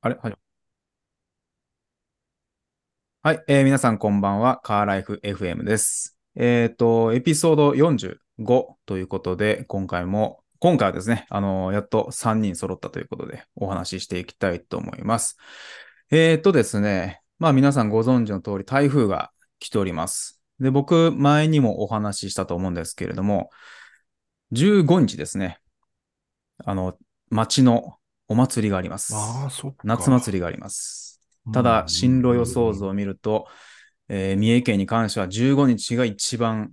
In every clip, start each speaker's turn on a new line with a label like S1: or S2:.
S1: あれはい。はい、えー皆さんこんばんは。カーライフ FM です。えっ、と、エピソード45ということで、今回も、今回はですね、あのーやっと3人揃ったということで、お話ししていきたいと思います。えっ、とですね、まあ皆さんご存知の通り、台風が来ております。で、僕、前にもお話ししたと思うんですけれども、15日ですね、あの、町のお祭りがあります。
S2: ああ、そっか。
S1: 夏祭りがあります。
S2: り
S1: ただ、進路予想図を見ると、えー三重県に関しては15日が一番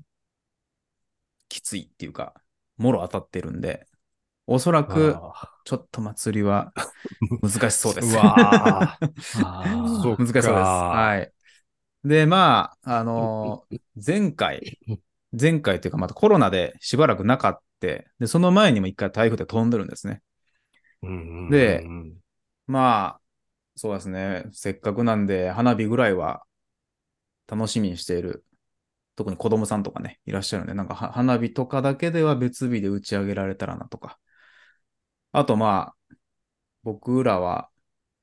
S1: きついっていうか、もろ当たってるんで、おそらくちょっと祭りは難しそうです。
S2: うわ ー
S3: あ
S2: そ
S3: ー
S2: う
S1: 難しそうです。はい。で、まあ、あのー前回、前回というか、またコロナでしばらくなかった。で、その前にも一回台風で飛んでるんですね。
S2: うん
S1: で
S2: うんうん
S1: まあ、そうですね。せっかくなんで、花火ぐらいは楽しみにしている。特に子供さんとかね、いらっしゃるんで、なんかは花火とかだけでは別日で打ち上げられたらなとか。あとまあ、僕らは、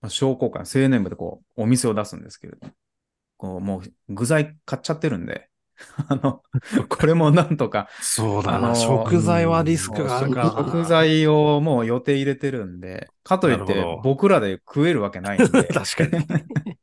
S1: まあ商工会、青年部でこう、お店を出すんですけれど、こう、もう具材買っちゃってるんで、あの、これもなんとか、
S2: そうだ
S1: あのー
S2: な、食材はリス
S1: も
S2: ク
S1: う
S2: があるからな。
S1: 食材をもう予定入れてるんで、かといっ
S2: な
S1: て
S2: るほど
S1: 僕らで食えるわけないんで、
S2: 確かに。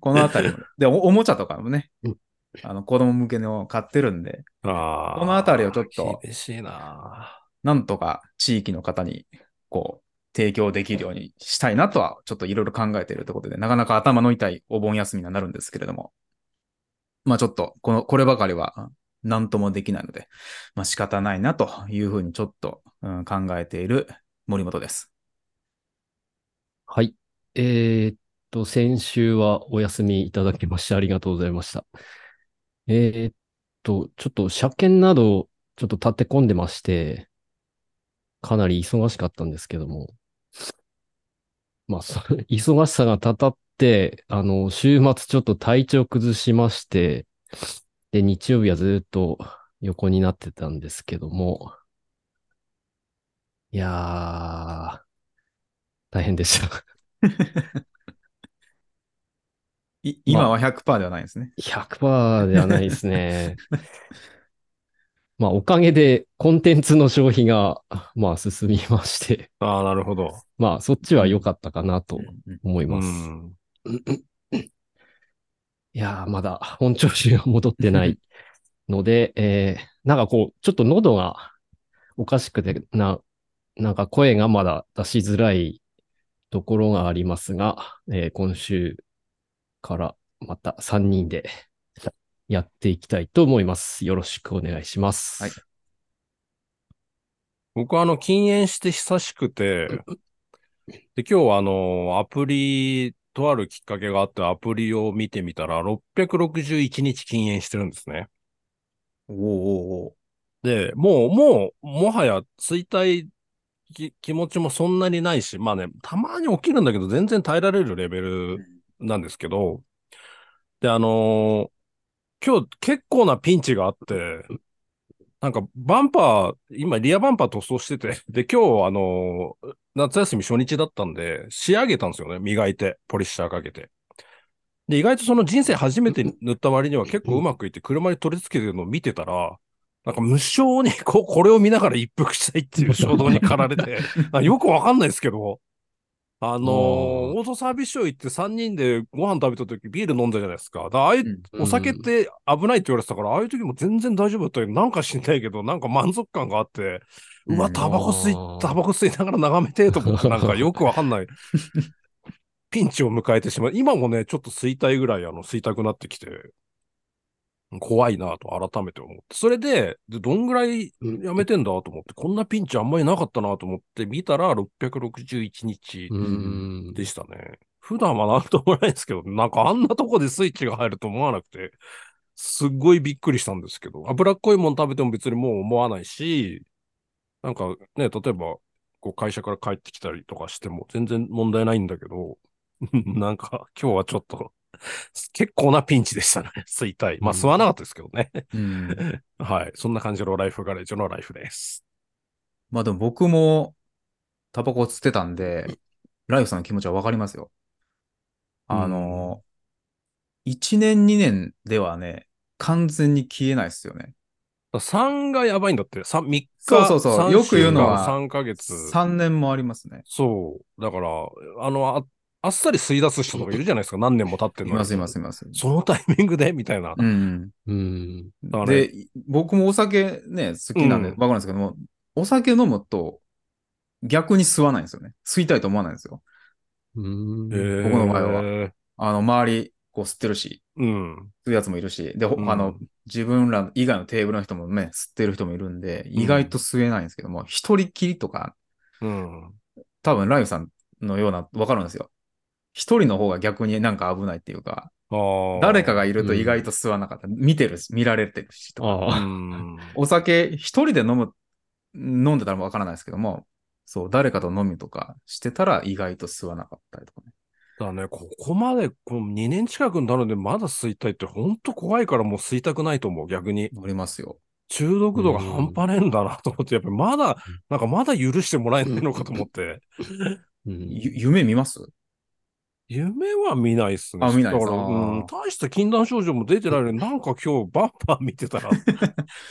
S1: このあ たりも。でお、おもちゃとかもね
S3: うん、
S1: あの子供向けのを買ってるんで、
S2: あ
S1: このあたりをちょっと
S2: 厳しいな。
S1: なんとか地域の方にこう提供できるようにしたいなとは、ちょっといろいろ考えているということで、なかなか頭の痛いお盆休みにはなるんですけれども、まあちょっとこの、こればかりは何ともできないので、まあ仕方ないなというふうにちょっと、うん考えている森本です。
S3: はい。えーっと、先週はお休みいただきましてありがとうございました。えーっと、ちょっと車検など、ちょっと立て込んでまして、かなり忙しかったんですけども、まあ、そ忙しさがたたって、あの、週末ちょっと体調崩しまして、で、日曜日はずっと横になってたんですけども、いやー、大変でした。
S1: い今は100%ではないですね。
S3: 100%ではないですね。まあ、おかげでコンテンツの消費が、まあ、進みまして、
S2: ああ、なるほど。
S3: まあ、そっちは良かったかなと
S1: うんうん
S3: 思いうます。
S2: ん。
S3: いやー、まだ本調子が戻ってないので、 えー、なんかこう、ちょっと喉がおかしくて、な、なんか声がまだ出しづらいところがありますが、えー今週からまた3人でやっていきたいと思います。よろしくお願いします。
S1: はい
S2: 僕はあの、禁煙して久しくて、で、今日はあの、アプリ、とあるきっかけがあって、アプリを見てみたら、661日禁煙してるんですね。
S1: おおおう
S2: で、もう、もう、もはや衰退き気持ちもそんなにないし、まあね、たまに起きるんだけど、全然耐えられるレベルなんですけど、で、あのー今日結構なピンチがあって、なんかバンパー、今リアバンパー塗装してて、で、今日あのー夏休み初日だったんで、仕上げたんですよね、磨いて、ポリッシャーかけて。で、意外とその人生初めて塗った割には結構うまくいって、車に取り付けてるのを見てたら、なんか無性にここれを見ながら一服したいっていう衝動に駆られて、あよくわかんないですけど、あのー
S3: あー
S2: オートサービスショー行って3人でご飯食べた時ビール飲んだじゃないですか。だからああいう
S1: うん
S2: お酒って危ないって言われてたから、ああいう時も全然大丈夫だったけど、なんか知んないけど、なんか満足感があって、う
S1: う
S2: わ、
S1: ん
S2: タバコ吸
S3: あー
S2: い、タバコ吸いながら眺めてえと思って、なんかよくわか んない。ピンチを迎えてしまう。今もね、ちょっと吸いたいぐらい、あの、吸いたくなってきて、怖いなと改めて思って。それで、でどんぐらいやめてんだと思って、こんなピンチあんまりなかったなと思って、見たら661日
S3: うーん。
S2: でしたね。普段はなんともないですけど、 なんかあんなとこでスイッチが入ると思わなくて、すっごいびっくりしたんですけど、脂っこいもの食べても別にもう思わないし、なんかね、例えば、こう会社から帰ってきたりとかしても全然問題ないんだけど、 なんか今日はちょっと、結構なピンチでしたね、吸いたい。まあ
S3: うん
S2: 吸わなかったですけどね。
S1: うん
S2: はい。そんな感じのライフガレージのライフです。
S1: まあでも僕もタバコ吸ってたんで、ライフさんの気持ちはわかりますよ。
S2: うん
S1: あの、1年2年ではね、完全に消えないですよね。
S2: 3がやばいんだって。3、3日。
S1: そうそうそう
S2: 3
S1: よく言うのは
S2: 3ヶ月。
S1: 3年もありますね。
S2: そう。だから、あの、ああっさり吸い出す人とかいるじゃないですか。何年も経って
S1: い
S2: るのに
S1: ますいますいます。
S2: そのタイミングでみたいな。
S1: うんう
S3: うん。
S1: ん。
S2: だからね
S1: で、僕もお酒ね、好きなんでわ
S2: うん
S1: かるんですけども、お酒飲むと逆に吸わないんですよね。吸いたいと思わないんですよ。
S3: うん。
S1: 僕の場合
S2: は。
S1: あの、周り、こう吸ってるし、
S2: うん。
S1: 吸うやつもいるし、で、ほ
S2: うん
S1: あの、自分ら以外のテーブルの人もね、吸ってる人もいるんで、意外と吸えないんですけども、一人きりとか、
S2: うん。
S1: 多分ライブさんのような、わかるんですよ。一人の方が逆になんか危ないっていうか、
S2: あー
S1: 誰かがいると意外と吸わなかった。見てるし、見られてるしとか。
S2: う
S3: ああ。
S2: ん。
S1: お酒一人で飲む、飲んでたらわからないですけども、そう、誰かと飲みとかしてたら意外と吸わなかったりとかね。
S2: だね、ここまでこう2年近くになるんで、まだ吸いたいって、ほんと怖いからもう吸いたくないと思う、逆に。
S1: ありますよ。
S2: 中毒度が半端ねえんだなと思って、やっぱりまだ、なんかまだ許してもらえないのかと思って。
S3: うん
S1: ゆ夢見ます
S2: 夢は見ないっすね。
S1: あ見ないっ
S2: ですすだから、
S1: あ
S2: う
S1: ー
S2: ん、大した禁断症状も出 てられる。なんか今日バンバン見てたら、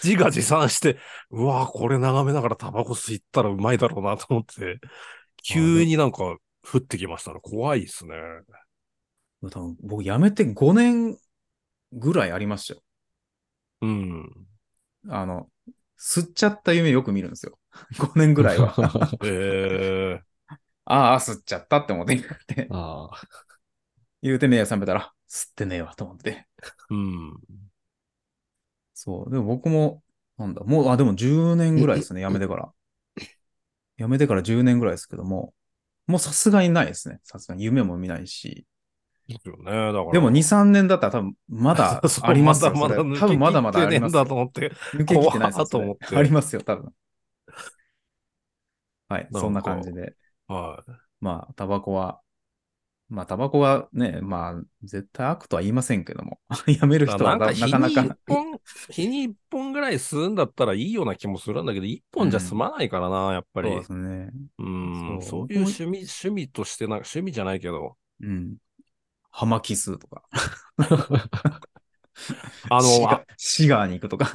S2: 自画自賛して、うわーこれ眺めながらタバコ吸いったらうまいだろうなと思って、急になんか降ってきましたね。怖いっすね。
S1: 多分僕辞めて5年ぐらいありましたよ。
S2: うん。
S1: あの、吸っちゃった夢よく見るんですよ。5年 ぐらい は。。
S2: えー。
S1: ああ、吸っちゃったって思って言って、
S3: ああ。
S1: 言うて目が覚めたら、吸ってねえわと思って。
S2: うん。
S1: そう。でも僕も、なんだ、もう、あ、でも10年ぐらいです ね、辞めてから。辞めてから10年ぐらいですけども、もうさすがにないですね。さすがに夢も見ないし。
S2: ですよね。だから。
S1: でも2、3年だったら多分まだ
S2: そう
S1: ありますよ。
S2: まだ
S1: そ
S2: ま
S1: れ
S2: だ
S1: 多分まだまだあり
S2: 抜け切って
S1: ま
S2: ねえん
S1: すよ抜け
S2: だと思って。
S1: 切ってないです
S2: 怖
S1: よ
S2: っと思って
S1: それありますよ、多分。はい、
S2: か
S1: そんな感じで。
S2: は
S1: まあ、タバコは、まあ、タバコはね、まあ、絶対悪とは言いませんけども、 やめる
S2: い。
S1: 人
S2: な
S1: は
S2: ん
S1: な
S2: か
S1: な
S2: 日に
S1: かな
S2: 一
S1: か、
S2: 本、日に一本ぐらい吸うんだったらいいような気もするんだけど、一本じゃ済まないからな、やっぱり。
S1: そう
S2: う
S1: ですね。
S2: ん。
S1: そう
S2: そういう趣味、趣味としてな、趣味じゃないけ ど、
S1: うん。ハマキスとか、
S2: あ
S1: シ
S2: の、
S1: ガシガーに行くとか。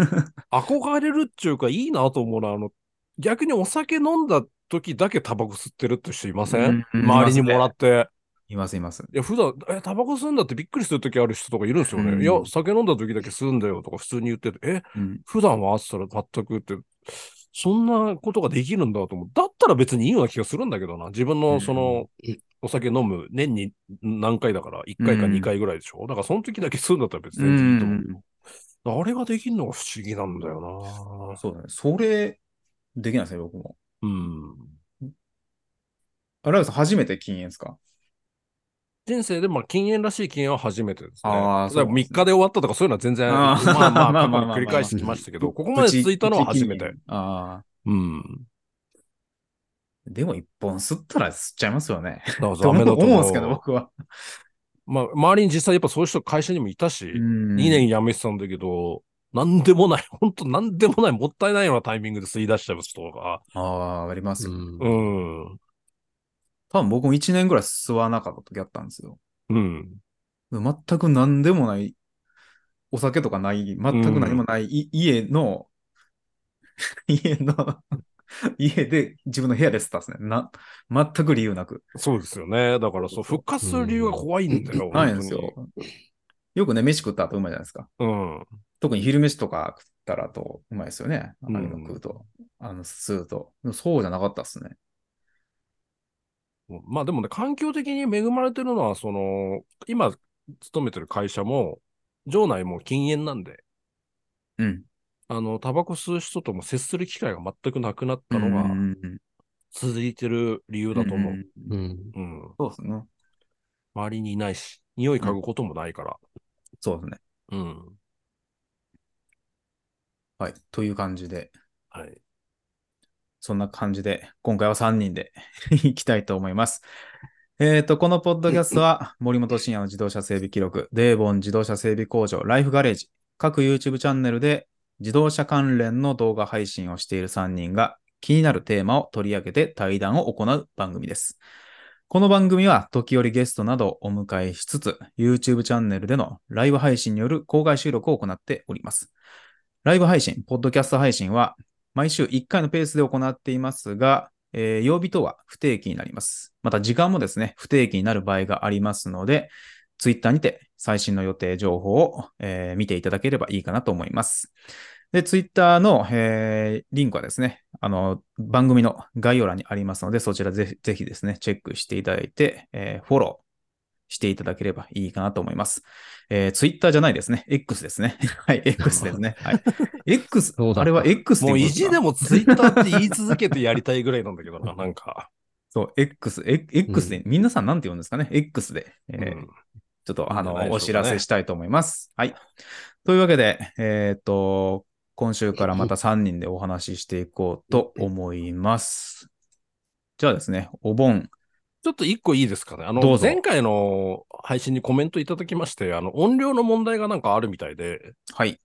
S2: あ憧れるっていうか、いいなと思うのは、あの、逆にお酒飲んだ時だけタバコ吸ってるって人いません、
S1: うん
S2: 周りにもらって。
S1: います、います。
S2: いや、普段、え、タバコ吸うんだってびっくりする時ある人とかいるんですよね。
S1: うん
S2: いや、酒飲んだ時だけ吸うんだよとか普通に言ってて、え、
S1: うん。
S2: 普段はあったら全くって、そんなことができるんだと思う。だったら別にいいような気がするんだけどな。自分
S1: う
S2: の
S1: ん
S2: その、お酒飲む年に何回だから、1回か2回ぐらいでしょ。だからその時だけ吸うんだったら別に全然いいと思う。あれができるのが不思議なんだよ
S1: そうだね。それ、できないですね、僕も。
S2: な。うん。
S1: あ、ライブさん、初めて禁煙ですか
S2: 人生で、まあ、禁煙らしい禁煙は初めてですね。
S1: あーそう
S2: だから3日で終わったとかそういうのは全 然、
S1: あー
S2: まあま
S1: ま
S2: あ、ま
S1: あま
S2: あま
S1: あ
S2: あ
S1: まあ
S2: 繰り返してきましたけ ど、
S1: ぶ
S2: ここまで続いたのは初め。
S1: ぶ
S2: て
S1: ち。ああ。
S2: うん。
S1: でも、一本吸ったら吸っちゃいますよね。
S2: だから
S1: と
S2: ダメ
S1: 思
S2: だ
S1: う思
S2: と
S1: うん
S2: 思う。
S1: ですけど、僕は。
S2: まあ、周りに実際やっぱそういう人会社にもいたし、
S1: 2
S2: 2年辞めてたんだけど、なんでもない、 本当なんでもない、もったいないようなタイミングで吸い出しちゃう人が、
S1: ああ、あります
S3: う
S1: よ。
S3: ん
S2: う。ん、
S1: 多分僕も1年ぐらい吸わなかった時あったんですよ。
S2: うん、
S1: 全く何でもない、お酒とかない、全く何もない、い家の、 家の、 家で自分の部屋で吸ったんですね。な、全く理由なく。
S2: そうですよね。だからそう、復活する理由が怖いんだよ。
S1: ないんですよ。よくね、飯食った後うまいじゃないですか。
S2: 本
S1: 特に昼飯とか食ったらとうまいですよね。ああいうの
S2: うん
S1: 食うと、あの、吸うと。でもそうじゃなかったですね。
S2: 当に。うん。まあでもね、環境的に恵まれてるのは、その、今、勤めてる会社も、場内も禁煙なんで、
S1: うん。
S2: あの、タバコ吸う人とも接する機会が全くなくなった
S1: うん
S2: の
S1: うん
S2: が、
S1: うん
S2: 続いてる理由だと思う。
S1: ん
S3: うん。
S2: うん。
S1: そうですね。
S2: 周りにいないし、匂い嗅ぐこともないから。
S1: そうですね。
S2: うん。
S1: はい。という感じで、
S2: はい。
S1: そんな感じで、今回は3人で いきたいと思います。えっ、と、このポッドキャストは、森本慎也の自動車整備記録、デーボン自動車整備工場、ライフガレージ、各 YouTube チャンネルで自動車関連の動画配信をしている3人が気になるテーマを取り上げて対談を行う番組です。この番組は時折ゲストなどをお迎えしつつ、YouTube チャンネルでのライブ配信による公開収録を行っております。ライブ配信、ポッドキャスト配信は毎週1回のペースで行っていますが、えー曜日とは不定期になります。また時間もですね、不定期になる場合がありますので、Twitter にて最新の予定情報を、えー見ていただければいいかなと思います。で、Twitter の、えーリンクはですね、あの、番組の概要欄にありますので、そちらぜひぜひですね、チェックしていただいて、えーフォローしていただければいいかなと思います。えー、Twitter じゃないですね。X ですね。 はい、X ですね。はい。X
S3: そう、だった
S1: あれは X って
S2: もう
S1: 言
S2: 意
S1: んですか
S2: 地でもツイッターって言い続けてやりたいぐらいなんだけ どな、なんか。
S1: そう、X、え X で、皆さんなんて言うんですかね ?X で、えー
S2: うん
S1: ちょっとあの、
S2: いいんじゃないでしょうかね
S1: お知らせしたいと思います。はい。というわけで、えっ、と、今週からまた3人でお話ししていこうと思います。じゃあですね、お盆。
S2: ちょっと一個いいですかね。あの
S1: どう、ぞ
S2: 前回の配信にコメントいただきまして、あの、音量の問題がなんかあるみたいで、
S1: はい。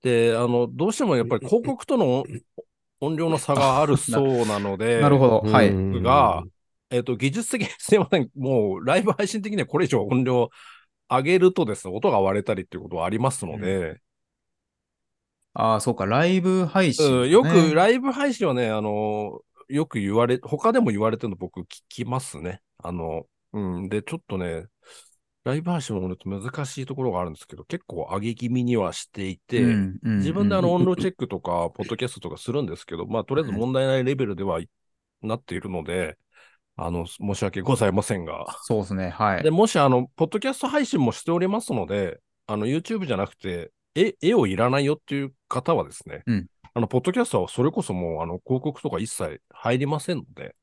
S2: で、あの、どうしてもやっぱり広告と の音量の差があるそうなので、
S1: なるほど。は
S3: う
S1: い。
S3: ん
S2: が、えっ、と、技術的にすいません、もうライブ配信的にはこれ以上音量上げるとですね、音が割れたりっていうことはありますので、
S1: ああ、そうか、ライブ配信、
S2: うんよく、ライブ配信はね、あの、よく言われ、他でも言われてるの僕聞きますね。あの、うん、で、ちょっとね、ライブ配信もね難しいところがあるんですけど、結構上げ気味にはしていて、
S1: うんうん
S2: 自分であの
S1: うん
S2: 音量チェックとか、ポッドキャストとかするんですけど、まあ、とりあえず問題ないレベルではなっているので、あの、申し訳ございませんが。
S1: そうですね。はい
S2: で、。もし、あの、ポッドキャスト配信もしておりますので、あの、YouTube じゃなくて、絵、絵をいらないよっていう方はですね、
S1: うん
S2: あの、ポッドキャストはそれこそもう、あの、広告とか一切入りませんので、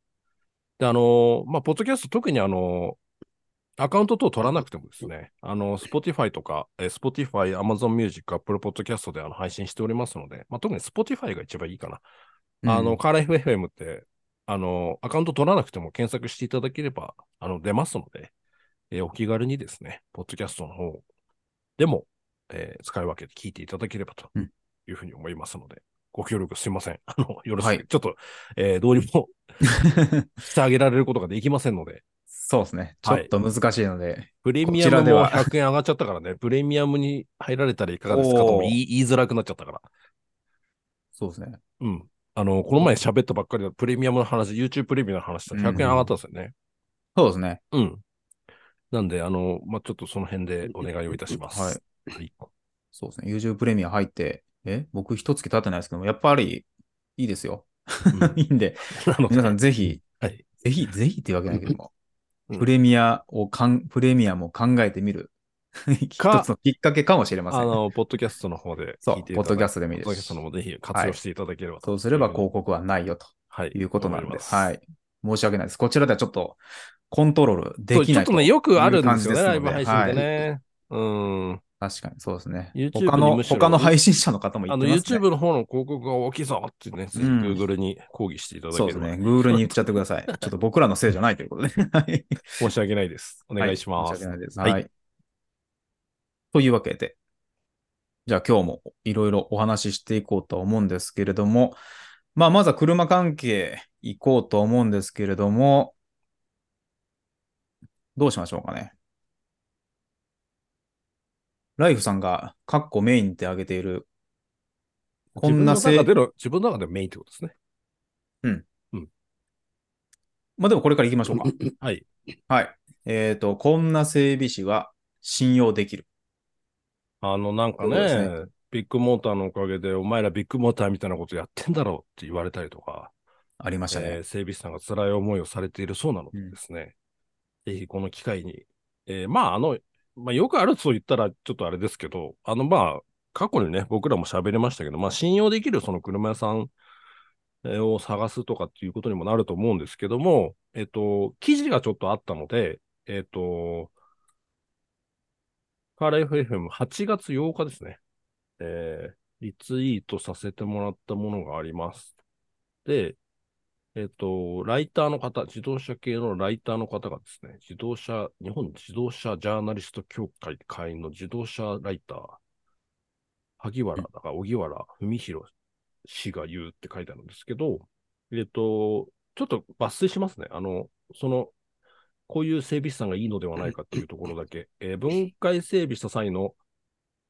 S2: で、あの、まあ、ポッドキャスト特にあの、アカウント等取らなくてもですね、あの、Spotify とか、えー Spotify、Amazon Music、Apple Podcast であの配信しておりますので、まあ、特に Spotify が一番いいかな。あ
S1: う
S2: の、
S1: ん
S2: カーライフ FM って、あの、アカウント取らなくても検索していただければ、あの、出ますので、えーお気軽にですね、ポッドキャストの方でも、えー使い分けて聞いていただければと
S1: うん
S2: いうふうに思いますので、ご協力すいません。あの、よろしく、
S1: はい
S2: ちょっと、えーどうにもしてあげられることができませんので、
S1: そうですね。ちょ
S2: は
S1: っ
S2: い
S1: と難しいので、
S2: プレミ
S1: こ
S2: ア
S1: ちら
S2: ム
S1: で
S2: も
S1: は
S2: 100円上がっちゃったから ね、プレミアムに入られたらいかがですかとも言い言いづらくなっちゃったから。
S1: そうですね。
S2: うん。あの、この前喋ったばっかりだプレミアムの話、YouTube プレミアムの話したら100円上がったんですよね。
S1: そうですね。
S2: うん。なんで、あの、まあ、ちょっとその辺でお願いをいたします。
S1: はい
S2: はい。
S1: そうですね。YouTube プレミア入って、え、僕一月経ってないですけども、やっぱりいいですよ。
S2: うんない
S1: いんで、
S2: ので
S1: 皆さんぜひ、
S2: はい
S1: ぜひ、ぜひっていうわけないけども、
S2: うん
S1: プレミアをかん、プレミアムを考えてみる一
S2: か
S1: つのきっかけかもしれませ
S2: あ
S1: ん。
S2: の、ポッドキャストの方で
S1: そう
S2: 聞いてい
S1: ポ
S2: ただい
S1: ッ
S2: て、
S1: ドキャストでもいいです
S2: ポッドキャストの方もぜひ活用していただければと、
S1: そうすれば広告はないよと
S2: はい、
S1: いうことなん
S2: 思
S1: で、
S2: ます
S1: はい。申し訳ないです。こちらではちょっとコントロールでき
S2: ちょ
S1: な
S2: っ
S1: い
S2: と
S1: と。
S2: ね、よくあるんですよね、
S1: いう
S2: ラ
S1: 感じですので
S2: イブ配信でね。うん。
S1: 確かにそうですね
S2: YouTube。
S1: 他
S2: に
S1: の、
S2: むしろ
S1: 他の配信者の方も言っ
S2: あの、
S1: てますね。
S2: YouTube の方の広告が大きいぞってね、ぜひ
S1: うん
S2: Google に抗議していただけれ
S1: そう
S2: ば、
S1: ですね。Google に言っちゃってください。ちょっと僕らのせいじゃないということで。 はい。
S2: 申し訳ないです。お願いします。
S1: 申し訳ないです。
S2: はい
S1: はい。というわけで、じゃあ今日もいろいろお話ししていこうと思うんですけれども、まあまずは車関係行こうと思うんですけれども、どうしましょうかね。ライフさんがカッコメインって挙げている、こんな
S2: 自
S1: せ
S2: 分
S1: い
S2: の中での、自分の中でのメインってことですね。
S1: まあでもこれから行きましょうか。
S2: はい。
S1: はい。えっ、と、こんな整備士は信用できる。
S2: あの、なんか
S1: そうで
S2: ね
S1: す、
S2: ビッグモーターのおかげで、お前らビッグモーターみたいなことやってんだろうって言われたりとか、
S1: ありましたね。
S2: えー整備士さんが辛い思いをされているそうなのでですね、ぜひこの機会に、えーまあ、あの、まあ、よくあると言ったらちょっとあれですけど、あの、まあ、過去にね、僕らも喋りましたけど、まあ、信用できるその車屋さんえーを探すとかっていうことにもなると思うんですけども、えっ、と、記事がちょっとあったので、えっ、と、カーライフ FM8 月8日ですね、えーリツイートさせてもらったものがあります。で、えっと、ライターの方、自動車系のライターの方がですね、自動車、日本自動車ジャーナリスト協会会員の自動車ライター、萩原だから、荻原文弘氏が言うって書いてあるんですけど、えっと、ちょっと抜粋しますね。あの、その、こういう整備士さんがいいのではないかっていうところだけ、えー分解整備した際の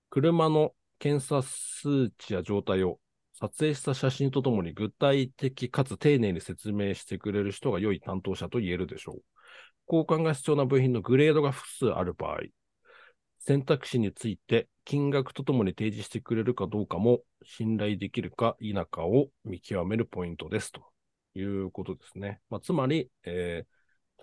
S2: 車の検査数値や状態を撮影した写真とともに具体的かつ丁寧に説明してくれる人が良い担当者と言えるでしょう。交換が必要な部品のグレードが複数ある場合、選択肢について金額とともに提示してくれるかどうかも信頼できるか否かを見極めるポイントですということですね。まあ、つまり、えー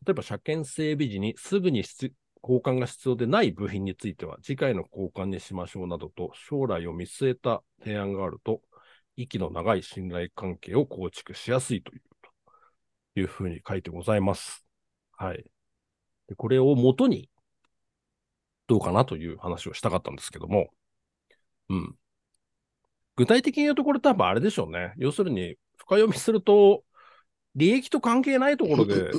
S2: 例えば車検整備時にすぐに必交換が必要でない部品については次回の交換にしましょうなどと将来を見据えた提案があると息の長い信頼関係を構築しやすいというというふうに書いてございます。はい。でこれを元にどうかなという話をしたかったんですけども、うん。具体的に言うとこれ多分あれでしょうね。要するに、深読みすると、利益と関係ないところで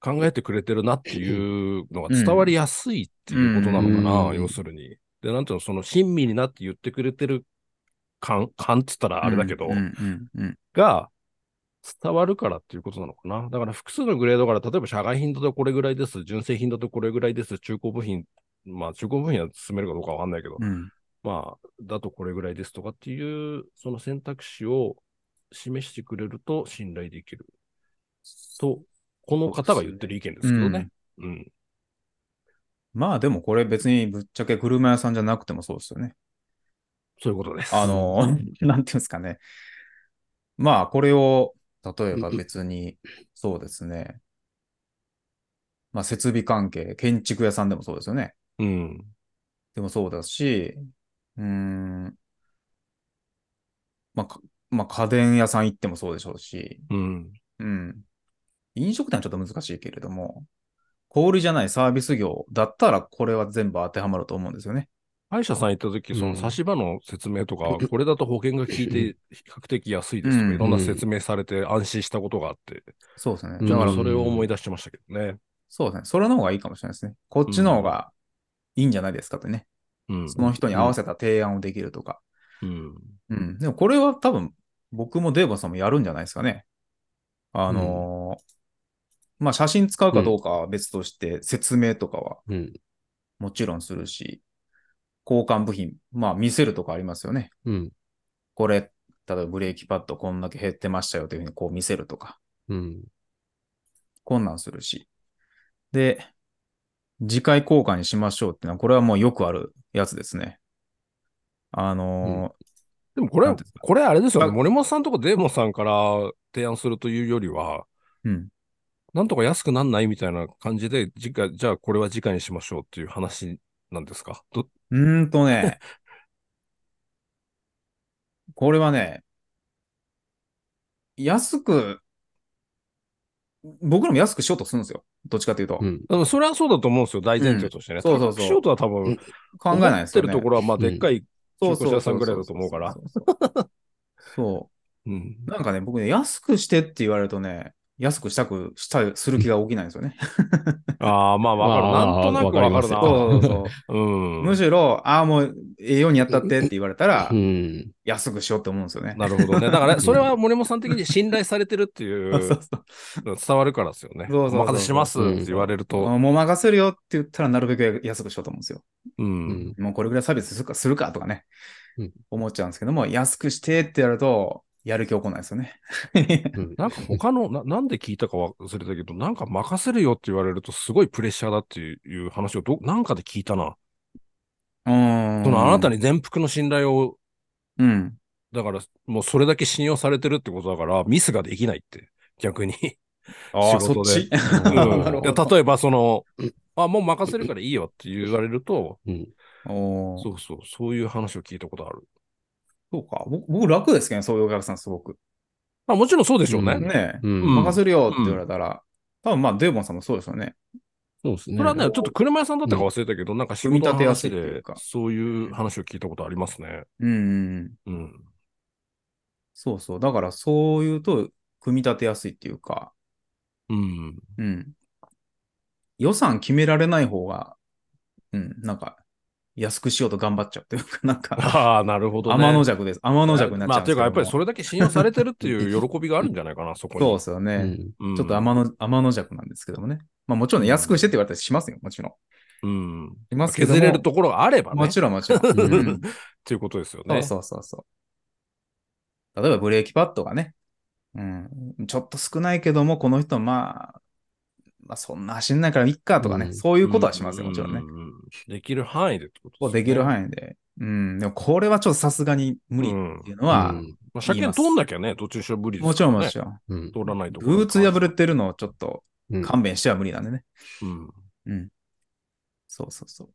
S2: 考えてくれてるなっていうのが伝わりやすいっていうことなのかな、
S1: うん
S2: 要するに。で、なんていうの、その親身になって言ってくれてる感、感って言ったらあれだけど、
S1: うんうんうん
S2: が伝わるからっていうことなのかな。だから複数のグレードから、例えば社外品だとこれぐらいです、純正品だとこれぐらいです、中古部品、まあ中古部品は進めるかどうかわかんないけど、
S1: うん
S2: まあ、だとこれぐらいですとかっていう、その選択肢を示してくれると信頼できる。と、この方が言ってる意見ですけどね。うん。
S1: まあでもこれ別にぶっちゃけ車屋さんじゃなくてもそうですよね。
S2: そういうことです。
S1: あの、なんていうんですかね。まあ、これを、例えば別に、そうですね。まあ、設備関係、建築屋さんでもそうですよね。
S2: うん。
S1: でもそうだし、うーん。まあ、かまあ、家電屋さん行ってもそうでしょうし、
S2: うん。
S1: うん。飲食店はちょっと難しいけれども、小売りじゃないサービス業だったら、これは全部当てはまると思うんですよね。
S2: 歯医者さん行った時、その差し歯の説明とか、これだと保険が効いて比較的安いですと
S1: う
S2: か、
S1: ん
S2: いろんな説明されて安心したことがあって、
S1: そうですね。
S3: うん
S2: だからそれを思い出してましたけどね。
S1: そうですね。それの方がいいかもしれないですね。こっちの方がいいんじゃないですかってね。
S2: うん。
S1: その人に合わせた提案をできるとか。
S2: うん。
S1: うん。でもこれは多分、僕もデーボンさんもやるんじゃないですかね。あのーまあ、写真使うかどうかは別として、説明とかは
S3: うん。
S1: もちろんするし、交換部品、まあ、見せるとかありますよね。
S3: うん。
S1: これ、例えばブレーキパッドこんだけ減ってましたよというふうにこう見せるとか、
S3: うん。
S1: こんなんするし。で、次回交換にしましょうっていうのは、これはもうよくあるやつですね。あのー
S2: でもこれ
S1: な
S2: は
S1: んていうんです、か
S2: これあれですよね。
S1: ま
S2: 森本さんとかデーモンさんから提案するというよりは、
S1: うん。
S2: なんとか安くなんないみたいな感じで、次回、じゃあこれは次回にしましょうっていう話なんですかど
S1: うーんとね、これはね、安く、僕らも安くしようとするんですよ。どっちかというと。
S3: うん
S2: あのそれはそうだと思うんですよ。大前提として
S1: う
S2: ね。
S1: んそうそうそう
S2: ショートは多分、
S1: 考えないですよね。
S2: 思ってるところは、まあ、でっかい中古車屋さんぐらいだと思うから。
S1: そ
S2: うん
S1: う。なんかね、僕ね、安くしてって言われるとね、安くしたくした、する気が起きないんですよね。
S2: ああ、まあ、わかる。
S3: ま
S2: なん
S3: あ
S2: となくわかる
S3: あ
S2: な。
S1: そうそうそう。
S2: うん。
S1: むしろ、ああ、もう、ええようにやったってって言われたら
S3: う、ん。
S1: 安くしようって思うんですよね。
S2: なるほどね。だから、それは森本さん的に信頼されてるってい
S1: そうそう
S2: う、
S1: そう
S2: 伝わるからですよね。
S1: そうそうそう
S2: お任せしますって言われると、
S1: もう任せるよって言ったら、なるべく安くしようと思うんですよ。
S2: うん。
S3: うん。
S1: もうこれぐらいサービスするかするかとかね、
S3: うん
S1: 思っちゃうんですけども、安くしてってやると、やる気起こないですよね。
S3: うん
S2: なんか他の、ななんで聞いたか忘れたけど、なんか任せるよって言われるとすごいプレッシャーだっていう話をど、なんかで聞いたな。
S1: うーん。
S2: そのあなた
S1: に。
S2: に全幅の信頼を、
S1: うん。
S2: だからもうそれだけ信用されてるってことだから、ミスができないって、逆に。
S1: ああ、
S2: 仕
S1: そ
S2: 事
S1: っ
S2: で
S1: ち。
S2: うん
S1: なるほ
S2: いや
S1: ど。
S2: 例えばその
S3: うん、
S2: あ、もう任せるからいいよって言われると、
S3: うん。
S1: おーそ
S2: そうそう、そういう話を聞いたことある。
S1: うか。僕僕楽ですけどね、そういうお客さんすごく。
S2: まあもちろんそうでしょうね。
S3: うん
S1: ねえ、
S3: うん
S2: うん
S1: 任せるよって言われたら、多分まあ、デーボンさんもそうですよね。
S3: そうですね。
S2: それはね、ちょっと車屋さんだったか忘れたけど、なんか仕
S1: 組み
S2: 事の話
S1: 立てやすいってい
S2: で
S1: うか、
S2: そういう話を聞いたことありますね。
S1: うんうんうん。
S2: うん。
S1: そうそう。だから、そういうと、組み立てやすいっていうか、
S2: うん。
S1: うん。予算決められない方が、うん、なんか、安くしようと頑張っちゃうというか、なんか、
S2: ああ、なるほど、ね。
S1: 天の弱です。天の弱になっちゃ
S2: ま
S1: う
S2: あ、
S1: ん
S2: と
S1: ですけ
S2: いう
S1: ども
S2: か、やっぱりそれだけ信用されてるっていう喜びがあるんじゃないかな、そこに。
S1: そうですよね。
S2: うん
S1: ちょっと天の天の弱なんですけどもね。まあもちろんね、安くしてって言われたりしますよ、もちろん。
S2: うん。
S1: いますけども
S2: 削れるところがあればね。
S1: もちろんもちろん。うん
S2: っていうことですよ
S1: そ
S2: ね。
S1: うそうそうそう。例えばブレーキパッドがね、うん、ちょっと少ないけども、この人、まあ、まあ、そんな走んないからいっかとかね、
S3: うん
S1: そう
S2: う
S1: いうことはしますよ、もちろんね。
S2: ううん。できる範囲でってこと
S1: こうできる
S2: 囲。
S1: 範囲で。うん、でもこれはちょっとさすがに無理っていうのは、
S3: うん
S2: まあ、車検取んなきゃね、途中車無理です
S1: もちろんもち
S2: ろん。
S1: ろん。
S3: うん
S2: 取らないと。
S1: ブーツ破れ。てるのをちょっと
S3: うん
S1: 勘弁しては無理なんでね。
S2: うん。
S1: そうそうそう。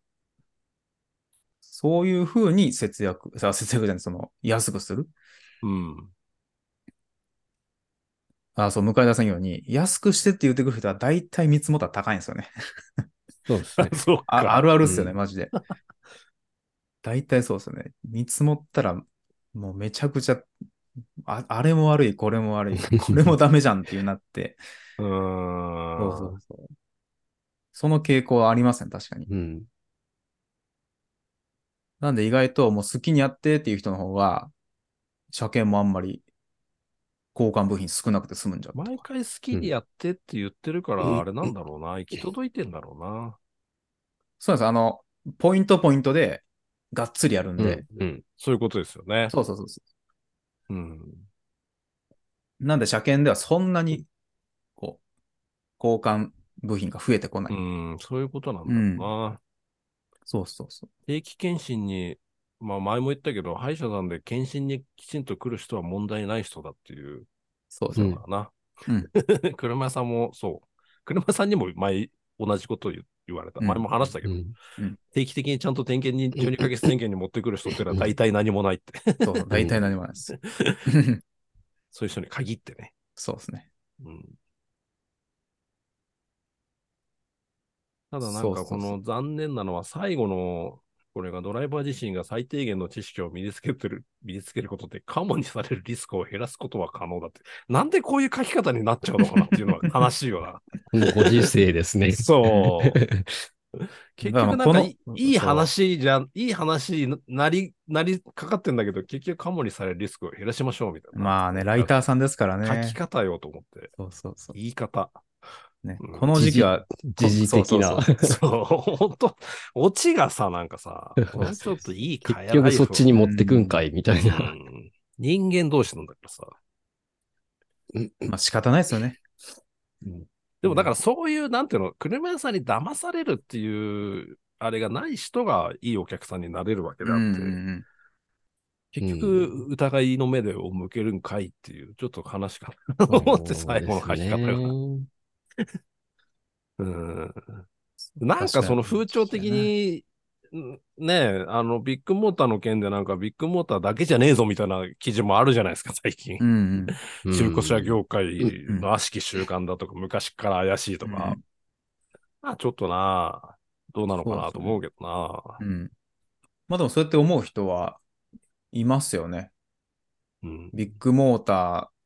S1: そういうふうに節約、さ節約じゃない、その、安くする。
S2: うん。。
S1: あ、そう、向田さん言うように、安くしてって言ってくる人は大体見積もったら高いんですよね。
S3: そうですね
S2: そう
S1: あ
S2: か。
S1: あるあるっすよね、
S3: う
S1: マジで。大体そうっすよね。見積もったら、もうめちゃくちゃ、ああれも悪い、これも悪い、これもダメじゃんっていうなって。
S2: うー
S1: そう
S2: ん。
S1: そうそう。その傾向はありますね、確かに。
S3: うん。
S1: なんで意外ともう好きにやってっていう人の方が、車検もあんまり交換部品少なくて済むんじゃんと
S2: 毎回好きにやってって言ってるか
S3: う
S2: ら、
S3: ん
S2: あれなんだろうな、行き届いてんだろうな。
S1: そうなんです。あの、ポイントポイントで、がっつりやるんで。
S3: うん。
S2: そういうことですよね。
S1: そうそうそうそ
S2: うん。
S1: う。なんで車検ではそんなに、こう、交換部品が増えてこない。
S2: うん、そういうことなんだろうな。
S1: そうそうそう。
S2: 定期検診に、まあ前も言ったけど、歯医者さんで検診にきちんと来る人は問題ない人だっていう
S1: そう
S2: こ
S1: そう。
S2: とだな。
S1: うん
S2: 車屋さんもそう。車屋さんにも前、同じことを言言われた。
S1: うん
S2: 前も話したけ
S3: う
S2: ど、
S3: ん。
S2: 定期的にちゃんと点検に、12ヶ月点検に持ってくる人ってのは大体何もないって。
S1: そう そう。大体何もないです。
S2: そういう人に限ってね。
S1: そうですね。
S2: うんただな
S1: そ
S2: ん
S1: うそ
S2: か
S1: うそ
S2: こ
S1: う
S2: の残念なのは最後のこれがドライバー自身が最低限の知識を身につけてる、 身につけることでカモにされるリスクを減らすことは可能だって。なんでこういう書き方になっちゃうのかなっていうのは悲しいよ
S3: このご時世ですね
S2: な。。そう。 結局なん
S1: ま
S2: かい
S1: あこの
S2: いい話じゃん、いい話になり、なりかかってんだけど、結局カモにされるリスクを減らしましょうみたいな。
S1: まあね、ライターさんですからね。
S2: 書き方よと思って。
S1: そうそうそ
S2: 言い方。
S1: う。ね
S2: うん
S1: この時期は、
S3: 時事的な。
S1: そうそう
S2: そう、本当オチがさ、なんかさ、
S3: そう
S2: もうちょっといい会
S3: 結
S2: 話
S3: 局そっちに持ってくんかいみたい
S2: うん
S3: な。
S2: 人間同士なんだからさ。
S1: まあ仕方ないですよね。
S2: でもだからそういう、なんていうの、車屋さんに騙されるっていう、あれがない人がいいお客さんになれるわけであって、
S1: うんうんうん
S2: 結局疑いの目でを向けるんかいっていう、ちょっと悲しかったと思って、最後の書き方が。
S3: そう
S2: うんなんかその風潮的に、んねえ、あの、ビッグモーターの件でなんかビッグモーターだけじゃねえぞみたいな記事もあるじゃないですか、最近
S1: う。んうん。
S3: ですね
S2: 中古車業界
S1: うんうん
S2: の悪しき習慣だとか、昔から怪しいとか、まあちょっとなあ、どうなのかなと思うけどな。
S1: うん。まあでもそうやって思う人はいますよね。
S2: うん
S1: ビッグモーター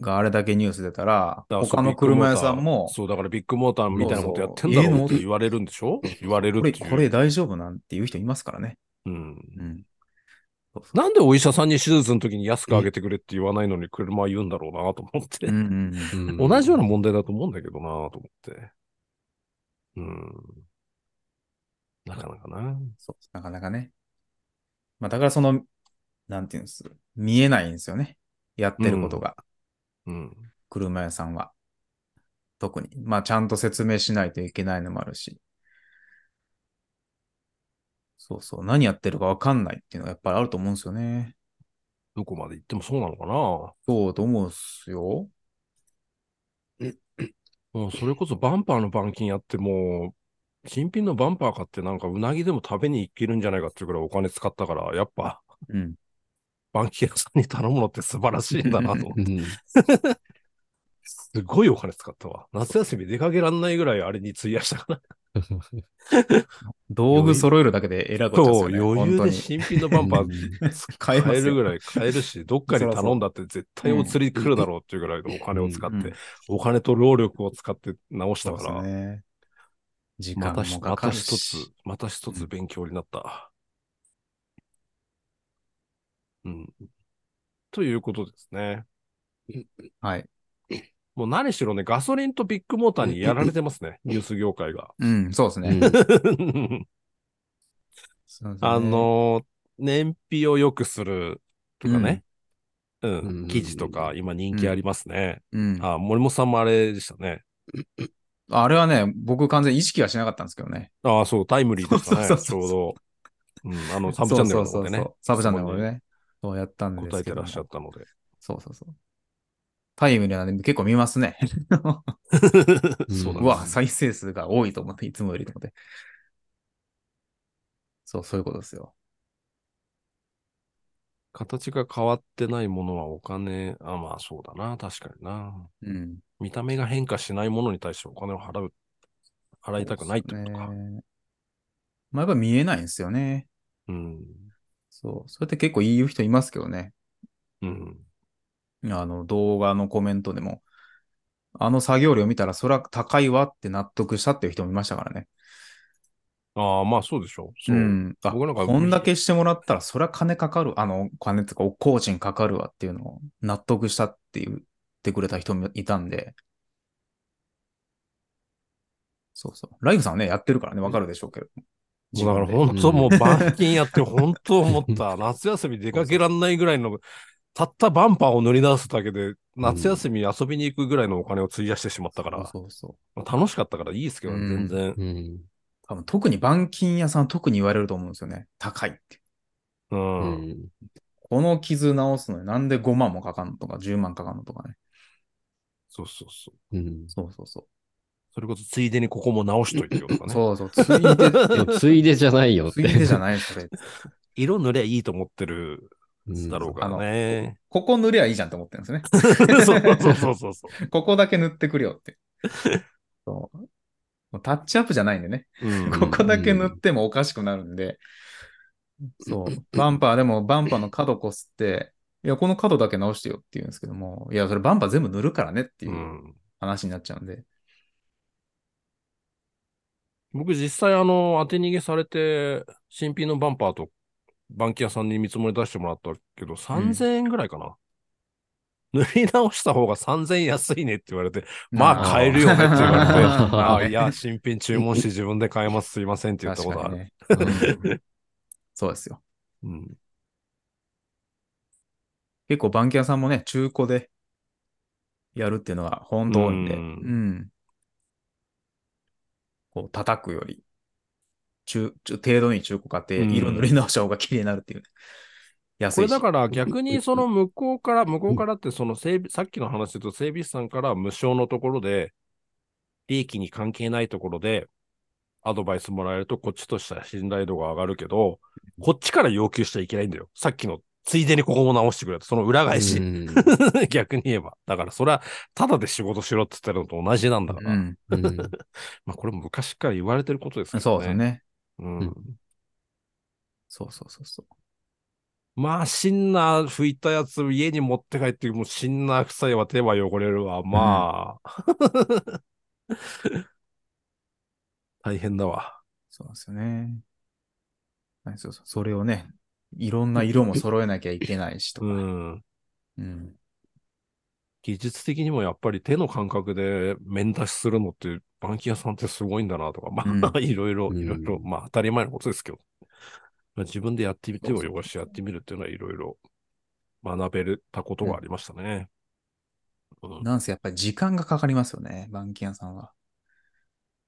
S1: があれだけニュース出たら、
S2: だから
S1: 他の車屋さんも、
S2: そう、だからビッグモーターみたいなことやってんだ
S1: そう
S2: ろ
S1: そう
S2: うって言われるんでしょ言われる
S1: こ
S2: ってい
S1: れ、
S2: う。
S1: これ大丈夫なんていう人いますからね。
S2: うん。
S1: うん。
S2: なんでお医者さんに手術の時に安くあげてくれって言わないのに車言うんだろうなと思って。
S1: うんうんうん
S3: うん
S2: 同じような問題だと思うんだけどなぁと思って。うん。なかなかな。
S1: そうなかなかね。まあだからその、なんていうんです。見えないんですよね。やってることが、
S2: うん。
S1: 車屋さんは。特に。まあちゃんと説明しないといけないのもあるし。そうそう。何やってるかわかんないっていうのがやっぱりあると思うんですよね。
S2: どこまで行ってもそうなのかな
S1: そうと思うっすよ。
S2: うん、それこそバンパーの板金やってもう、新品のバンパー買ってなんかうなぎでも食べに行けるんじゃないかっていうくらいお金使ったから、やっぱ
S1: うん。
S2: 板金屋さんに頼むのって素晴らしいんだなと思っ
S3: う
S2: て。
S3: ん。
S2: すごいお金使ったわ。夏休み出かけらんないぐらいあれに費やしたから。
S1: 道具揃えるだけでえらいことですよね。
S2: 余
S1: 本
S2: 裕
S1: 当
S2: で
S1: に
S2: 新品のバンパー
S1: 買えますよ
S2: 買えるぐらい買えるし、どっかに頼んだって絶対お釣り来るだろうっていうぐらいのお金を使っ
S1: うんうん
S2: て、お金と労力を使って直した
S1: そう
S2: か
S1: です
S2: ら、
S1: ね。時
S2: ま
S1: 間
S2: たし
S1: もか
S2: ま
S1: か
S2: た
S1: る
S2: 一
S1: し
S2: つ、また一つ勉強になった。うん。ということですね。
S1: はい。
S2: もう何しろね、ガソリンとビッグモーターにやられてますね、ニュース業界 が。
S1: うん、そうです
S3: う
S1: ね。
S3: ん。
S1: そうですね
S2: あ、のー燃費を良くするとかね。うん、
S3: うん
S2: 記事とか今人気ありますね。
S1: うん。
S2: あ、森本さんもあれでしたね。
S1: あれはね、僕完全に意識はしなかったんですけどね。
S2: ああ、そう、タイムリーでしたね、
S1: そうそうそう
S2: ちょうど。うん、あの、サブチャンネルの
S1: そ
S2: 方
S1: うそうそ
S2: で
S1: う
S2: ね
S1: そう。サブチャンネルの方でね。そうやったんですけど
S2: 答
S1: も。
S2: えてらっしゃったので。
S1: そうそうそう。タイムリーなんで結構見ますね。
S2: そうだ
S1: う
S2: ね。
S1: わ、再生数が多いと思って、いつもよりと思って。そう、そういうことですよ。
S2: 形が変わってないものはお金、あ、まあそうだな、確かにな。
S1: うん。
S2: 見た目が変化しないものに対してお金を払う、払いたくないってことか
S1: そう。ですねまあ、やっぱ見えないんですよね。
S2: うん。
S1: そう。それって結構言う人いますけどね。
S2: うん。
S1: あの、動画のコメントでも。あの作業量見たら、そら高いわって納得したっていう人もいましたからね。
S2: ああ、まあそうでしょう。そう。
S1: ん。あ、
S2: 僕なんか
S1: こんだけしてもらったら、そら金かかる。あの、金とか、お工賃かかるわっていうのを納得したって言ってくれた人もいたんで。そうそう。ライフさんはね、やってるからね、わかるでしょうけど。
S2: だから
S1: 自分で
S2: 本当もうバンキンやって本当思った。 夏休み出かけらんないぐらいの、たったバンパーを塗り直すだけで、夏休み遊びに行くぐらいのお金を費やしてしまったから、
S1: そうそうそう。
S2: まあ楽しかったからいいですけどね、
S1: うん
S2: 全然。
S3: うん。
S1: 多分特に板金屋さんは特に言われると思うんですよね。高いって。
S2: う。
S3: うんん。
S1: この傷直すのになんで5万もかかんのとか10万かかんのとかね。
S2: そうそうそう。
S3: うん。
S1: そうそうそ
S2: それこそついでにここも直しといてよとか
S1: う。
S2: ね。
S1: そうそう。ついでって、
S3: でもついでじゃないよっ
S1: つ
S3: て。
S1: いでじゃないそれ。
S2: 色塗りゃいいと思ってる
S3: うん
S2: だろうからね。
S1: ここ塗りゃいいじゃんと思ってるんですね。
S2: そう そうそうそうそ
S1: ここだけ塗ってくれよ って。そう。もうタッチアップじゃないんでね。
S2: う。うん
S1: ここだけ塗ってもおかしくなるんで。そう。 バンパーでもバンパーの角こすって、いや、この角だけ直してよって言うんですけども、いや、それバンパー全部塗るからねっていううん話になっちゃうんで。
S2: 僕実際あの、当て逃げされて、新品のバンパーとバンキ屋さんに見積もり出してもらったけど、3000円ぐらいかな。塗り直した方が3000円安いねって言われて、まあ買えるよねって言 われて、
S3: あ
S2: あ
S3: ー
S2: あ、いや、新品注文して自分で買えます、すいませんって言ったことある。
S1: 確かに ねうんそうですよ。
S2: うん、
S1: 結構、バンキャさんもね、中古でやるっていうのが本当多いんで、う
S2: うんん。
S1: こう、叩くより、中、中程度に中古買って、
S2: うん
S1: 色塗り直した方が綺麗になるっていう、ね。安
S2: こ
S1: い
S2: れ
S1: し。
S2: だから逆にその向こうから、向こうからってその整備、さっきの話だと整備士さんから無償のところで、利益に関係ないところでアドバイスもらえるとこっちとしては信頼度が上がるけど、こっちから要求しちゃいけないんだよ。さっきのついでにここも直してくれと、その裏返し。
S3: うん
S2: 逆に言えば。だからそれはただで仕事しろって言ってるのと同じなんだから。
S1: うん。
S3: うん
S2: まあこれも昔から言われてることですけどね。
S1: そうですね。
S2: うん
S3: うん
S1: そうそうそうそう。
S2: まあ、シンナー拭いたやつ家に持って帰って、もうシンナー臭いわ、手は汚れるわ、まあ。 大変だわ。
S1: そうなんですよね。はいそうそう。それをね、いろんな色も揃えなきゃいけないしとか。
S2: う
S1: うん。
S2: ん。技術的にもやっぱり手の感覚で面出しするのって、バンキ屋さんってすごいんだなとか、まあ、 いろいろ、
S3: うん
S2: いろいろ、まあ当たり前のことですけど、まあ、自分でやってみて
S1: そう
S2: も
S1: そう
S2: よし、やってみるっていうのはいろいろ学べたことがありましたね。うん
S1: なんせやっぱり時間がかかりますよね、板金屋さんは。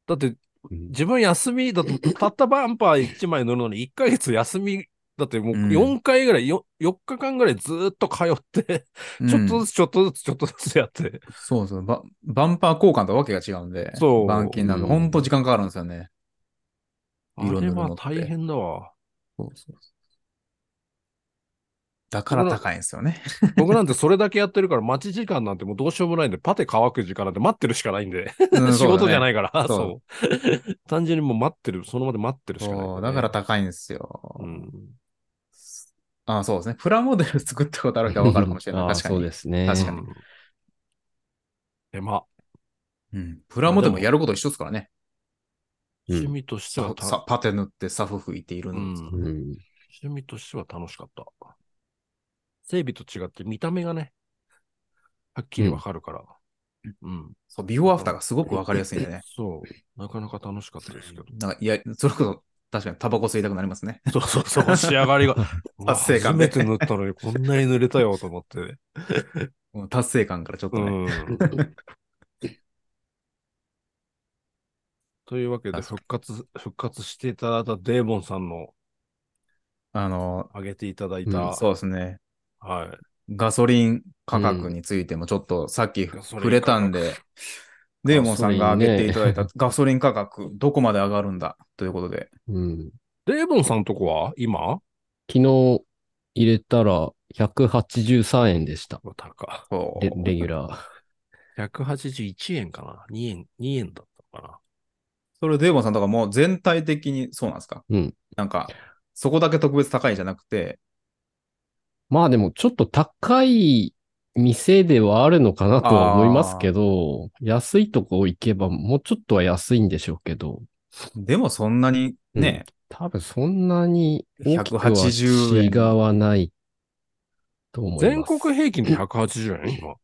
S2: だって、
S3: うん
S2: 自分休みだと、たったバンパー1枚乗るのに1ヶ月休み、だってもう
S1: うん
S2: 4回ぐらい、よ4日間ぐらいずーっと通って、ちょっと
S1: うん
S2: ずつちょっとずつちょっとずつやって、
S1: そうそうバ、バンパー交換とはわけが違うんで、
S2: そう
S1: 板金なんで、ほんと時間かかるんですよね。いろ
S2: あ
S1: い
S2: れ
S1: ろ乗るの
S2: は
S1: って
S2: 大変だわ。
S1: そうそうだから高いんですよね。
S2: 僕なんてそれだけやってるから待ち時間なんてもうどうしようもないんで、パテ乾く時間なんて待ってるしかない んで、仕事じゃないいから、
S1: そ
S2: そう。単純にもう待ってる、その場で待ってるしかないん
S1: そう、
S2: で
S1: だから高いんですよ。
S2: うん。
S1: あそうですね。プラモデル作ったことあるからわかるかもしれな
S3: あ
S1: い。
S3: ー
S1: 確か
S3: そう
S1: に。
S3: ですね。
S1: 確かに
S2: うんえ、まあ、
S1: うんプラモデルもやること一緒ですからね。
S3: うん
S2: 趣味としては
S1: さ
S2: た、
S1: さパテ塗ってサフ吹いている
S2: う
S1: のです。
S2: ん
S3: うん。
S2: 趣味としては楽しかった。整備と違って見た目がね、はっきりわかるから。うん。
S1: そう、ビフォーアフターがすごくわかりやすいんで ね。
S2: そう。なかなか楽しかったですけど。
S1: なんか、いや、 それこそ、確かにタバコ吸いたくなりますね。
S2: そうそうそう、仕上がりが。
S1: 達成感
S2: う
S1: ね
S2: わ初めて塗ったのにこんなに塗れたよと思って。
S1: うん達成感からちょっと
S2: う
S1: ね。
S2: ん。というわけで、
S1: 確か
S2: 復活、復活していただいたデーモンさんの
S1: あの、
S2: 上げていただいうた、
S3: ん
S1: そうですね。
S2: はい。
S1: ガソリン価格についてもちょっとさっき
S2: ガソリ
S1: 触
S2: ン価格
S1: れたんで、デーモンさんが挙げていただいたガソリン価格、どこまで上がるんだということで、
S3: うん。
S2: デーモンさんのとこは今
S3: 昨日入れたら183円でした。
S2: またか。
S1: そう
S3: レレギュラー。
S2: 181円かな ?2 円、2円だったかな
S1: それデーモンさんとかもう全体的にそうなんですか
S3: うん。
S1: なんか、そこだけ特別高いんじゃなくて、
S3: まあでもちょっと高い店ではあるのかなとは思いますけど、安いとこ行けばもうちょっとは安いんでしょうけど、
S1: でもそんなにね、
S3: 多分そんなに大きくは
S1: 180円
S3: 違わないと思います。
S2: 全国平均で180円今。もう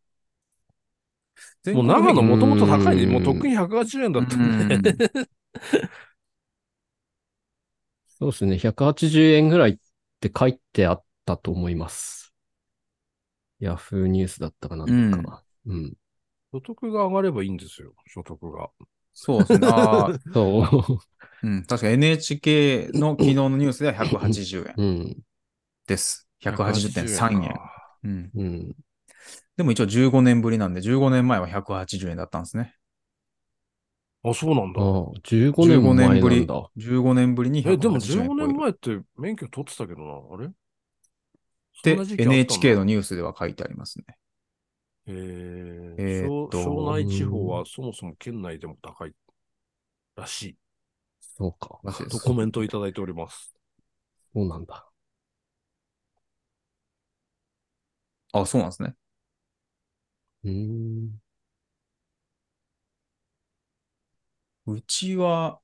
S1: 全
S2: 長
S1: 国
S2: 野もともと高いね。
S3: うん
S2: もうとっくに180円だったんで。
S1: 的に
S3: そうですね。180円ぐらいって書いてあったと思います。ヤフーニュースだったかなんだか。うん。
S2: 所得が上がればいいんですよ。所得が。
S1: そうですね。あー
S3: そ
S1: うん、確か NHK の昨日のニュースでは180円
S3: う。 うん。
S1: です。180.3円。うん、
S3: うん。
S1: でも一応15年ぶりなんで、15年前は180円だったんですね。
S2: あ、そうなん
S3: あ
S2: だ
S3: あ。、15年も前なんだ。
S1: 15年ぶり15年ぶりに180円
S2: え、でも15
S1: 超える
S2: 年前って免許取ってたけどな。あれそんな
S1: って
S2: 時期あったんだ
S1: NHK のニュースでは書いてありますね。
S2: え
S1: え
S2: ー、
S1: ーっ
S2: 庄
S1: と
S2: 庄内地方はそもそも県内でも高いらしい。
S3: そうか。
S1: らしいで
S2: と
S1: す
S2: コメントをいただいております。
S3: そうなんだ。
S1: あ、そうなんですね。
S3: うーん。
S1: うちは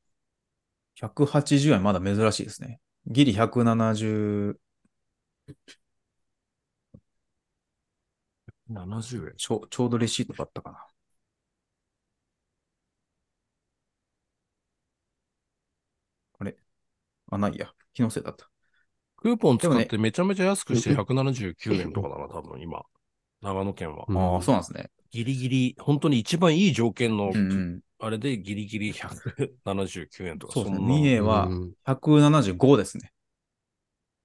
S1: 180円まだ珍しいですね。ギリ170
S2: 70円。
S1: ちょ、ちょうどレシートだったかな。あれあ、ないや。気のせいだった。
S2: クーポン
S1: で
S2: 使
S1: も
S2: っ
S1: ね
S2: てめちゃめちゃ安くして179円とかだな、多分今。長野県は。
S1: ああ、そう
S3: う。
S1: なんですね。
S2: ギリギリ、本当に一番いい条件の
S1: う、んうん。
S2: あれでギリギリ179円とか。
S1: そうですね。
S2: んな
S1: 三重は
S3: うん
S1: 175ですね。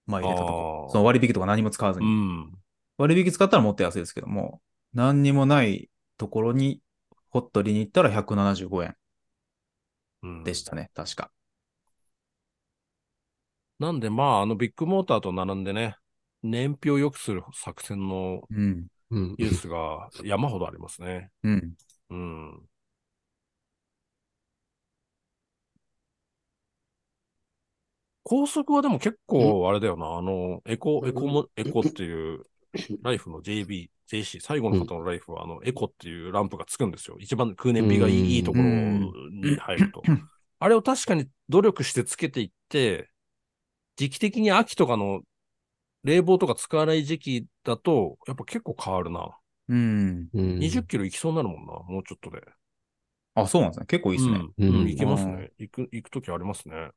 S1: まあ入れたとこ
S2: あ。ー
S1: その割引とか何も使わず
S2: う
S1: に。
S2: ん。
S1: 割引使ったらもっと安いですけども、何にもないところにホットリに行ったら175円
S2: うん
S1: でしたね、確か。
S2: なんでまあ、あのビッグモーターと並んでね、燃費を良くする作戦の
S1: うん。
S3: うん。
S2: ニュースが山ほどありますね。
S1: うん。
S2: うん。高速はでも結構あれだよな、あの、エコ、エコも、エコっていう、ライフの JB、JC、最後の方のライフは、あの、エコっていうランプがつくんですよ。一番空燃費がいい,、
S3: うん
S2: いいところに入ると。あれを確かに努力してつけていって、時期的に秋とかの冷房とか使わない時期だと、やっぱ結構変わるな。
S1: うん。
S3: うん
S2: 20キロ行きそうになるもんな、もうちょっとで。
S1: あ、そうなんですね。結構いいですね。
S2: うん
S3: うん
S2: うん、行けますね。行く、行くときありますね。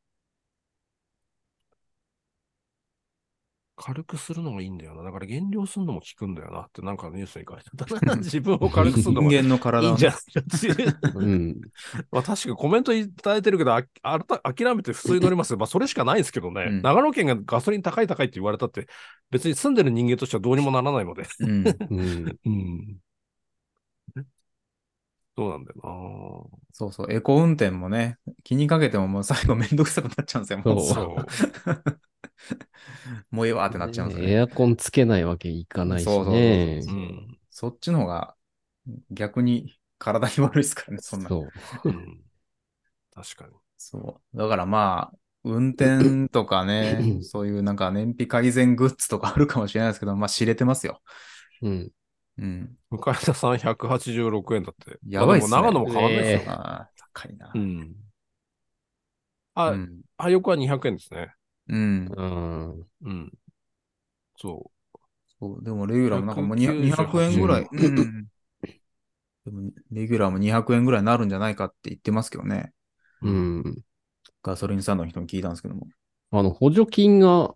S2: 軽くするのがいいんだよな。だから減量するのも効くんだよなって、なんかニュースに書いて あった。自分を軽くする
S1: 人
S2: のもい
S1: 間の体 は
S2: いん
S1: ね
S2: じゃないかっていう
S3: うん。
S2: まあ確かにコメントいただいてるけど、ああらた諦めて普通に乗りますよ。まあそれしかないですけどね。
S1: うん
S2: 長野県がガソリン高い高いって言われたって、別に住んでる人間としてはどうにもならないので。
S1: うん。
S3: うん。
S2: うん。そうなんだよ
S1: そうそう。エコ運転もね、気にかけてももう最後めんどくさくなっちゃうんですよ。も
S2: な。
S3: そう
S2: そう。
S1: もうええわってなっちゃうんですよね。
S3: エアコンつけないわけいかないし
S1: そうそう
S3: ね。
S1: そうう。
S2: ん
S1: そっちの方が逆に体に悪いですからね、そんな。
S3: そう。、
S2: うん確かに。
S1: そう。だからまあ、運転とかねそういうなんか燃費改善グッズとかあるかもしれないですけど、まあ知れてますよ。
S3: うん。
S1: うん。
S2: 向田さん186円だって。
S1: やばいっすね
S2: まあでも長野も変わんないですよ。
S1: ああ、高いな。
S2: うん。あ、
S1: うん。
S2: ハヨクは200円ですね。
S1: うん。
S3: うん。
S2: うん。そ
S1: そうでも、レギュラーもなんかもう200 200円ぐらい。うんでも、レギュラーも200円ぐらいになるんじゃないかって言ってますけどね。
S3: うん。
S1: ガソリンスタンドの人に聞いたんですけども。
S3: あの、補助金が、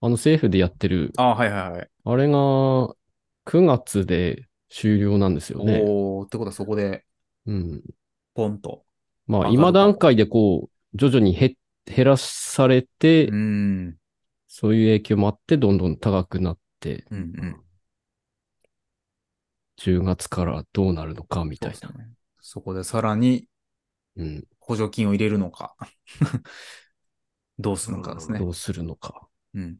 S3: あの、政府でやってる、
S1: あはいはいはい。
S3: あれが、9月で終了なんですよね。
S1: おーってことはそこで、
S3: うん。
S1: ポンと。
S3: ま
S1: 上が
S3: あ、
S1: るか
S3: 今段階でこう、徐々に減、減らされて、
S1: うん。
S3: そういう影響もあって、どんどん高くなって、
S1: うんうん。
S3: 10月からどうなるのか、み
S1: そ
S3: た
S1: う
S3: い
S1: です
S3: な。
S1: ね。そこでさらに
S3: うん。
S1: 補助金を入れるのか、どうするのかですね
S3: ど。うするのか。
S1: うん。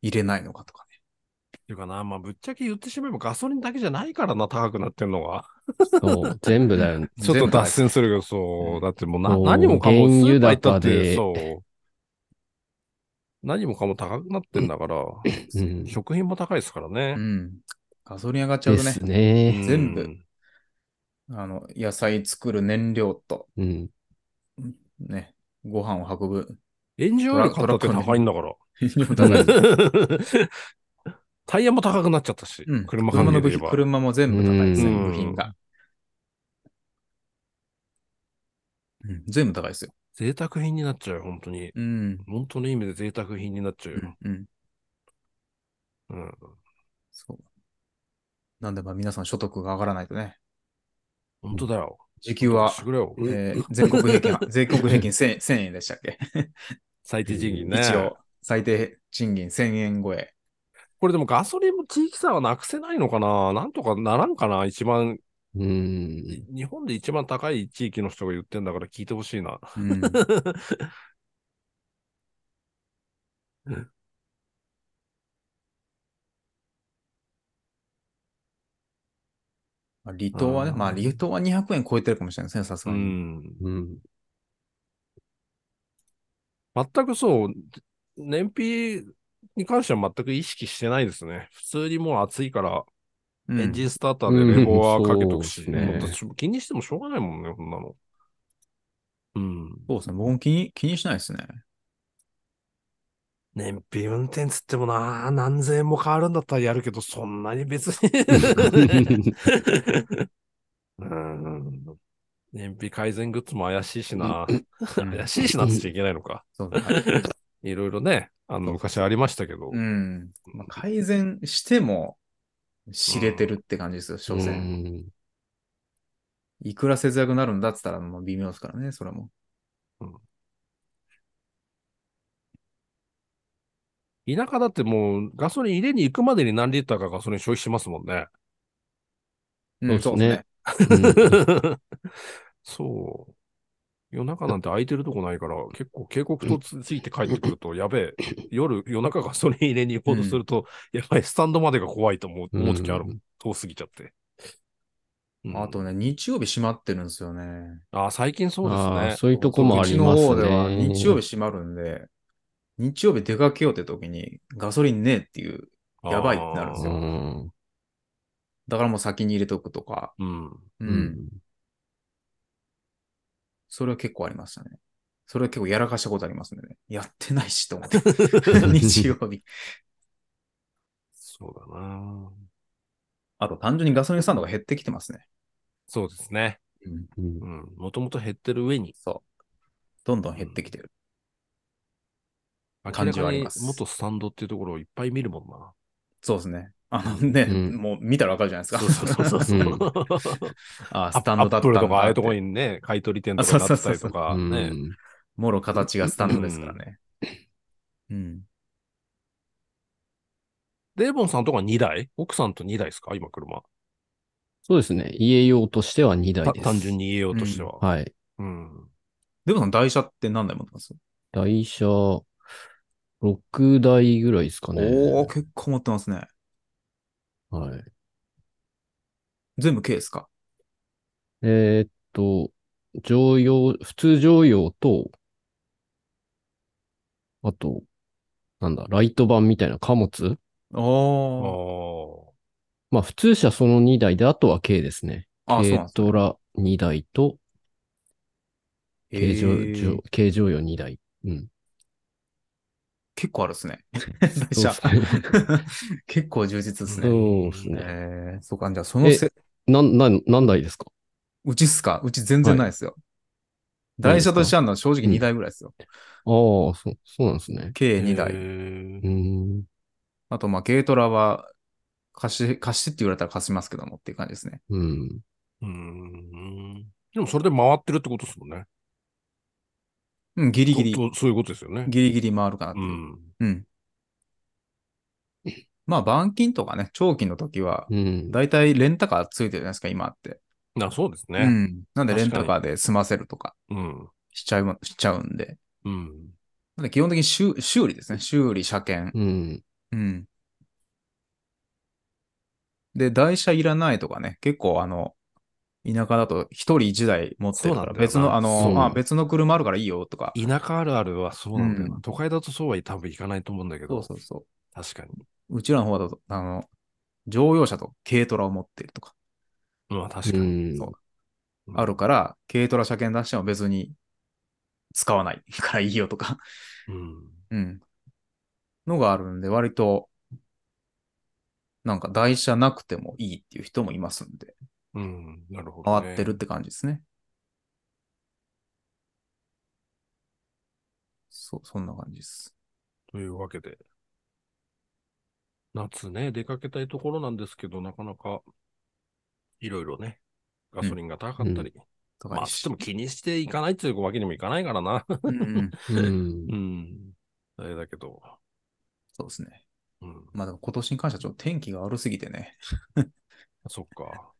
S1: 入れないのかとか
S2: う。っていうかな、まあ、ぶっちゃけ言ってしまえばガソリンだけじゃないからな、高くなってるのが。
S3: そう、全部だ よね。
S1: ね。
S2: ちょっと
S1: 全部入
S2: 脱線するけど、そう。だってもうな、
S3: そう
S2: 何もかも、
S3: 原油
S2: スーパー行ったっ
S3: 高
S2: て、
S3: で
S2: そう。何もかも高くなってんだから、
S3: うん。
S2: 食品も高いですから
S1: う
S2: ね。
S1: ん。ガソリン上がっちゃう
S3: で
S1: とね
S3: す、ね。
S1: 全部
S2: うん
S1: あの、野菜作る燃料と、
S3: うん。
S1: ね、ご飯を運ぶ。
S2: 炎上より買ったって
S1: トラ
S2: 高いんだから。
S3: う
S2: タイヤも高くなっちゃったし、
S1: うん、
S2: 車
S1: 車
S2: 関
S1: の
S2: 係
S1: 部
S2: で言え
S1: 品、
S2: ば。
S1: 車も全部高いですね、
S2: うん
S1: 部品が。うん、全部高いですよ。
S2: 贅沢品になっちゃうよ、本当に。
S1: うん。
S2: 本当の意味で贅沢品になっちゃう
S1: うん
S2: よ。
S1: うん。
S2: うん。
S1: そう。なんで、まあ皆さん所得が上がらないとね、
S2: 本当だよ。
S1: 時給は
S2: して、くれよ。
S1: えー全国平 均、全国平均 1000, 1000円でしたっけ、
S2: 最低賃金ね。
S1: 一応、最低賃金1000円超え。
S2: これでもガソリンも地域差はなくせないのかななんとかならんかな一番、
S3: うん。
S2: 日本で一番高い地域の人が言ってんだから聞いてほしいな。
S1: うん、まあ離島はね、
S2: うん
S1: まあ離島は200円超えてるかもしれないですね、さす
S2: う
S1: がに。
S2: ん。
S3: うん。
S2: 全くそう、燃費に関しては全く意識してないですね。普通にもう暑いから、
S1: うん
S2: エンジンスターターで冷房はかけとくし、
S3: うんそうです
S2: もう気にしてもしょうがないもんね、こんなの。うん。
S1: そうですね、僕も気に気にしないですね。
S2: 燃費運転つってもな、何千円も変わるんだったらやるけど、そんなに別に。 うん。燃費改善グッズも怪しいしな。
S1: うん
S2: 怪しいしなって言っちゃいけないのか。
S1: そうだね
S2: いろいろね、あの、昔ありましたけど。
S1: うん。まあ、改善しても知れてるって感じですよ、所詮。
S3: うん
S1: いくら節約になるんだって言ったらもう微妙ですからね、それも。
S2: 田舎だってもう、ガソリン入れに行くまでに何リッターかガソリン消費しますもんね。
S1: うん
S3: そうですね。
S2: そう。夜中なんて空いてるとこないから、結構警告とつついて帰ってくると、やべえ、夜、夜中ガソリン入れに行こうとすると、やばい、スタンドまでが怖いと思う思う時あるもん。遠すぎちゃって。うん
S1: あとね、日曜日閉まってるんですよね。
S2: あ、最近そうです
S3: あ
S2: ね
S3: あ。そういうとこもありま
S1: う
S3: すね。
S1: ちの方では日曜日閉まるんで、日曜日出かけようって時にガソリンねえっていう、やばいってなるんです
S3: う
S1: よ
S3: ん。
S1: だからもう先に入れとくとか、
S2: うん。
S1: うん。
S3: うん。
S1: それは結構ありましたね。それは結構やらかしたことありますんでね。やってないしと思って。日曜日。
S2: そうだな。
S1: あと単純にガソリンスタンドが減ってきてますね。
S2: そうですね。
S3: うん
S2: うん。もともと減ってる上に、
S1: そう。どんどん減ってきてる。
S2: 明
S1: 感
S2: ら
S1: じは
S2: か
S1: あり
S2: に
S1: ます
S2: 元スタンドっていうところをいっぱい見るもんな。
S1: そうですね。あのね、
S3: うん
S1: もう見たらわかるじゃないですか。
S2: そうそううん
S1: あ、
S2: ア
S1: スタンドだった
S2: ップ
S1: ん
S2: ル
S1: だ
S2: とか、ああいうとこ
S1: って
S2: にね、買い取り店とかなってたりとか、
S3: うん
S2: ね。
S1: もろ形がスタンドですからね。うん。
S2: デーボンさんとか2台奥さんと2台ですか今車。
S3: そうですね。家用としては2台
S2: た
S3: です。
S2: 単純に言えようとしては。
S3: はい。
S2: うん。
S1: でもさん、台車って何台持ってます
S3: 台車、6台ぐらいですかね。
S1: おお結構持ってますね。
S3: はい。
S1: 全部 K ですか
S3: えーっと、常用、普通常用と、あと、なんだ、ライト版みたいな貨物
S2: あ
S1: おー
S3: まあ、普通車その2台で、あとは軽ですね。
S1: あ、そうなん
S3: 軽
S1: ですね
S3: トラ2台と、軽乗、
S1: えー
S3: 乗軽乗用2台。うん。
S1: 結構あるです ね。
S3: そうっすね
S1: 結構充実 ですね。
S3: そうですね
S1: えー、そうか、じゃあそのせ、
S3: なん、なん、何台ですか
S1: うちっすかうち全然ないですよ。台車としてあるのは正直
S3: うん
S1: 2台ぐらいですよ。
S3: ああ、そう、そうなんですね。
S1: 計2台。
S2: 台
S3: うーん。
S1: あと、まあ、軽トラは貸し、貸してって言われたら貸しますけどもっていう感じですね。
S3: うん。
S2: うん。でもそれで回ってるってことですもんね。
S1: うん、ギリギリ、
S2: ととそういうことですよね。
S1: ギリギリ回るかなって
S2: う
S1: いう。
S2: ん。
S1: うん。まあ、板金とかね、長期の時は、
S3: うん。
S1: だいたいレンタカーついてるじゃないですか、今って。
S2: あそうです
S1: う
S2: ね。
S1: ん。なんで、レンタカーで済ませるとか
S2: うん。
S1: しちゃう、しちゃうんで。
S2: うん。
S1: なんで、基本的に修修理ですね。修理、車検。
S3: うん。
S1: うん。で、台車いらないとかね、結構あの、田舎だと一人一台持ってるから、
S2: そうなんだよな
S1: 別の、あ
S3: そ
S1: の、
S3: う
S1: まあ別の車あるからいいよとか。
S2: 田舎あるあるはそうなんだよな。
S1: うん
S2: 都会だとそうは多分いかないと思うんだけ
S1: そ
S2: ど、
S1: うそうそ
S2: 確かに。
S1: う。うちらの方だと、あの、乗用車と軽トラを持ってるとか、
S2: まあ確
S3: う
S2: かに。
S3: ん
S1: そうあるから、軽トラ車検出しても別に使わない からいいよとか、
S2: うん。
S1: うん。のがあるんで、割と、なんか台車なくてもいいっていう人もいますんで、
S2: うん。なるほど、ね。
S1: 回ってるっ。て感じですね。そう、そんな感じです。
S2: というわけで。夏ね、出かけたいところなんですけど、なかなか、いろいろね、ガソリンが高かったり、
S1: と
S2: まあ、しても気にしていかないっていうわけにもいかないからな。
S1: うんうん、
S3: うん。
S2: うん。あれだけど、
S1: そうですね。
S2: うん。
S1: まあでも今年に関してはちょっと天気が悪すぎてね。
S2: そっ か。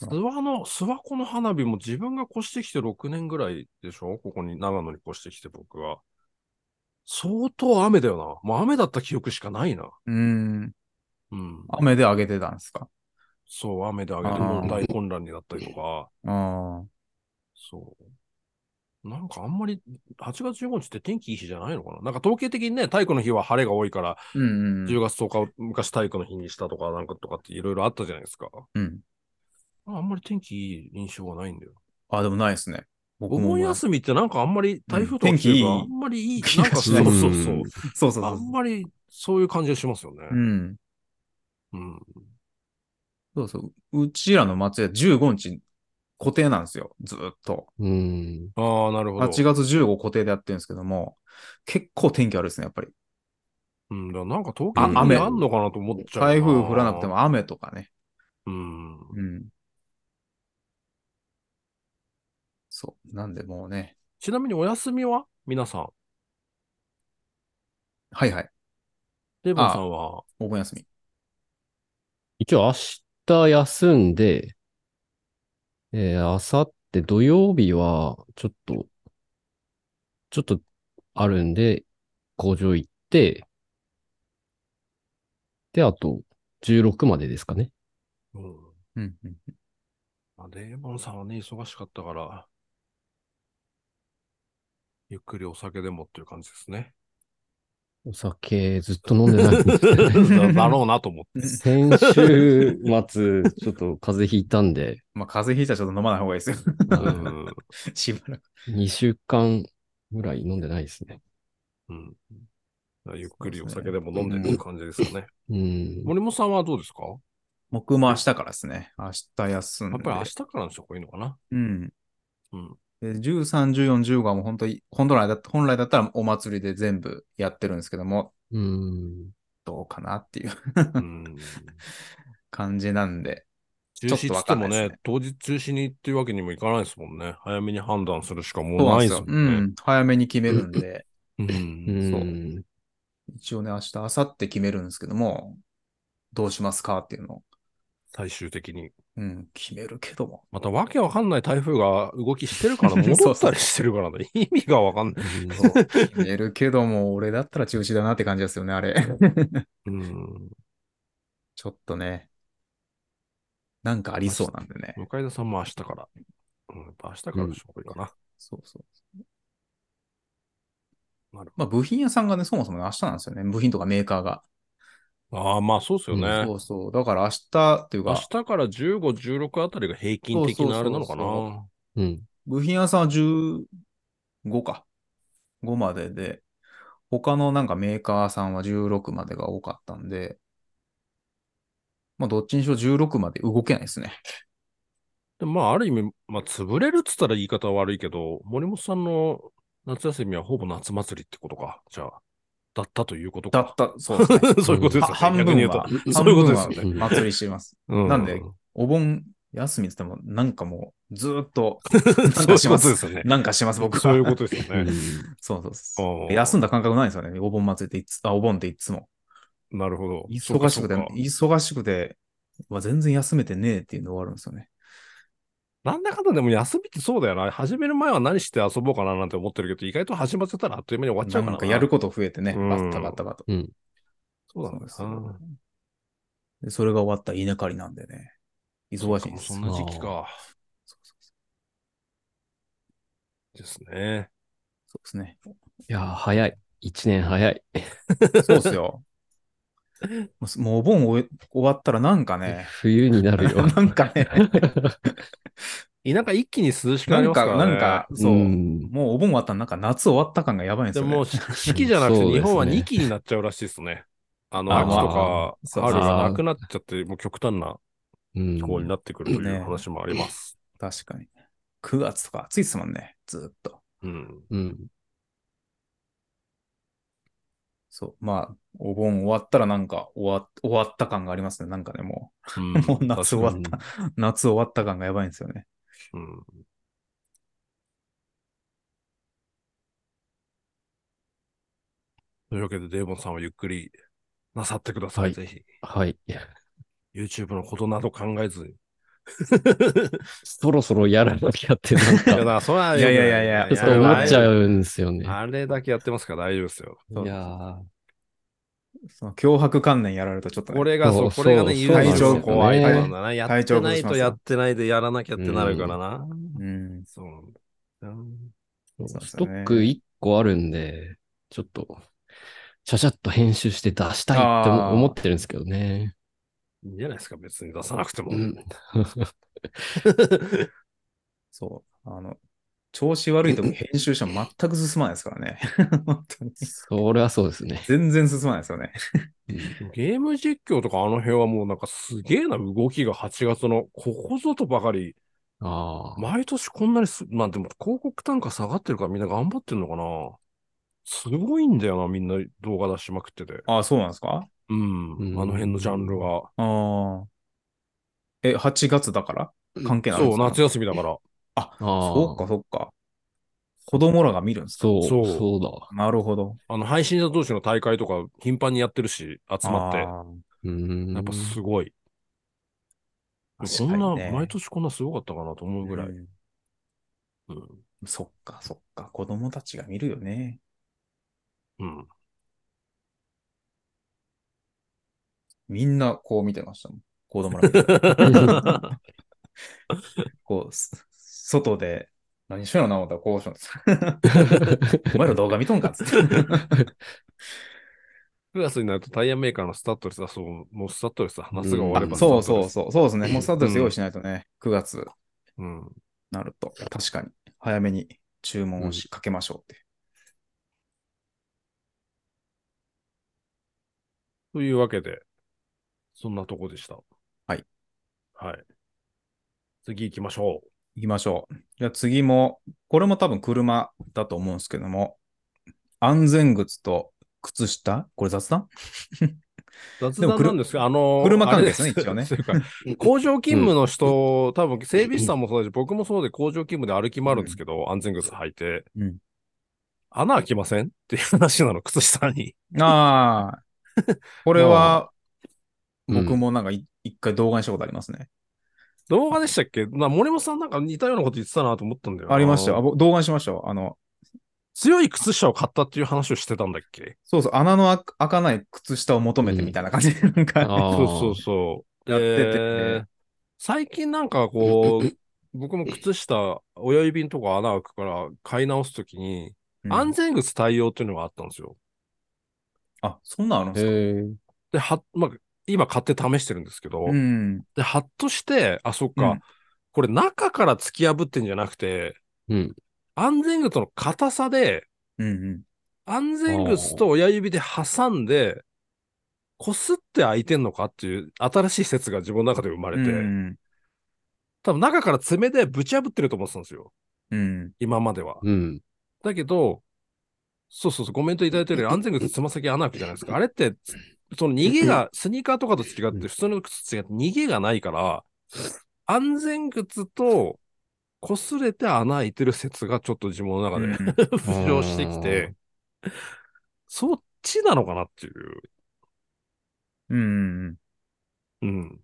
S2: 諏訪の、諏訪湖の花火も自分が越してきて6年ぐらいでしょここに、長野に越してきて僕は。相当雨だよな。もう雨だった記憶しかないな。
S1: うん。
S2: うん。
S1: 雨で上げてたんですか。
S2: そう、雨であげて
S1: あー
S2: もう大混乱になったりとか、
S1: ああ。
S2: そう。なんかあんまり、8月15日って天気いい日じゃないのかななんか統計的にね、体育の日は晴れが多いから、
S1: うん、う
S2: 10
S1: ん。
S2: 月10日を昔体育の日にしたとか、なんかとかっていろいろあったじゃないですか。
S1: うん。
S2: あんまり天気いい印象がないんだよ。
S1: あ、でもないですね。僕
S2: お
S1: も
S2: 盆
S1: ない
S2: 休みってなんかあんまり台風とか
S1: うん
S2: 来てるから
S1: 天
S2: あ
S1: 気いい
S2: んまりいい、
S1: 気
S2: なん
S1: が
S2: か
S1: し
S2: そ
S1: ないう
S2: そうそう。
S1: そうそうそ
S2: あ
S1: うそ
S2: ん
S1: う。
S2: まりそういう感じがしますよね。
S1: うん。
S2: うん。
S1: そうそう。うちらの祭りは15日固定なんですよ。ずーっと。
S3: うん。
S2: ああ、なるほど。
S1: 8月15固定でやってるんですけども、結構天気悪いですね、やっぱり。
S2: うん、だからなんか東
S1: あ
S2: 京に
S1: 雨
S2: あんのかなと思っちゃう。
S1: 台風降らなくて。も雨とかね。
S2: うん。
S1: うん。そう。なんでもうね。
S2: ちなみにお休みは皆さん。
S1: はいはい。
S2: デブンさんは。
S1: お盆休み。
S3: 一応明日休んで、えー、明後日土曜日は、ちょっと、ちょっとあるんで、工場行って、で、あと、16までですかね。
S2: うん。
S1: うん、うん。
S2: まあデブンさんはね、忙しかったから、ゆっくりお酒でもっていう感じですね。
S3: お酒ずっと飲んでないん ですけどね
S2: だろうなと思って。
S3: 先週末、ちょっと風邪ひいたんで、
S1: まあ、風邪ひいたらちょっと飲まない方がいいですよ。
S3: あ
S2: う
S3: の
S2: ん。
S1: しばらく。
S3: 2週間ぐらい飲んでないですね。
S2: うん。ゆっくりお酒でも飲んでる感じですよね。
S3: うん。
S2: 森本さんはどうですか
S1: 僕も明日からですね。明日休んで。
S2: やっぱり明日からの職がいいのかな
S1: うん。
S2: うん。
S1: で13、14、15はもう本当に、本来だった本来だったらお祭りで全部やってるんですけども、
S3: うん。
S1: どうかなっていう
S2: うん。
S1: 感じなんで。
S2: 中止っつ
S1: ちょっ
S2: っても
S1: とわかんない
S2: ね
S1: ですね
S2: 当日中止にっていうわけにもいかないですもんね。早めに判断するしか
S1: そ
S2: も
S1: うな
S2: う
S1: ん
S2: な
S1: で
S2: い
S1: す
S2: です
S1: よ
S2: も。
S1: うん
S2: ね。
S1: ん。早めに決めるん で、
S2: うん。
S3: うん。
S1: そう一応ね、明日、明後日決めるんですけども、どうしますかっていうのを、
S2: 最終的に。
S1: うん、決めるけども。
S2: またわけわかんない台風が動きしてるから戻ったりして るからね。意味がわかんない。
S1: そう決めるけども、 俺だったら中止だなって感じですよね、あれ。
S2: うん。
S1: ちょっとね、なんかありそうなんでね。
S2: 向田さんも明日から。うん、やっぱ明日からの職がいいかな。
S1: そうそう。
S2: なる
S1: ま
S2: ほ
S1: あ、部品屋さんがね、そもそもね明日なんですよね。部品とかメーカーが。
S2: どああ、まあそうですよね。
S1: そうそう。だから明日っていう
S2: 明
S1: か
S2: 日、から15、16あたりが平均的なあれなのかな。
S1: そうそうそう
S3: うん。
S1: 部品屋さんは15か。5までで、他のなんかメーカーさんは16までが多かったんで、まあどっちにしろ16まで動けないですね。
S2: でまあ、ある意味、まあ、潰れるっつったら言い方は悪いけど、森本さんの夏休みはほぼ夏祭りってことか。じゃあ、だったということ
S1: だ
S2: か
S1: っ。た、そうですね。
S2: そういうことですよね。
S1: は半
S2: 逆に
S1: 分
S2: 言う
S1: は
S2: と。、
S1: 半
S2: そういうこと
S1: 分
S2: で
S1: は
S2: すよ
S3: ね
S1: 祭りしてます。
S2: う
S1: なん でお盆休みって言っても、なんかもうずーっ と、なん
S2: そうい
S1: か
S2: う
S1: し
S2: こ
S1: ま。
S2: とですすよね。
S1: なんかします、 僕は。
S2: そういうことですよ
S3: う
S2: ね。
S3: ん
S1: そうそう
S2: お
S1: そうう。休んだ感覚ないですよね。お盆祭りっていつ、あ、お盆っていつも。
S2: なるほど。
S1: 忙しくて
S2: そうかそ、うか
S1: 忙しくて、は全然休めてねえっていうのがあるんですよね。
S2: なんだかんだでも休みってそうだよな。始める前は何して遊ぼうかななんて思ってるけど、意外と始まっちゃったらあっという間に終わっちゃうから
S1: な
S2: な。
S1: んかやること増えてね、
S2: うん
S1: バッタバタバタ。
S3: うん。
S2: そうなんですよ。
S1: でそれが終わったら稲刈りなんでね。忙しいんですよ
S2: そんな時期か。
S1: そうそうそ
S2: ですね。
S1: うそうですね。
S3: いやー、早い。一年早い。
S1: そうっすよ。もうもうお盆終え終わったらなんかね、
S3: 冬になるよ。
S1: なんかね、
S2: 田舎一気に涼しくな
S1: な
S2: り
S1: ん
S2: ますから
S1: か、
S2: ね。
S1: なんか、そう、
S3: ん
S1: もうお盆終わったらなんか夏終わった感がやばいんです
S2: で
S1: よ、ね。
S2: も、し四季じゃなくて
S3: そうですね
S2: 日本は2期になっちゃうらしいですね。あの、
S3: あ
S2: 秋と
S1: まあそ
S2: か
S1: うそう
S2: 春がなくなっちゃって、もう極端な
S3: うん
S2: 気候になってくるとい
S1: ね
S2: う話もあります。
S1: 確かに。9月とか暑いっすもんね、ずーっと。
S2: うん。
S3: うん。
S1: そう。まあ、お盆終わったらなんか終わ終わった感がありますね。なんかね、も
S2: うん
S1: う、も う夏終わっ
S3: 確
S1: た
S3: か、
S1: 夏終わった感がやばいんですよね。
S2: うんというわけで、デーモンさんはゆっくりなさってください。
S3: はい
S2: ぜひ、
S3: はい。
S2: YouTube のことなど考えずに。
S3: そろそろやらなきゃって、なん
S2: いや、
S3: か、
S2: だそれは
S1: やいやいやいや
S3: ちょっと思っちゃ
S2: う。
S3: うんですよね。
S2: あれだけやってますから大丈夫ですよ。
S3: いや
S1: その脅迫観念やられるとちょっと、
S2: こ
S1: ね、
S2: れが、
S3: そ
S2: そうう、これがね、
S3: そう
S2: 有害ですよ
S1: 体調怖い
S2: そうなんだな。やっ
S1: 体調
S2: て
S1: 崩
S2: な
S1: し
S2: い
S1: ます
S2: とやってないで、やらなきゃってなるからな。
S1: うん。
S2: そうなんだよな。
S3: ー
S1: そうです
S3: ス
S1: よね
S3: トック1個あるんで、ちょっと、ちゃちゃっと編集して出したいって
S1: あー
S3: 思思ってるんですけどね。
S2: いいんじゃないですか、別に出さなくても。
S3: うん
S1: そう。あの、調子悪いと編集者も全く進まないですからね。 本当に。
S3: それはそうですね。
S1: 全然進まないですよね。
S2: ゲーム実況とかあの辺はもうなんかすげえな動きが8月のここぞとばかり、
S3: ああ。
S2: 毎年こんなにす、まあでも広告単価下がってるからみんな頑張ってるのかな。すごいんだよな、みんな動画出しまくってて。
S1: ああ、そうなんですか
S2: うん、
S3: うん
S2: あの辺のジャンルが。
S1: ああ。え、8月だから関係ないんで
S2: そ
S1: す
S2: う、
S1: か
S2: 夏休みだから。
S3: ああ
S1: そうか、そうか。子供らが見るんですか
S3: そう、
S2: そう
S3: そうだ。
S1: なるほど。
S2: あの配信者同士の大会とか頻繁にやってるし、集まって。や
S1: あー
S3: うーん。
S2: っぱすごい。
S1: 確か
S2: こ
S1: にね
S2: んな、毎年こんなすごかったかなと思うぐらい。
S1: うん
S2: うん。
S1: そっか、そっか。子供たちが見るよね。
S2: うん。
S1: みんなこう見てましたもん。子供ら見て たこう、す外で、何しような思ったらこうしよ うんです。 お前ら動画見とんかっつって。
S2: 9月になるとタイヤメーカーのスタッドレスだそう、もうスタッドレスだ。夏が終われば
S3: ん
S1: あ
S2: スタッド
S1: そ
S2: レ
S1: う
S2: ス。
S1: そうそう。そうですね。もうスタッドレ
S2: う
S1: ス
S2: ん
S1: 用意しないとね、9月
S2: うん。
S1: なると、確かに、早めに注文をしかけましょうって。
S2: というわけで、そんなとこでした。
S1: はい。
S2: はい。次行きましょ
S1: 行きましょう。じゃあ次も、これも多分車だと思うんですけども、安全靴と靴下これ雑談
S2: う。雑
S1: でも
S2: 談
S1: くる
S2: なんですけど、あのー、
S1: 車関係
S2: あれ
S1: ですね一 応ね
S2: というか工場勤務の人、多分整備士さんもそうだし、僕もそうで工場勤務で歩き回るんですけど、安全靴履いて、
S1: うん
S2: 穴開きませんっていう話なの、靴下に。
S1: ああ。 これは、
S3: まあ
S1: 僕もなんかい一回動画にしたことありますね。
S2: 動画でしたっけな森本さんなんか似たようなこと言ってたなと思ったんだよな
S1: ありましたよ。あ僕動画にしましたよ。あの、
S2: 強い靴下を買ったっていう話をしてたんだっけ
S1: そうそう、穴のあ開かない靴下を求めてみたいな感じ で、なんか、
S3: あー
S2: そうそうそう。
S1: やってて
S2: で最近なんかこう、僕も靴下、親指のとこ穴開くから買い直すときに、
S1: うん
S2: 安全靴対応っていうのがあったんですよ。
S1: あ、そんなんあるんですか
S3: へえ。
S2: で、は、まあ、今買って試してるんですけど、
S1: うん。
S2: で、はっとして、あ、そっか、
S1: うん
S2: これ中から突き破ってんじゃなくて、
S3: うん。
S2: 安全靴の硬さで、
S1: うんうん。
S2: 安全靴と親指で挟んで、こすって開いてんのかっていう新しい説が自分の中で生ま
S1: う
S2: れ
S1: ん
S2: て、
S1: うん
S2: 多分中から爪でぶち破ってると思ってたんですよ。
S1: うん。
S2: 今までは。
S3: うん。
S2: だけど、そうそうそう、コメントいただいた ように安全靴つま先穴開くじゃないですか。あれって、つその逃げが、スニーカーとかと違って、普通の靴と違って逃げがないから、安全靴と擦れて穴開いてる説がちょっと自分の中で浮上してきて、そっちなのかなっていう。
S1: うんうん。
S2: うん。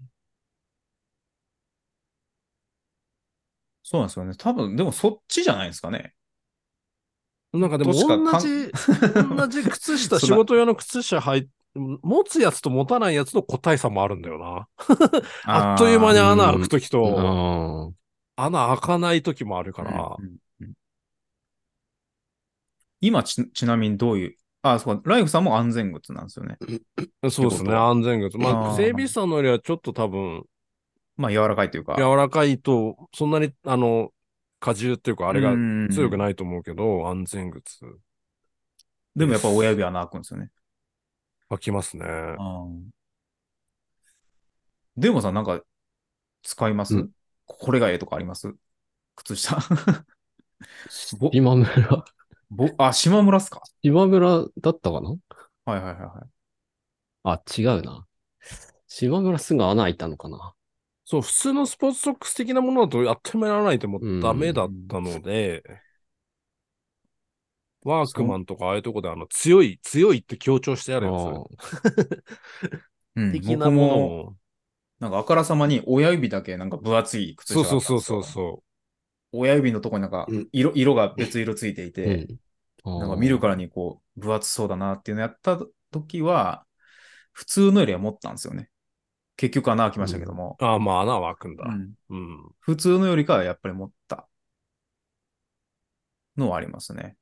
S1: そうなんですよね。多分、でもそっちじゃないですかね。
S2: なんかでも
S1: どっちか
S2: 同じ、 同じ靴下、
S1: そう
S2: 仕
S1: だ
S2: 事用の靴下履い持つやつと持たないやつの個体差もあるんだよな。 あっという間に穴開くときと、
S3: あ
S2: 穴開かない時もあるか
S1: あー
S2: ら
S1: う、んうんうん今ち、ちなみにどういう、あ、そうか、ライフさんも安全靴なんですよね。
S2: そうです
S1: ってこ
S2: ね、
S1: とは
S2: 安全靴。ま
S1: あ
S2: あ、
S1: ー
S2: 整備士さんのよりはちょっと多分、
S1: まあ、柔らかいというか。
S2: 柔らかいと、そんなに、あの、荷重っていうか、あれが強く
S1: い。
S2: ないと思うけど、安全靴、
S1: でもやっぱ親指穴開くんですよね。
S2: 開きますね。
S1: でもさ、なんか、使います、
S3: うん
S1: これがええとかあります靴下。
S3: あ。今村、
S1: ぼあ、島村っすか
S3: 今村だったかな
S1: はいはいはいはい。
S3: あ、違うな。島村すぐ穴開いたのかな。
S2: そう、普通のスポーツソックス的なものだと、あっという間にならないとも
S3: うん
S2: うダメだったので、ワークマンとかああいうとこで、あの、強い、強いって強調してあるや
S3: あ
S1: うん
S2: つ、的
S1: 僕
S2: なもの
S1: も、
S2: を。
S1: なんかあからさまに親指だけなんか分厚い靴下
S2: そ
S1: だ
S2: う
S1: ったん
S2: そ
S1: で
S2: う
S1: すよ
S2: そうそうそう。
S1: 親指のとこになんか
S3: うん
S1: 色、色が別色ついてい
S3: ーう
S1: て、
S3: んあー
S1: なんか見るからにこう、分厚そうだなっていうのやった時は、普通のよりは持ったんですよね。結局穴開きましたけども。
S2: ああ、まあ、穴は開くんだ。
S1: うん
S2: うん
S1: 普通のよりかはやっぱり持ったのはありますね。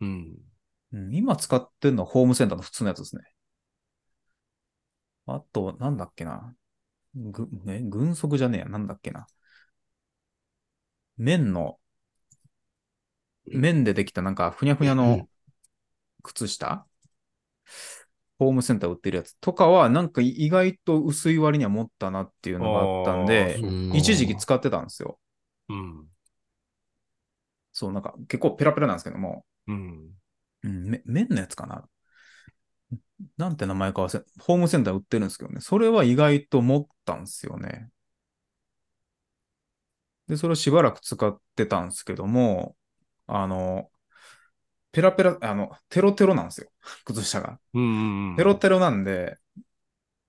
S2: うん。
S1: うん、今使ってるのはホームセンターの普通のやつですね。あと、なんだっけな。ぐ、ね、軍足じゃねえや。なんだっけな。綿の、綿でできたなんか、ふにゃふにゃ
S3: う
S1: の
S3: ん
S1: 靴下ホームセンター売ってるやつとかは、なんか意外と薄い割には持ったなっていうのがあったんで
S2: あ、ー
S3: うん
S1: 一時期使ってたんですよ。
S2: うん。
S1: そう、なんか結構ペラペラなんですけども、
S2: うん。
S1: うん、め麺のやつかな。なんて名前か忘れ、ホームセンター売ってるんですけどね、それは意外と持ったんですよね。で、それをしばらく使ってたんですけども、あの、ペラペラ、あの、テロテロなんですよ、 靴下が。
S2: うん。
S1: テロテロなんで、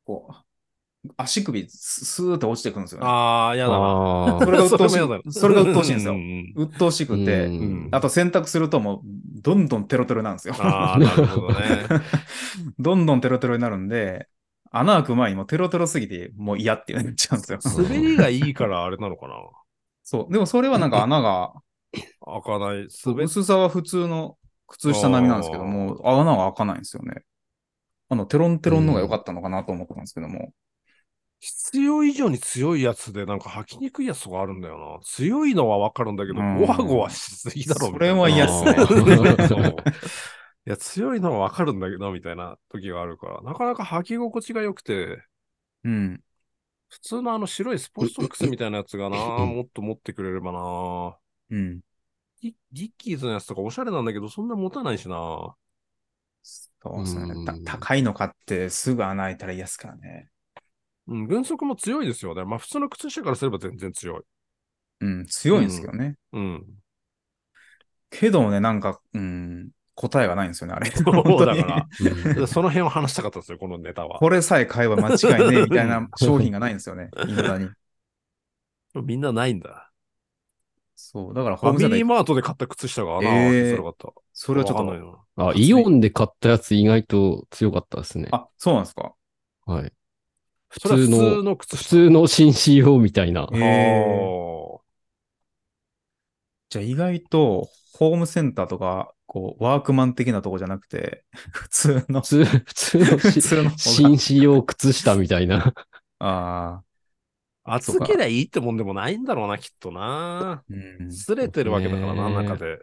S1: こう、足首ススーって落ちてくるんですよね。
S2: ああ、やだな。
S3: あ
S1: それが鬱陶しい
S2: もやだ な
S1: それが鬱陶しいんですよ
S2: ううん
S1: 鬱陶し
S3: ー
S1: くて、
S3: うん
S2: うん
S1: あと洗濯するともう、どんどんテロテロなんですよ。
S2: ああ、なるほどね。
S1: どんどんテロテロになるんで、穴開く前にもうテロテロすぎて、もう嫌ってなっちゃうんです よ。
S3: そう
S2: 滑りがいいからあれなのかな。
S1: そう。でもそれはなんか穴が、
S2: 開かない。滑っ
S1: 薄さは普通の靴下並みなんですけども、穴が開かないんですよね。あの、テロンテロンの方が良かったのかなと思ったんですけども。
S2: 必要以上に強いやつで、なんか履きにくいやつとかあるんだよな。強いのはわかるんだけど、
S1: うん
S2: ゴワゴワしすぎだろ、みたいな
S1: それは嫌っすね
S2: あーそう いや、強いのはわかるんだけど、みたいな時があるから、なかなか履き心地が良くて、
S1: うん。
S2: 普通のあの白いスポーツソックスみたいなやつがな、もっと持ってくれればな。
S1: うん。
S2: リリッキーズのやつとかおしゃれなんだけど、そんな持たないしな。
S1: そうですね
S3: う。ん
S1: た高いの買ってすぐ穴開いたら嫌ですからね。
S2: うん、軍足も強いですよね。まあ普通の靴下からすれば全然強い。
S1: うん、強いんですけどね。
S2: うん。
S1: けどね、なんか、うん、答えがないんですよね、あれ。
S2: そう
S1: 本当に
S2: だから
S3: うん
S2: でその辺を話したかったですよ、このネタは。
S1: これさえ買えば間違いねえみたい な商品がないんですよね、未だに。
S2: みんなないんだ。
S1: そう、だから
S2: フ
S1: ホー
S2: ァ
S1: ム
S2: ミ
S1: センター
S2: リー
S1: 行く
S2: マートで買った靴下がな、
S1: えー
S2: 開けづらかった。
S1: それはちょっ
S2: わかん
S1: と
S2: ないな
S3: あ、イオンで買ったやつ意外と強かったですね。
S1: あ、そうなんですか。
S3: はい。普
S2: それは
S3: 通
S2: 普通
S3: の、
S2: の靴
S3: 普
S2: 下。
S3: 通の紳士用みたいな。
S1: え
S2: あ
S1: じゃあ意外と、ホームセンターとか、こう、ワークマン的なとこじゃなくて、 普通の、
S3: 普通、普通の
S1: 普
S3: し
S1: 通の方が
S3: 紳士用靴下みたいな。
S1: あ
S2: 熱けりゃいいってもんでもないんだろうな、きっとな。
S1: うん。
S2: すれてるわけだからな、
S3: ね
S2: 中で。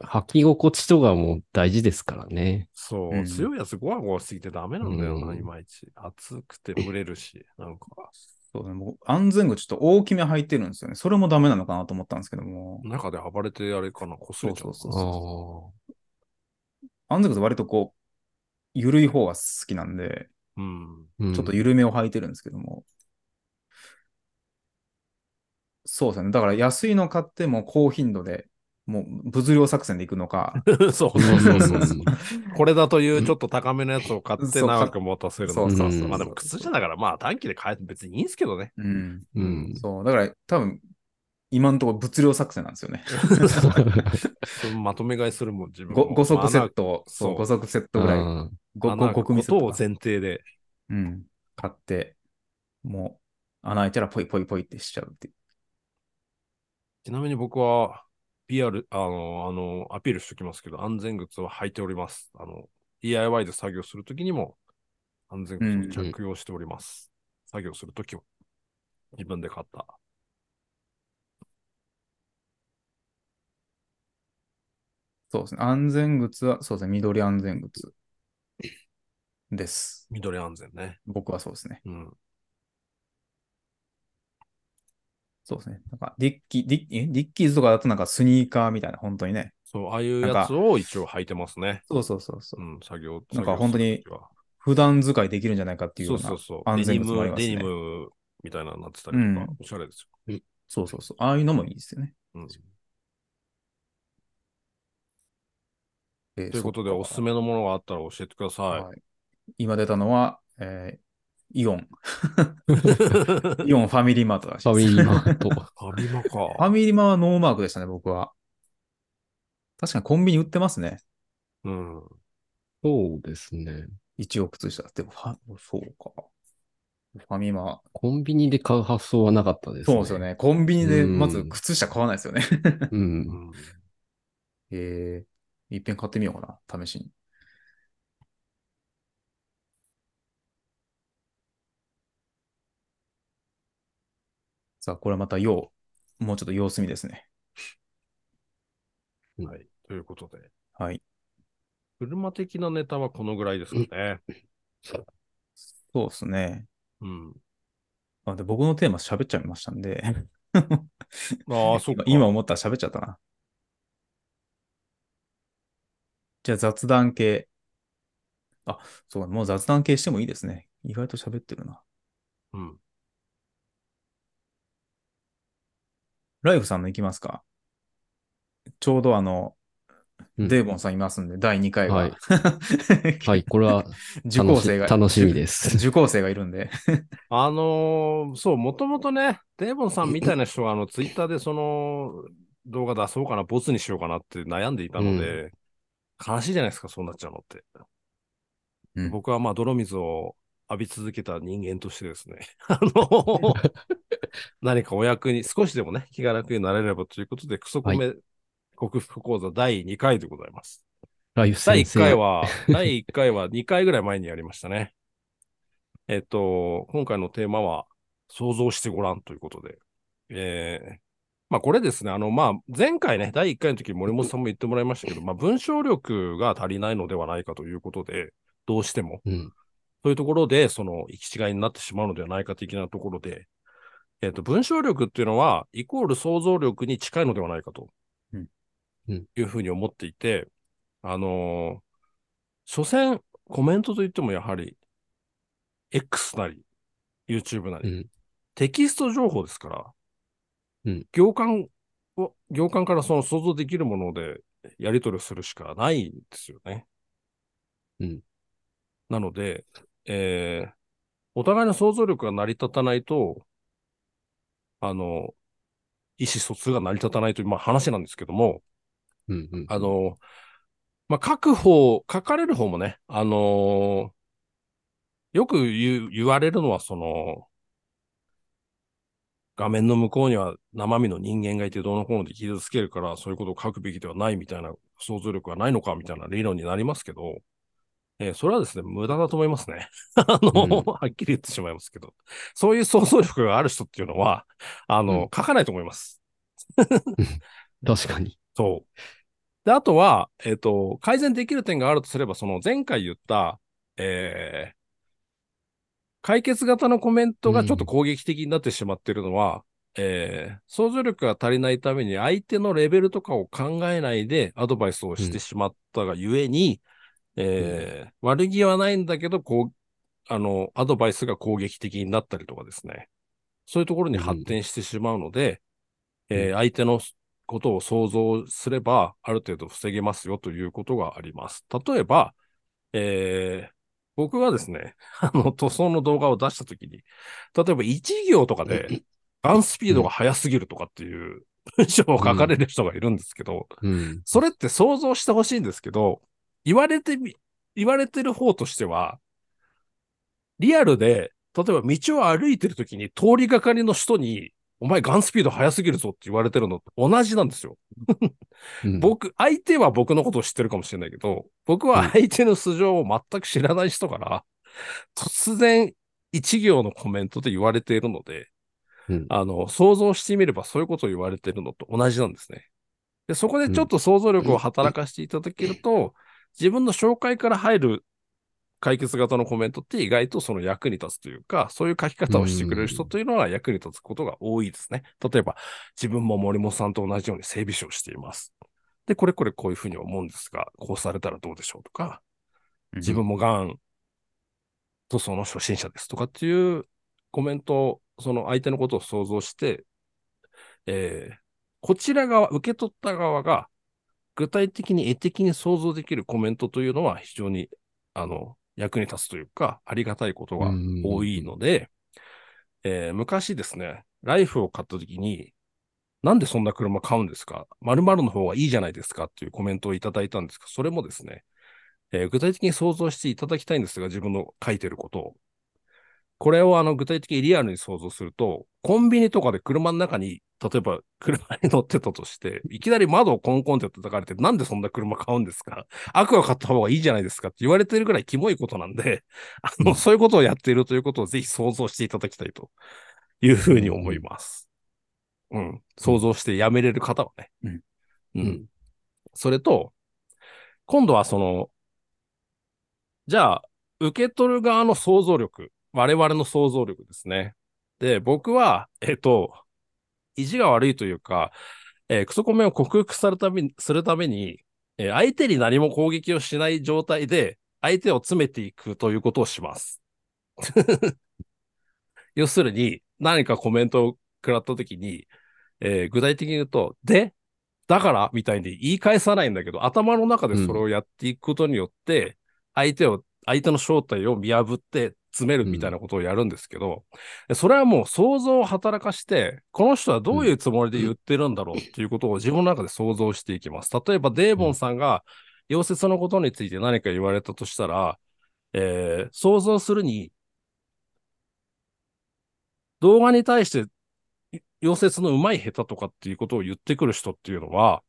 S3: 履き心地とかも大事ですからね。
S2: そう、
S1: うん
S2: 強いやつゴワゴワしすぎてダメなんだよな、
S3: うん
S2: いまいち。熱くて蒸れるし、なんか。
S1: そうね、僕、安全靴ちょっと大きめ履いてるんですよね。それもダメなのかなと思ったんですけども、
S2: 中で暴れてあれかな、こすれちゃう
S1: そうそう
S3: あ
S1: そう
S2: かな。
S3: ー
S1: 安全靴割とこう、緩い方が好きなんで、
S2: うん。
S3: うん
S1: ちょっと緩めを履いてるんですけども。そうですね。だから安いの買っても高頻度で、もう物量作戦で行くのか、
S2: そう
S3: う
S2: そ
S3: ん
S2: う
S3: う
S2: そうんそう
S3: うん
S2: これだというちょっと高めのやつを買って
S1: そう
S2: 長く持たせるの
S1: そう
S3: そうそう
S2: まあでも靴下だからまあ短期で買えて別にいいんですけどね。
S1: うん。
S3: うん
S1: そう。だから多分、今のところ物量作戦なんですよね。
S2: そのまとめ買いするもん自分
S1: ご
S2: も
S1: 5足セ
S2: まあ
S1: ットを、そ
S2: そう
S1: う、5足セッ
S3: う
S1: トぐらい、
S3: ん
S1: 5
S2: 穴開く
S1: 国
S2: こ
S1: セッ
S2: と
S1: ト
S2: を
S1: か
S2: 前提で。
S1: うん、買って、もう穴開いたらポイポイポイってしちゃうっていう。
S2: ちなみに僕は PR、あの、あの、アピールしておきますけど、安全靴は履いております。あの、DIY で作業するときにも安全靴を着用しております。作業するときは自分で買った。
S1: そうですね。安全靴は、そうですね。緑安全靴です。
S2: 緑安全ね。
S1: 僕はそうですね。
S2: うん。
S1: そうですね。なんかディッキ、ディッえディッキーズとかだとなんかスニーカーみたいな、本当にね。
S2: そう、ああいう
S1: なんか
S2: やつを一応履いてますね。
S1: そうそうそうそうう。
S2: ん、作業。
S1: なんか本当に
S2: 作業
S1: 普段使いできるんじゃないかっていうような。
S2: する時はそうそうそう。
S1: 安全靴もあ
S2: デ
S1: り
S2: ニム、
S1: ますね
S2: デニムみたいなのになってたりとか、
S1: うん
S2: おしゃれです
S1: そうそうそうああいうのもいいですよね。
S2: よ。うん
S1: とい
S2: ということで、おすすめのものがあったら教えてくだ さ
S1: はい今出たのは、えーイオン。
S2: い。フ
S1: イオンファミリーマートらし
S3: フ
S1: いです
S3: ァミリーマート。
S2: ァミマ
S1: ファ
S2: か。
S1: ミリマはノーマークでしたね、僕は。確かにコンビニ売ってますね。
S2: うん。
S3: そうですね。
S1: 一応靴下。でもファ、そうか。ファミマ。
S3: コンビニで買う発想はなかったです
S1: そう
S3: ね。
S1: ですよ。ね。コンビニで
S3: うん
S1: まず靴下買わないですよね。
S3: う。
S2: うんん
S1: えー、いっぺん買ってみようかな、試しに。さあ、これはまた要、もうちょっと様子見ですね。
S3: うん
S2: はい。ということで、
S1: はい。
S2: 車的なネタはこのぐらいですかね。
S1: そうですね。
S2: うん。
S1: あで僕のテーマ喋っちゃいましたんで。
S2: ああ、そっか。
S1: 今思ったら喋っちゃったな。じゃあ雑談系。あ、そうだもう雑談系してもいいですね。意外と喋ってるな。
S2: うん。
S1: ライフさんの行きますかちょうどあの、
S3: うん
S1: デーボンさんいますんで、第2回は。
S3: はい はい、これは楽し
S1: 受講生が、
S3: 楽しみです。
S1: 受講生がいるんで。
S2: あのーそう、もともとね、デーボンさんみたいな人は、 あの、ツイッターでその動画出そうかな、ボツにしようかなって悩んでいたので、悲しいじゃないですか、そうなっちゃうのって。
S1: うん
S2: 僕はまあ、泥水を浴び続けた人間としてですね、 あの ー何かお役に少しでもね、気が楽になれればということで、クソコメ克服講座第2回でございます。
S3: ライフ
S2: 第
S3: 先
S2: 1
S3: 生。
S2: 回は、 第1回は2回ぐらい前にやりましたね。えっと、今回のテーマは、想像してごらんということで。えー、まあこれですね、あの、まあ前回ね、第1回の時森本さんも言ってもらいましたけど、まあ文章力が足りないのではないかということで、どうしても。
S3: うん。
S2: そういうところで、その、行き違いになってしまうのではないか的なところで、えっ、と、文章力っていうのは、イコール想像力に近いのではないかと
S1: うん、
S3: うん
S2: いうふうに思っていて、あのー所詮、コメントといってもやはり、X なり、YouTube な
S3: う
S2: り、
S3: ん。
S2: テキスト情報ですから、
S3: うん
S2: 行間を、行間からその想像できるものでやり取りをするしかないんですよね。
S3: うん
S2: なので、えーお互いの想像力が成り立たないと、あの、意思疎通が成り立たないという、まあ、話なんですけども、
S3: うん。うん
S2: あの、まあ、書く方、書かれる方もね、あのーよく言う言われるのは、その、画面の向こうには生身の人間がいてどうのこうので傷つけるから、そういうことを書くべきではないみたいな、想像力はないのかみたいな理論になりますけど、えーそれはですね、無駄だと思いますね。 あの、
S3: うん
S2: はっきり言ってしまいますけど、そういう想像力がある人っていうのは、あの、
S3: うん
S2: 書かないと思います。
S3: 確かに。
S2: そう。で、あとは、えっ、と、改善できる点があるとすれば、その前回言った、えー解決型のコメントがちょっと攻撃的になってしまってるのは、えー想像力が足りないために相手のレベルとかを考えないでアドバイスをしてしまったがゆえに、えー悪気はないんだけど、こう、あの、アドバイスが攻撃的になったりとかですね。そういうところに発展してしまうので、
S3: うん
S2: えー相手のことを想像すれば、ある程度防げますよということがあります。例えば、えー僕はですね、 あの、塗装の動画を出したときに、例えば1行とかで、ガンスピードが速すぎるとかっていう文章を書かれる人がいるんですけど、
S3: うん。
S2: それって想像してほしいんですけど、言われてみ、言われてる方としては、リアルで、例えば道を歩いてるときに通りがかりの人に、お前ガンスピード速すぎるぞって言われてるのと同じなんですよ。
S3: うん、
S2: 僕、相手は僕のことを知ってるかもしれないけど、僕は相手の素性を全く知らない人から、突然一行のコメントで言われているので、
S3: うん
S2: あの、想像してみればそういうことを言われているのと同じなんですね。で、そこでちょっと想像力を働かせていただけると、自分の紹介から入る解決型のコメントって意外とその役に立つというか、そういう書き方をしてくれる人というのは役に立つことが多いですね。例えば、自分も森本さんと同じように整備士をしています。で、これこれこういうふうに思うんですが、こうされたらどうでしょうとか、自分もがん塗装の初心者ですとかっていうコメントを、その相手のことを想像して、えーこちら側、受け取った側が具体的に絵的に想像できるコメントというのは非常にあの役に立つというか、ありがたいことが多いので、えー昔ですね、ライフを買った時に、なんでそんな車買うんですか〇〇の方がいいじゃないですかっていうコメントをいただいたんですが、それもですね、えー具体的に想像していただきたいんですが、自分の書いてることを。これをあの具体的にリアルに想像すると、コンビニとかで車の中に、例えば車に乗ってたとして、いきなり窓をコンコンって叩かれて、なんでそんな車買うんですかアクア買った方がいいじゃないですかって言われてるぐらいキモいことなんで、あ
S3: う
S2: の、
S3: ん
S2: そういうことをやっているということをぜひ想像していただきたいというふうに思います。うん。想像してやめれる方はね。
S1: うん。。
S2: うん。それと、今度はその、じゃあ、受け取る側の想像力、我々の想像力ですね。で、僕は、えっと、意地が悪いというか、えークソコメを克服されためにするために、えー相手に何も攻撃をしない状態で、相手を詰めていくということをします。 要するに、何かコメントを食らったときに、えー具体的に言うと、で、だからみたいに言い返さないんだけど、頭の中でそれをやっていくことによって、相手を、相手の正体を見破って詰めるみたいなことをやるんですけど、それはもう想像を働かして、この人はどういうつもりで言ってるんだろうっていうことを自分の中で想像していきます。例えば、デーボンさんが溶接のことについて何か言われたとしたら、えー想像するに、動画に対して溶接の上手い下手とかっていうことを言ってくる人っていうのは、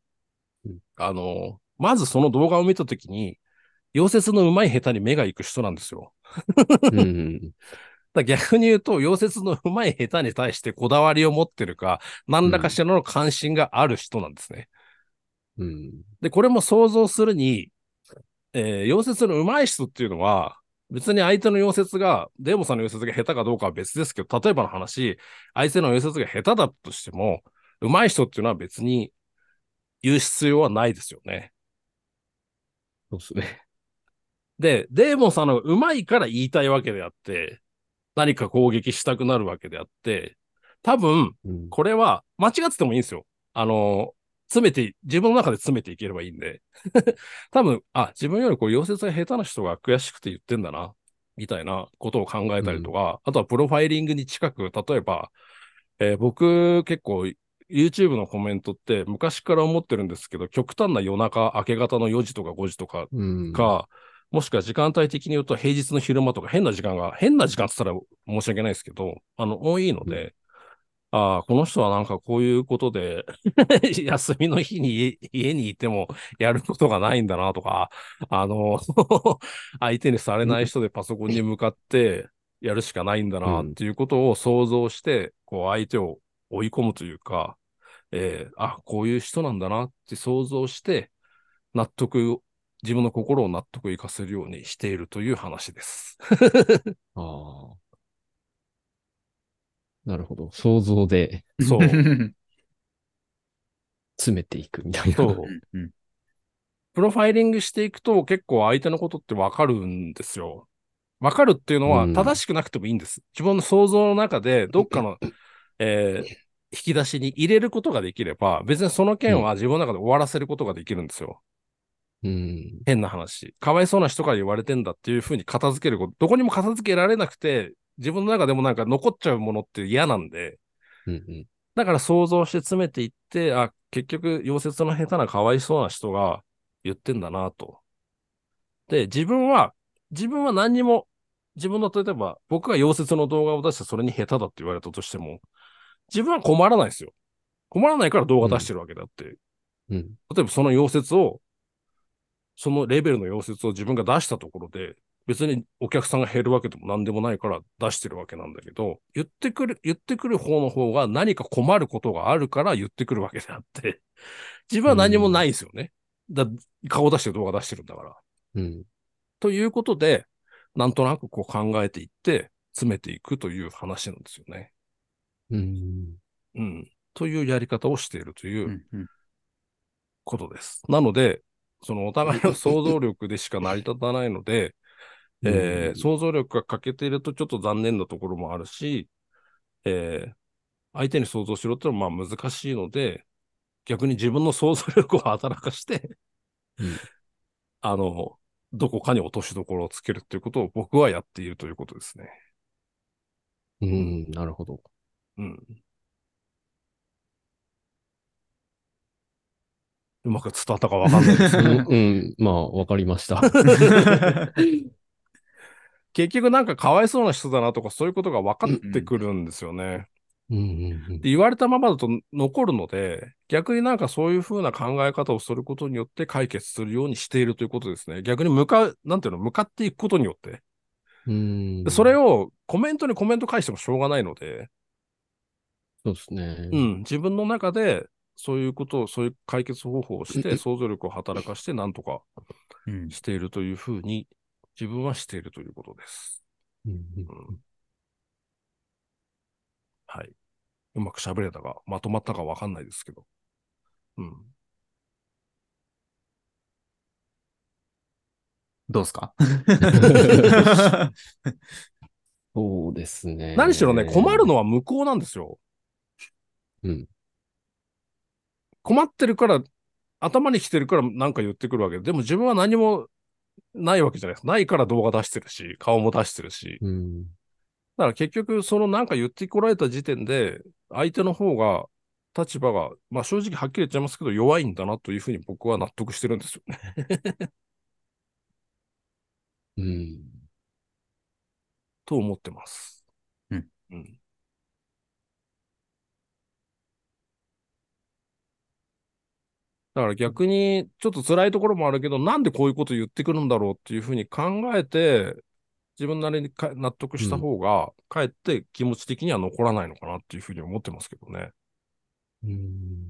S3: うん
S2: あの、まずその動画を見たときに、溶接の上手い下手に目が行く人なんですよ。
S3: うん。
S2: だから逆に言うと、溶接の上手い下手に対してこだわりを持ってるか、何らかしらの関心がある人なんですね。
S3: うん。
S2: で、これも想像するに、えー、溶接の上手い人っていうのは、別に相手の溶接が、デーモさんの溶接が下手かどうかは別ですけど、例えばの話、相手の溶接が下手だとしても、上手い人っていうのは別に言う必要はないですよね。
S3: そうですね。
S2: で、デーモンさんの上手いから言いたいわけであって、何か攻撃したくなるわけであって、多分、
S3: うん。
S2: これは間違っててもいいんですよ。あの、詰めて、自分の中で詰めていければいいんで。 多分、あ、自分よりこう、溶接が下手な人が悔しくて言ってんだな、みたいなことを考えたりとか、あとはプロファイリングに近く、例えば、えー僕結構 YouTube のコメントって昔から思ってるんですけど、極端な夜中、明け方の4時とか5時とか
S3: うん、
S2: か、もしくは時間帯的に言うと平日の昼間とか変な時間が、変な時間って言ったら申し訳ないですけど、あの、多いので、ああ、この人はなんかこういうことで 休みの日に家家にいてもやることがないんだなとか、あの、 相手にされない人でパソコンに向かってやるしかないんだなっていうことを想像して、こう相手を追い込むというか、えーあ、こういう人なんだなって想像して、納得、自分の心を納得いかせるようにしているという話 です。
S3: ああ。なるほど。想像で
S2: そう
S1: ん
S3: 詰めていくみたいな。
S2: そう。
S1: うん
S2: プロファイリングしていくと結構相手のことってわかるんですよ。わかるっていうのは
S3: うん
S2: 正しくなくてもいいんです。自分の想像の中でどっかの、えー引き出しに入れることができれば、別にその件は自分の中で終わらせることができるんですよ。
S3: うん。
S2: 変な話。かわいそうな人から言われてんだっていうふうに片付けること、どこにも片付けられなくて、自分の中でもなんか残っちゃうものって嫌なんで、
S3: うんうん。
S2: だから想像して詰めていって、あ、結局、溶接の下手なかわいそうな人が言ってんだなと。で、自分は、自分は何にも、自分の、例えば、僕が溶接の動画を出してそれに下手だって言われたとしても、自分は困らないですよ。困らないから動画出してるわけだって。
S3: うん。
S2: 例えばその溶接を、そのレベルの溶接を自分が出したところで、別にお客さんが減るわけでも何でもないから出してるわけなんだけど、言ってくる、言ってくる方の方が何か困ることがあるから言ってくるわけであって、 自分は何もないですよね。だ顔出して動画出してるんだから。
S3: うん。
S2: ということで、なんとなくこう考えていって、詰めていくという話なんですよね。
S3: うん。
S2: うん。というやり方をしているといううん
S1: うん
S2: ことです。なので、そのお互いの想像力でしか成り立たないので、 えー想像力が欠けているとちょっと残念なところもあるし、えー相手に想像しろってのはまあ難しいので、逆に自分の想像力を働かして、
S3: うん
S2: あの、どこかに落としどころをつけるということを僕はやっているということですね。
S3: うん。なるほど。
S2: うん。うまく伝わったかわかんないです
S3: う
S2: け
S3: ん
S2: ど、
S3: うん。まあ、わかりま した。
S2: 結局なんかかわいそうな人だなとかそういうことが分かってくるんですよね。
S3: うんうん
S2: で言われたままだと残るので、逆になんかそういうふうな考え方をすることによって解決するようにしているということですね。逆に向かう、なんていうの、向かっていくことによって。
S3: うん。う
S2: で
S3: ん。
S2: それ
S3: を。
S2: をコメントにコメント返してもしょうがないので、
S3: そうですね。
S2: うん、自分の中でそういうことを、そういう解決方法をして、想像力を働かしてなんとか
S1: うん
S2: しているというふうに、自分はしているということです。
S3: うんうん
S2: うんはい。うまく喋れたか、まとまったかわかんないですけど。うん。
S1: どうです か
S3: そうですね。
S2: 何しろね、困るのは向こうなんですよ。
S3: うん。
S2: 困ってるから、頭に来てるから何か言ってくるわけで、でも自分は何もないわけじゃないです。ないから動画出してるし、顔も出してるし。
S3: うん。
S2: だから結局、そのなんか言ってこられた時点で、相手の方が、立場が、まあ正直はっきり言っちゃいますけど、弱いんだなというふうに僕は納得してるんですよね。
S3: うん。
S2: と思ってます。
S1: うん。
S2: うん。だから逆に、ちょっと辛いところもあるけど、なんでこういうこと言ってくるんだろうっていうふうに考えて、自分なりにか納得した方が、かえって気持ち的には残らないのかなっていうふうに思ってますけどね。
S3: うん。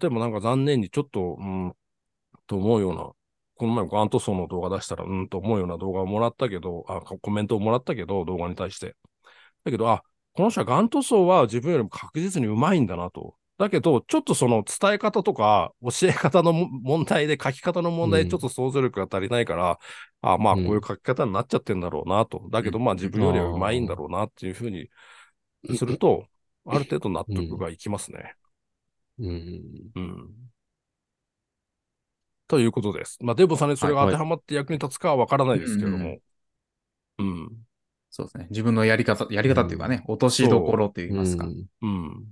S2: 例えばなんか残念にちょっと、うん、と思うような、この前ガントソーの動画出したら、うんと思うような動画をもらったけど、あ、ココメントをもらったけど、動画に対して。だけど、あ、この人はガントソーは自分よりも確実に上手いんだなと。だけど、ちょっとその伝え方とか、教え方のも問題で、書き方の問題
S3: う
S2: で
S3: ん
S2: ちょっと想像力が足りないから、あ、まあ、こういう書き方になっちゃってんだろうなと。だけど、まあ、自分よりは上手いんだろうなっていうふうにすると、ある程度納得がいきますね。
S3: うん。
S2: うんということです。まあ、デボさんにそれが当てはまって役に立つかはわからないですけども。うん。
S1: そうですね。自分のやり方、やり方っていうかね、落としどころと言いますか。
S3: うん
S2: うん。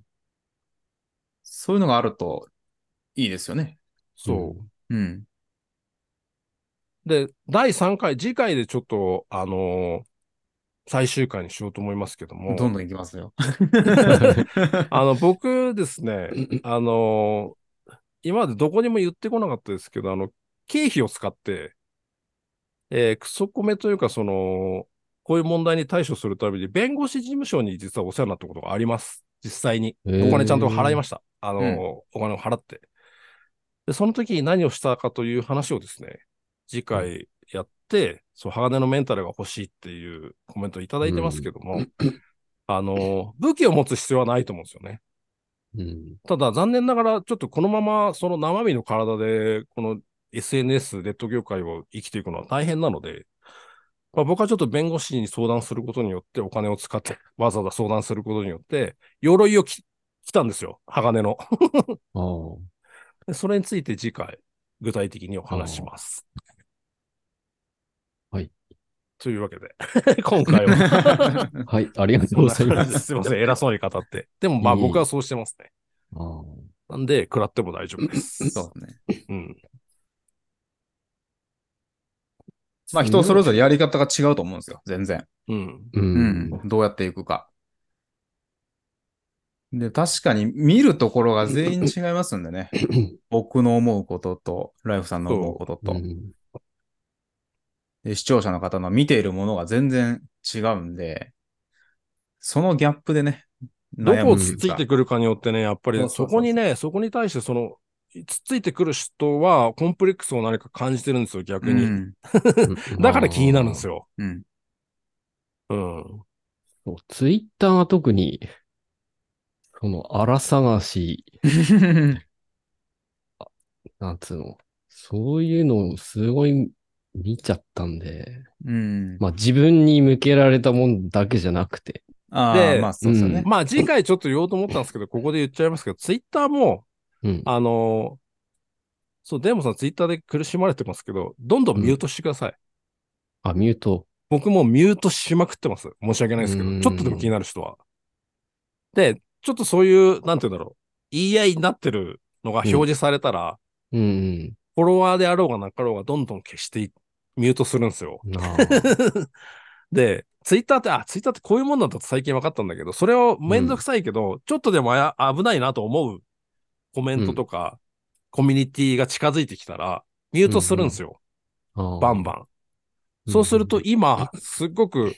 S1: そういうのがあるといいですよね。
S2: そう
S1: うん。
S2: う。で、第3回、次回でちょっと、あのー最終回にしようと思いますけども。
S1: どんどんいき ますよ。
S2: あの、僕ですね、あの今までどこにも言ってこなかったですけど、あの、経費を使って、えークソコメというか、その、こういう問題に対処するために、弁護士事務所に実はお世話になったことがあります。実際に。
S3: お
S2: お金ちゃんと払いま
S3: し
S2: した。あの、
S1: うん
S2: お金を払って。で、その時に何をしたかという話をですね、次回やって、そう、鋼のメンタルが欲しいっていうコメントをいただいてますけども、あの、武器を持つ必要はないと思うんですよね。
S3: た。うん。
S2: ただ、残念ながら、ちょっとこのまま、その生身の体で、この SNS、ネット業界を生きていくのは大変なので、まあ、僕はちょっと弁護士に相談することによって、お金を使って、わざわざ相談することによって、鎧をき着たんですよ。鋼の。
S3: ああ。
S2: でそれについて次回、具体的にお話します。
S3: はい。
S2: というわけで、 今回は。
S3: はい、ありが とうご ざいます。
S2: すいません、偉そうに語って。でもまあ
S3: いい
S2: 僕はそうしてますね。
S3: ああ
S2: なんで、食らっても大丈夫です。
S1: そうね。
S2: うん。
S1: まあ人それぞれやり方が違うと思うんですよ。全然。
S2: うん。
S1: う
S3: う
S1: んん。。どうやっていくか。で、確かに見るところが全員違いますんで ね。僕の思うことと、ライフさんの思うことと、
S3: うん
S1: で視聴者の方の見ているものが全然違うんで、そのギャップでね、
S2: どこを
S1: む
S2: つっ
S1: と
S2: つ
S1: いう
S2: い
S1: か
S2: てくるかによってね、やっぱ
S1: そ
S2: り
S1: うそ
S2: そう
S1: そうそう
S2: こにね、そこに対してその、つっついてくる人はコンプレックスを何か感じてるんですよ、逆
S1: う
S2: に。
S1: ん。
S2: だから気になるんです
S3: よ。
S2: よ。
S1: うん。
S2: うん。
S3: ツイッターは特に、その、荒探し、なんつうの、そういうのをすごい見ちゃったんで、
S1: うん。
S3: まあ自分に向けられたもんだけじゃなくて、
S1: ああ、
S2: で
S1: まあそうですよ
S3: う
S1: ね。
S2: まあ次回ちょっと言おうと思ったんですけど、こ こで言っちゃいますけど、ツイッターも、
S3: うん。
S2: あのそう、デーモンさんツイッターで苦しまれてますけど、どんどんミュートしてください。
S3: あ、ミュート。
S2: 僕もうミュートしまくってます。申し訳ないですけ
S3: う
S2: ど、
S3: ん
S2: ちょっとでも気になる人は。で、ちょっとそういう、なんて言うんだろう、言い合いになってるのが表示されたら、
S3: うんうん。
S2: フォロワーであろうがなかろうがどんどん消してい、ミュートするんですよ。
S3: あ
S2: で、ツイッターって、あ、ツイッターってこういうもんなんだと最近分かったんだけど、それをめんどくさいけど、ちょっとでもあや危ないなと思うコメントとか、コミュニティが近づいてきたら、ミュートするんですよ。
S3: あ
S2: バンバン。そうすると今、すっごく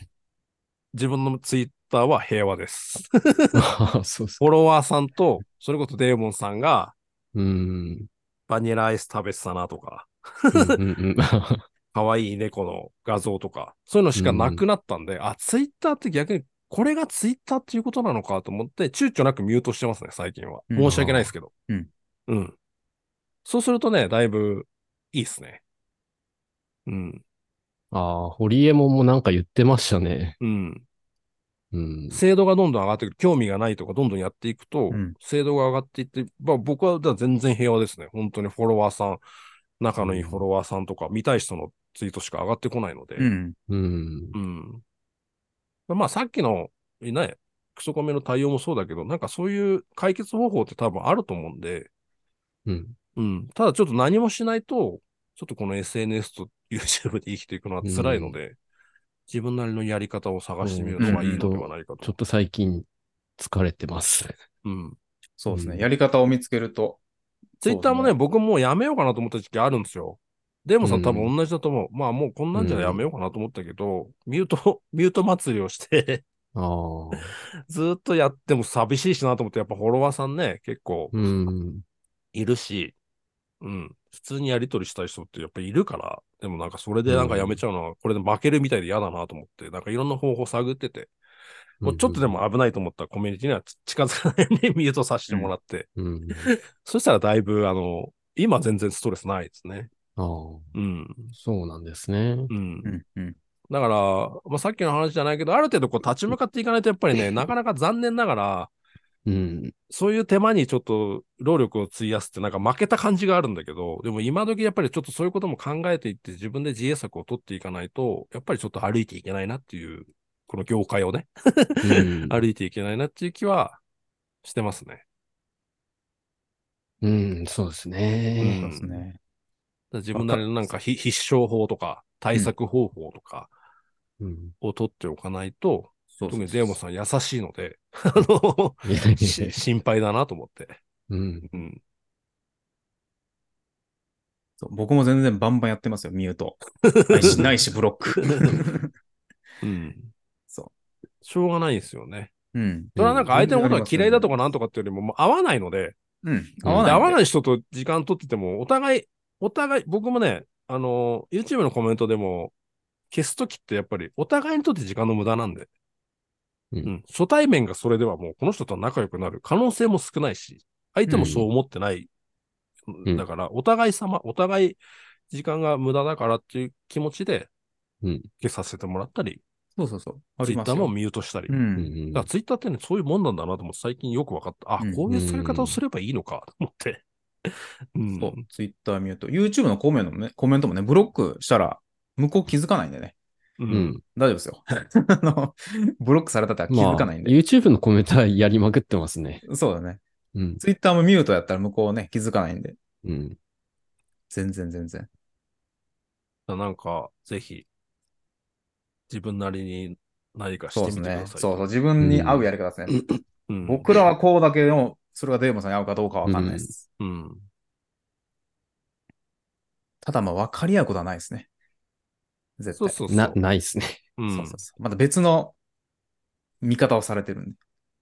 S2: 自分のツイッターは平和です。
S3: ああ そうそ
S2: フォロワーさんと、それこそデーモンさんが
S3: う。うん。
S2: バニラアイス食べてたなとか、
S3: うんうん うん
S2: 可愛い猫の画像とか、そういうのしかなくなったんで、あ、ツイッターって逆に、これがツイッターっていうことなのかと思って、躊躇なくミュートしてますね、最近は。
S1: うん
S2: 申し訳ないですけど。
S1: うん。
S2: うん。そうするとね、だいぶいいですね。うん。
S3: ああ、堀江門もなんか言ってましたね。
S2: うん。
S3: うん。
S2: 精度がどんどん上がってくる。興味がないとかどんどんやっていくと、
S1: うん
S2: 精度が上がっていって、まあ僕はだから全然平和ですね。本当にフォロワーさん、仲のいいフォロワーさんとか、見たい人のツイートしか上がってこないので、
S1: うん。
S3: うん。
S2: うん。まあさっきの、いない、クソコメの対応もそうだけど、なんかそういう解決方法って多分あると思うんで、
S3: うん。
S2: うん。ただちょっと何もしないと、ちょっとこの SNS と YouTube で生きていくのは辛いので、自分なりのやり方を探してみるのがいいのではないか
S3: ちょ
S2: と
S3: っ。と最近疲れてます。
S2: うん。
S1: そうです
S3: う
S1: ね。
S3: ん
S1: やり方を見つけると。
S2: ツイッターもね、
S1: そうですね
S2: 僕もうやめようかなと思った時期あるんですよ。デーモンさ
S3: うん
S2: ん多分同じだと思う。まあもうこんなんじゃやめようかなと思ったけど、ミュート、ミュート祭りをして、
S3: ああ。
S2: ずーっとやっても寂しいしなと思って、やっぱフォロワーさんね、結構
S3: うん。
S2: いるし、うん、普通にやり取りしたい人ってやっぱりいるから、でもなんかそれでなんかやめちゃうのは、これで負けるみたいで嫌だなと思って、なんかいろんな方法探ってて、もうちょっとでも危ないと思ったらコミュニティにはち近づかないように ミュートさせてもらって、
S3: うん。
S2: そしたらだいぶ、あの、今全然ストレスないですね。
S3: ああ、
S2: うん、
S3: そうなんですね。
S2: うん
S1: う。ん。うん。
S2: だから、まあ、さっきの話じゃないけど、ある程度こう立ち向かっていかないと、やっぱ りね、なかなか残念ながら、
S3: うん。
S2: そういう手間にちょっと労力を費やすってなんか負けた感じがあるんだけど、でも今時やっぱりちょっとそういうことも考えていって自分で自衛策を取っていかないと、やっぱりちょっと歩いていけないなっていう、この業界をね、
S3: うん。
S2: 歩いていけないなっていう気はしてますね。
S3: うん、そうです
S2: うん
S3: ね。
S1: そうですね。
S2: だから自分なりのなんかひ必勝法とか対策方法とか、
S3: うん。
S2: を取っておかないと、
S1: そう
S2: 特
S1: そう
S2: にデーモンさん優しいので、あの、
S3: いやいやいや
S2: し 心配だなと思って。
S3: うん。
S2: うん。
S1: そう僕も全然バンバンやってますよ、ミュー ト。ないし、ないしブロック。
S2: うん。
S1: そ
S2: しょうがないですよね。
S1: うん。
S2: それはなんか相手のことが嫌いだとか
S1: うん
S2: なんとかっていうよりも、もう合わないので、
S1: うん。
S3: 合
S2: で
S3: わ
S2: 合わ
S1: い。
S2: ない人と時間取ってても、お互い、お互い、僕もね、あの、YouTube のコメントでも、消すときってやっぱり、お互いにとって時間の無駄なんで、
S3: うん
S2: うん初対面がそれではもう、この人と仲良くなる可能性も少ないし、相手もそう思ってない。
S3: ん
S2: だから、お互い様、お互い時間が無駄だからっていう気持ちで、
S3: うん
S2: 消させてもらったり、
S1: そうそうそう。あります
S2: Twitter
S1: よ
S2: もミュートしたり。
S1: う。
S3: うんん
S2: だからツイッターってね、そういうもんなんだなと思って、最近よく分かった。あ、
S1: うん
S2: こういう使い方をすればいいのかと思って。 うん。
S1: そう、ツイッターミュート。YouTube のコメントもね、コメントもね、ブロックしたら、向こう気づかないんでね。
S2: う。
S3: うんん。
S1: 大丈夫ですよ。 あの、ブロックされたって気
S3: ま
S1: づ
S3: あ、
S1: かないんで。
S3: YouTube のコメントはやりまくってますね。
S1: そうだね。
S3: うん。
S1: ツイッターもミュートやったら向こうね、気づかないんで。
S3: うん。
S1: 全然全然。
S2: なんか、ぜひ、自分なりに何かし
S1: そうで
S2: て
S1: す
S2: みてく
S1: ね。
S2: ださい。
S1: そうそう。自分に合うやり方ですね。
S2: うん。
S1: 僕らはこうだけど、それがデーモンさんに合うかどうかはわかんないです。
S2: うん。
S1: ただまあ、分かり合うことはないですね。絶
S2: そう
S1: 対。
S2: そうそう。
S3: な、ないですね。
S2: うん。
S1: そうそうそうまた別の見方をされてるんで。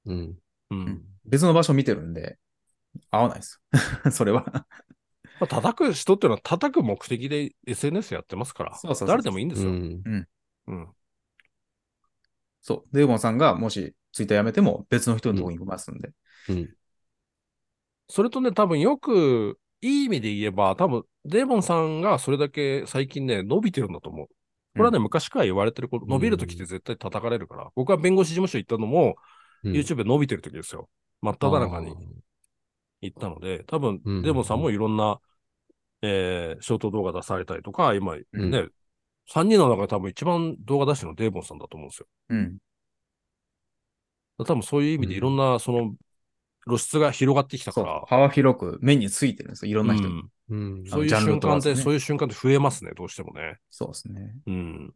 S3: うん。
S2: うん
S1: 別の場所を見てるんで、合わないですよ。 それは。
S2: まあ、叩く人っていうのは叩く目的で SNS やってますから、
S1: そうそうそう
S2: 誰でもいいんで
S3: う
S2: すよ。
S3: ん。
S2: うん。
S1: そう。デーモンさんがもしツイッターやめても別の人のところに行きますんで。
S3: うん。
S2: それとね、多分よく、いい意味で言えば、多分デーモンさんがそれだけ最近ね、伸びてるんだと思う。これはね、昔から言われてること、伸びるときって絶対叩かれるから、僕は弁護士事務所行ったのも、
S3: うん。
S2: YouTube で伸びてるときですよ。真っ只中に
S3: あー
S2: 行ったので、多分、
S3: うん
S2: デーモンさんもいろんな、えー、ショート動画出されたりとか、今、ね、
S1: うん
S2: 3人の中で多分一番動画出してるのデーモンさんだと思うんですよ。
S1: うん。
S2: 多分そういう意味で
S3: うん
S2: いろんな、その、露出が広がってきた
S1: そ
S2: か
S1: う
S2: ら、
S1: 幅広く目についてるんですよ。いろんな人
S2: う
S1: に。
S2: ん
S3: うん。
S2: そういう
S1: ジャンル
S2: 瞬
S1: 問わ
S2: 間
S1: ずね
S2: で、そういう瞬間で増えますね、どうしてもね。
S1: そうですね。
S2: うん。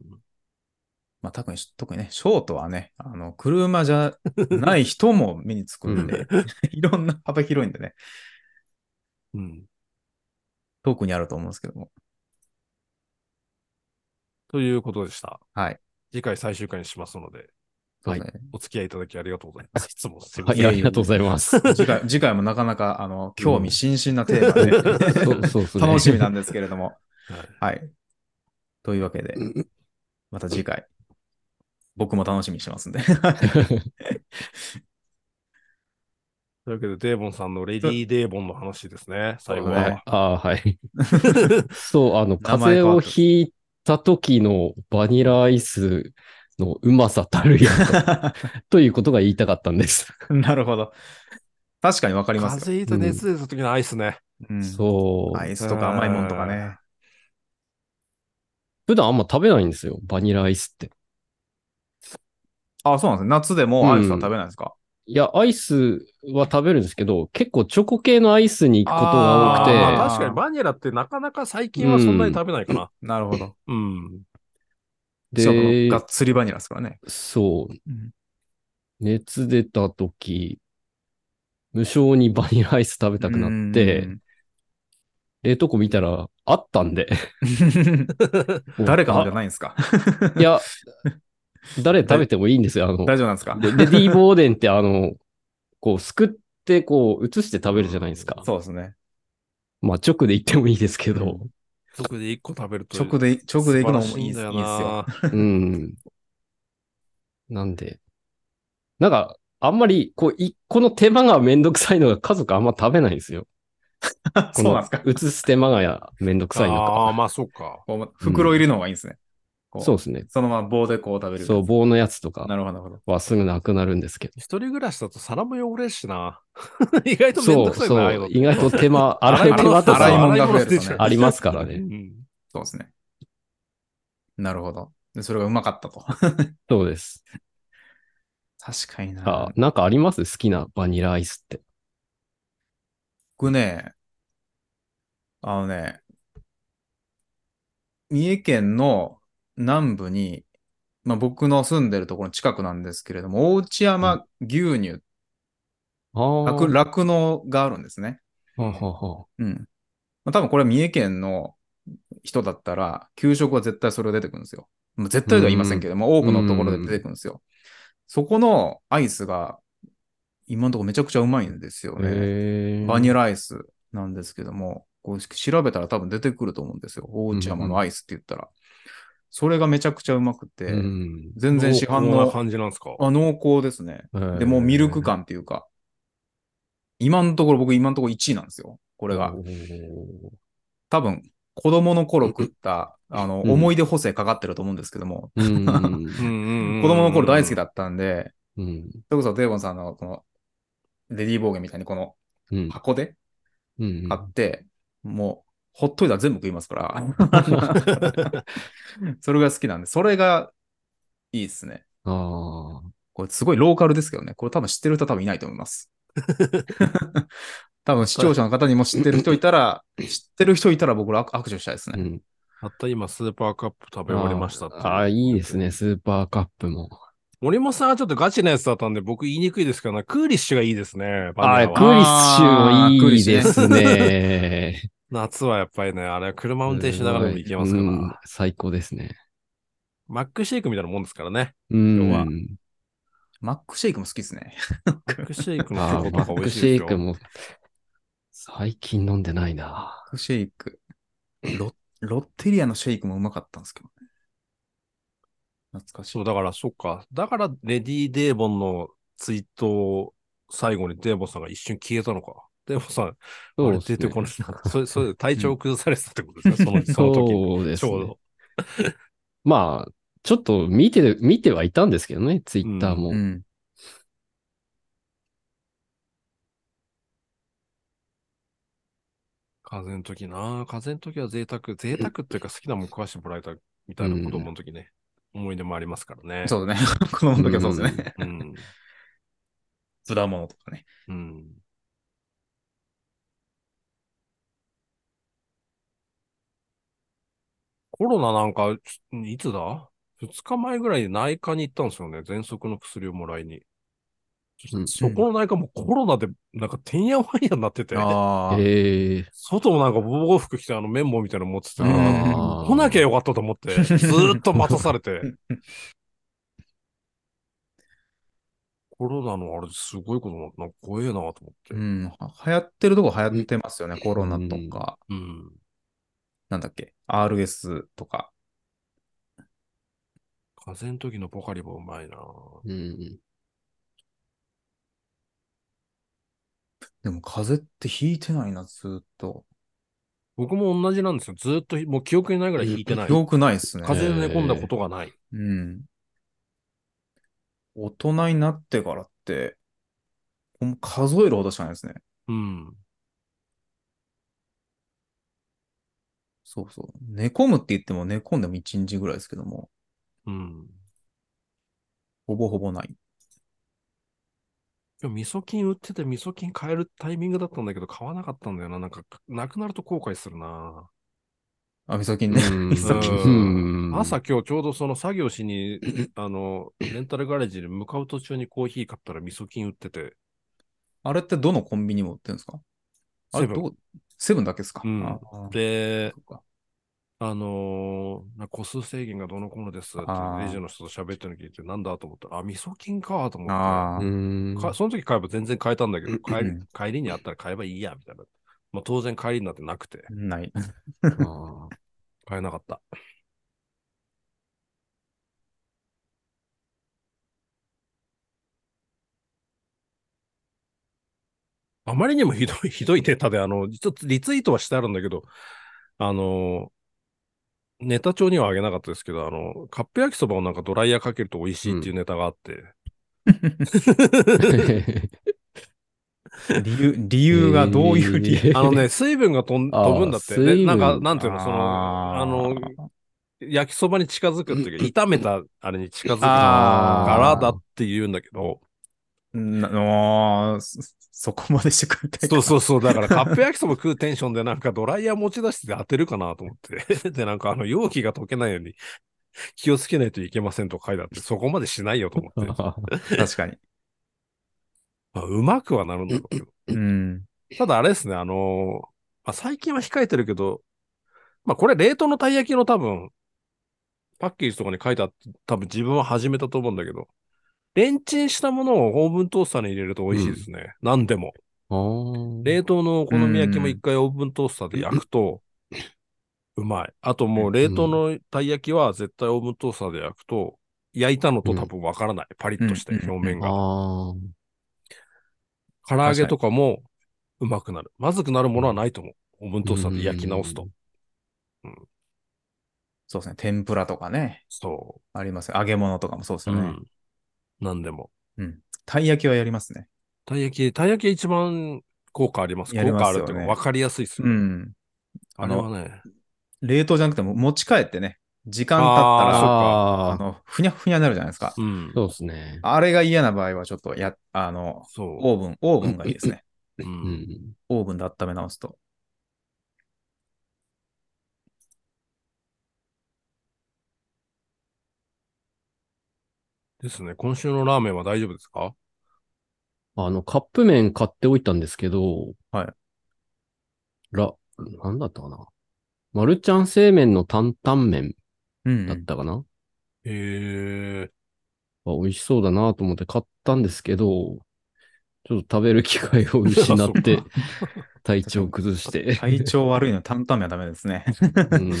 S1: まあ、特に、特にね、ショートはね、あの、車じゃない人も目につくんで、 いろんな幅広いんでね、
S2: うん。
S1: 遠くにあると思うんですけども。
S2: ということでした。
S1: はい。
S2: 次回最終回にしますので、
S1: そうですね
S2: お付き合いいただきありがとうございます。いつもすいま
S3: は
S2: せん。
S3: い、ありがとうござ います。
S1: 次回、次回もなかなか、あの、興味津々なテ ー
S3: そ
S1: マ
S3: う
S1: で、
S3: そうですね。
S1: 楽しみなんですけれども。
S2: は
S1: は
S2: い
S1: い。というわけで、 また次回、僕も楽しみにしてますんで。
S2: というわけで、デーボンさんのレディー・デーボンの話ですね、最後
S1: そうだ
S2: は
S1: ね。
S3: ああー、はい。 そう、あの、風邪をひいた時のバニラアイスのうまさたるや ということが言いたかったんです。
S1: なるほど。確かにわかりますよ。
S2: 風邪ひいた熱出た時のアイスね。
S1: うん
S3: そう。
S1: アイスとか甘いもんとかね。
S3: 普段あんま食べないんですよ。バニラアイスって。
S1: あ、そうなんですね。夏でもアイスは食べないんですか、
S3: いや、アイスは食べるんですけど、結構チョコ系のアイスに行くことが多
S1: あー
S2: ま
S3: くて
S2: あ、確かにバニラってなかなか最近はそんなに食べないかな。
S1: なるほど。
S2: うん。
S1: で、
S3: で
S1: がっつりバニラですからね。
S3: そう
S1: うん。
S3: 熱出た時、無性にバニラアイス食べたくなって、冷凍庫見たらあったんで。
S1: うん。誰かのじゃないんですか
S3: いや、誰食べてもいいんですよ。あの、
S1: 大丈夫なんですか
S3: レレディー・ボーデンってあの、こう、すくって、こう、移して食べるじゃないですか。
S1: そうですね。
S3: まあ、直で言ってもいいですけど。
S2: 直で1個食べると。
S1: 直で、直で行くのもいい
S2: 素晴らし
S1: で
S2: んだ
S1: すい
S2: よ
S1: いですよ。
S2: な。
S3: うん。なんで。なんか、あんまり、こう、一個の手間がめんどくさいのが家族あんま食べないんですよ。 こ
S1: そうなん
S3: の
S1: ですか、
S3: 移す手間がやめんどくさいの
S2: ああ、
S3: か。
S2: まあそうか。
S1: こう袋入れるの方がいいんですね。こ
S3: そうですね。
S1: そのまま棒でこう食べる。
S3: そう、棒のやつと
S1: な
S3: か
S1: るほど、なるほど。
S3: はすぐなくなるんですけど。
S2: 一人暮らしだと皿も汚れるしな。 意外とめん
S3: そ
S2: ど
S3: う、
S2: くさいよねああい
S3: そう
S2: の、
S3: う意外と手間、洗
S1: 洗
S3: い
S1: い
S3: 手間
S1: 物
S3: と
S1: 洗い物が
S3: か
S1: 増えるとね
S2: 洗い物
S3: ありますから
S2: う
S3: ね。
S2: ん
S1: そうですね。なるほど。で、それがうまかったと。
S3: そうです。
S1: 確かに
S3: あ
S1: な。
S3: なんかあります好きなバニラアイスって。
S1: 僕ね、あのね、三重県の南部にまあ、僕の住んでるところの近くなんですけれども、大内山牛乳、
S3: ああ。
S1: 酪酪農があるんですね。
S3: はあはあはあ
S1: うん。まあ、多分これ三重県の人だったら、給食は絶対それが出てくるんですよ。まあ絶対とは言いませんけども、多くのところで出てくるんですよ。そこのアイスが、今のところめちゃくちゃうまいんですよね。
S3: へえ。
S1: バニラアイスなんですけども、こう調べたら多分出てくると思うんですよ。大内山のアイスって言ったら。それがめちゃくちゃうまくて、
S3: うん。
S1: 全然市販
S2: こんな
S1: の、
S2: 感じなんですか
S1: あ濃厚ですね。で、もうミルク感っていうか、今のところ僕今のところ1位なんですよ。こ
S3: こ
S1: れが。多分、子供の頃食った、あの、
S3: うん
S1: 思い出補正かかってると思うんですけども、
S3: うん。
S2: うんうんうん
S1: 子供の頃大好き
S2: だ。
S1: だったんで、
S3: うん。
S1: それこそデーボンさんのこの、レディーボーゲンみたいにこの
S3: うん。
S1: 箱で
S3: うん。
S1: 買って、もう、ほっといたら全部食いますから。 それが好きなんで、それがいいですね。
S3: ああ。
S1: これすごいローカルですけどね。これ多分知ってる人多分いないと思い ます。多分視聴者の方にも知ってる人いたら、知ってる人いたら僕ら握手したいです
S3: う
S1: ね。
S3: ん。
S2: たった今、スーパーカップ食べ終わりましたって
S3: ああ、いいですね。スーパーカップも。
S2: 森本さんはちょっとガチなやつだったんで、僕言いにくいですけどね、クーリッシュがいいですね。バ
S3: あ
S2: ニ
S3: あ、
S2: ラ
S3: ク
S2: は
S1: ー
S3: リッシュもいいですね。
S2: 夏はやっぱりね、あれは車運転しながらでもいけますから、
S3: うん最高ですね。
S2: マックシェイクみたいなもんですからね。
S3: うん。
S2: 要は
S1: マックシェイクも好きですね。
S2: マックシェイクのチ
S3: あ
S2: ョ
S3: あ、
S2: コ
S3: マ
S2: とか美
S3: ック
S2: 味しい
S3: シェ
S2: で
S3: イ
S2: す
S3: ク
S2: よ。
S3: も最近飲んでないな。
S1: マックシェイク。ロロッテリアのシェイクもうまかったんですけどね。懐かしい
S2: そう、。だから、そっか。だから、レディー・デーボンのツイートを最後にデーボンさんが一瞬消えたのか。デーボンさん、
S3: そう
S2: あれ
S3: ですね
S2: 出てこない。それ、それ、体調崩されてたってことですか、その、その時。
S3: そうです
S2: ちょう
S3: ね
S2: ど。。
S3: まあ、ちょっと見て、見てはいたんですけどね、ツイッターも
S1: う。ん。
S2: 風邪の時な。風邪の時は贅沢。贅沢っていうか好きなもん食わしてもらえたみたいな子供の時ね。思い出もありますからね。
S1: そうだね。 子供の時はそうですね。
S2: うん。
S1: 果物とかね。
S2: うん。コロナなんか、いつだ ?2 日前ぐらいに内科に行ったんですよね。喘息の薬をもらいに。
S3: うん
S2: そこの内科もコロナで、なんかてんやわんやになってて、
S1: ああ。
S3: ええ
S2: 外もなんか防護服着てあの綿棒みたいなの持ってて、
S1: うん
S3: あー
S2: 来なきゃよかったと思 って、ずーっと待たされて。コロナのあれすごいことになって、なんか怖えなと思って。
S1: うん。流行ってるとこ流行ってますよね。コロナとか、
S2: うん。
S1: なんだっけ。RS とか。
S2: 風邪の時のポカリもうまいな
S3: うん。
S1: でも風邪ってひいてないな、ずーっと。
S2: 僕も同じなんですよ。ずーっと、もう記憶にないぐらい引いてない。
S1: よくないですね。
S2: 風邪で寝込んだことがない。
S1: うん。大人になってからって、ほん数えるほどしかないですね。
S2: うん。
S1: そうそう。寝込むって言っても寝込んでも1日ぐらいですけども、
S2: うん。
S1: ほぼほぼない。
S2: でも味噌菌売ってて、味噌菌買えるタイミングだったんだけど、買わなかったんだよな。なんか、なくなると後悔するな
S1: あ、美咲
S3: う
S1: ね。
S3: ん
S1: 味噌菌
S3: うん
S2: 朝今日ちょうどその作業しに、 あの、レンタルガレージに向かう途中にコーヒー買ったら味噌菌売ってて、
S1: あれってどのコンビニも売ってるんですかあれ
S2: セブン
S1: どうセブンだけですか
S2: うん
S1: あー
S2: で
S1: そ、っか
S2: あのーな個数制限がどのこのですって
S1: あー
S2: レジの人と喋ってるの聞いて、なんだと思ったら、あ、味噌菌かと思って。
S1: あ
S3: う
S1: ー
S3: ん。
S2: かその時買えば全然買えたんだけど、 帰り
S1: うん
S2: 帰りにあったら買えばいいや、みたいな。まあ、当然帰りになってなくて、
S1: ない。
S3: ああ
S2: 買えなかった。あまりにもひどい、 ひどいネタで、あの、ちょっとリツイートはしてあるんだけど、あの、ネタ帳にはあげなかったですけど、あの、カップ焼きそばをなんかドライヤーかけると美味しいっていうネタがあって、
S1: 理由、理由がどういう理由
S3: えー
S2: あのね、水分が飛ん
S3: あー
S2: 飛ぶんだって。
S3: 水
S2: で、
S3: 分
S2: なんか、なんていうの、その、
S1: あー
S2: あの、焼きそばに近づくっていうか、炒めたあれに近づく
S1: あー
S2: からだって言うんだけど、
S1: なあーそそこまでしてくれたいか
S2: そうそうそう、だからカップ焼きそば食うテン ションでなんかドライヤー持ち出して当てるかなと思って、で、なんかあの容器が溶けないように 気をつけないといけませんと書いてあって、そこまでしないよと思って。
S1: 確かに。
S2: まあ、うまくはなるんだろうけど。
S1: うん。
S2: ただあれですね、あのまあ、最近は控えてるけど、まあこれ冷凍のたい焼きの多分、パッケージとかに書いてあって、多分自分は始めたと思うんだけど、レンチンしたものをオーブントースターに入れると美味しいですね。何でも。
S3: あー
S2: 冷凍のお好み焼きも一回オーブントースターで焼くと、うまい。あともう冷凍のたい焼きは絶対オーブントースターで焼くと、焼いたのと多分わからない。パリッとして
S1: うん
S2: 表面が。
S3: あー。
S2: 唐揚げとかもうまくなる。まずくなるものはないと思う。オーブントースターで焼き直すと。
S1: そうですね。天ぷらとかね。
S2: そ
S1: ありますね。揚げ物とかもそうです
S2: う。
S1: よ
S2: う
S1: ね。
S2: ん。なんでも。
S1: たい焼きはやりますね。
S2: たい焼き、たい焼き一番効果あります。
S1: やり
S2: 効
S1: ますよ
S2: 果あ
S1: ね
S2: るっていうか、わかりやすいっすよ
S1: う
S2: ね。
S1: ん。
S2: あれはね。
S1: 冷凍じゃなくても持ち帰ってね、時間経った
S2: あ
S1: ら、
S2: そっ
S1: あ
S3: ああ、
S1: の、ふにゃふにゃになるじゃないですか。
S2: うん。
S3: そうですね。
S1: あれが嫌な場合は、ちょっとや、あの、
S2: そ
S1: オーブン、オーブンがいいですね。
S2: う。う。
S3: うんん。
S1: オーブンで温め直すと。
S2: ですね。今週のラーメンは大丈夫ですか
S3: あの、カップ麺買っておいたんですけど、
S1: はい。
S3: ら、なんだったかな。マルちゃん製麺の担々麺
S1: うん
S3: だったかな、
S2: へえ。
S3: あ美味しそうだなと思って買ったんですけど、ちょっと食べる機会を失 っ
S2: そ
S3: て
S2: う、
S3: 体調崩 して。
S1: 体調悪いの、担々麺はダメですね。
S3: うん
S2: 確かにね。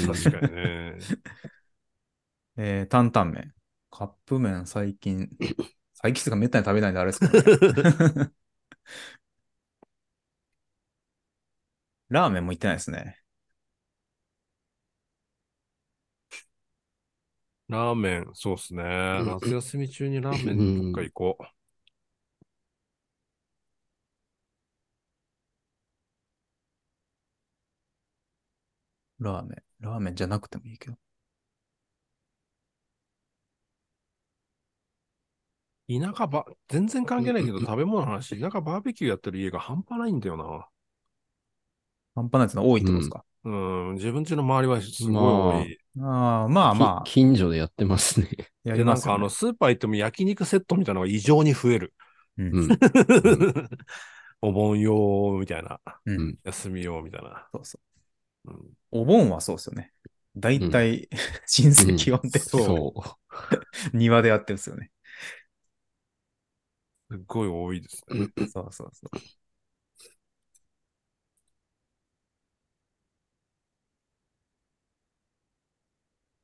S1: えー、担々麺。カップ麺、最近、最近とかめったに食べないんであれですけどね。 ラーメンも行ってないですね。
S2: ラーメン、そうっすね。夏休み中にラーメンどっか行こう。
S1: ラーメン。ラーメンじゃなくてもいいけど。
S2: 田舎ば、全然関係ないけど、食べ物の話、田舎バーベキューやってる家が半端ないんだよ
S1: 半端ないやつの多いってことですか。
S2: な。うん、自分家の周りはすごい多い。
S1: ああ、まあま
S3: き近所でやってますね。
S1: あ、や
S2: で、
S1: り
S2: な
S1: ま
S2: ん
S1: す
S2: かあ
S1: よ、ね
S2: の、。スーパー行っても焼肉セットみたいなのが異常に増える。
S1: うん
S3: うん。
S2: お盆用みたいな、
S1: うん
S3: うん
S2: 休み用みたいな。
S1: そうそう
S2: うん
S1: お盆はそうですよね。大体、 親戚呼んで、
S3: そう。
S1: 庭でやってるんですよね。
S2: すっごい多いですね。
S1: そうそうそう。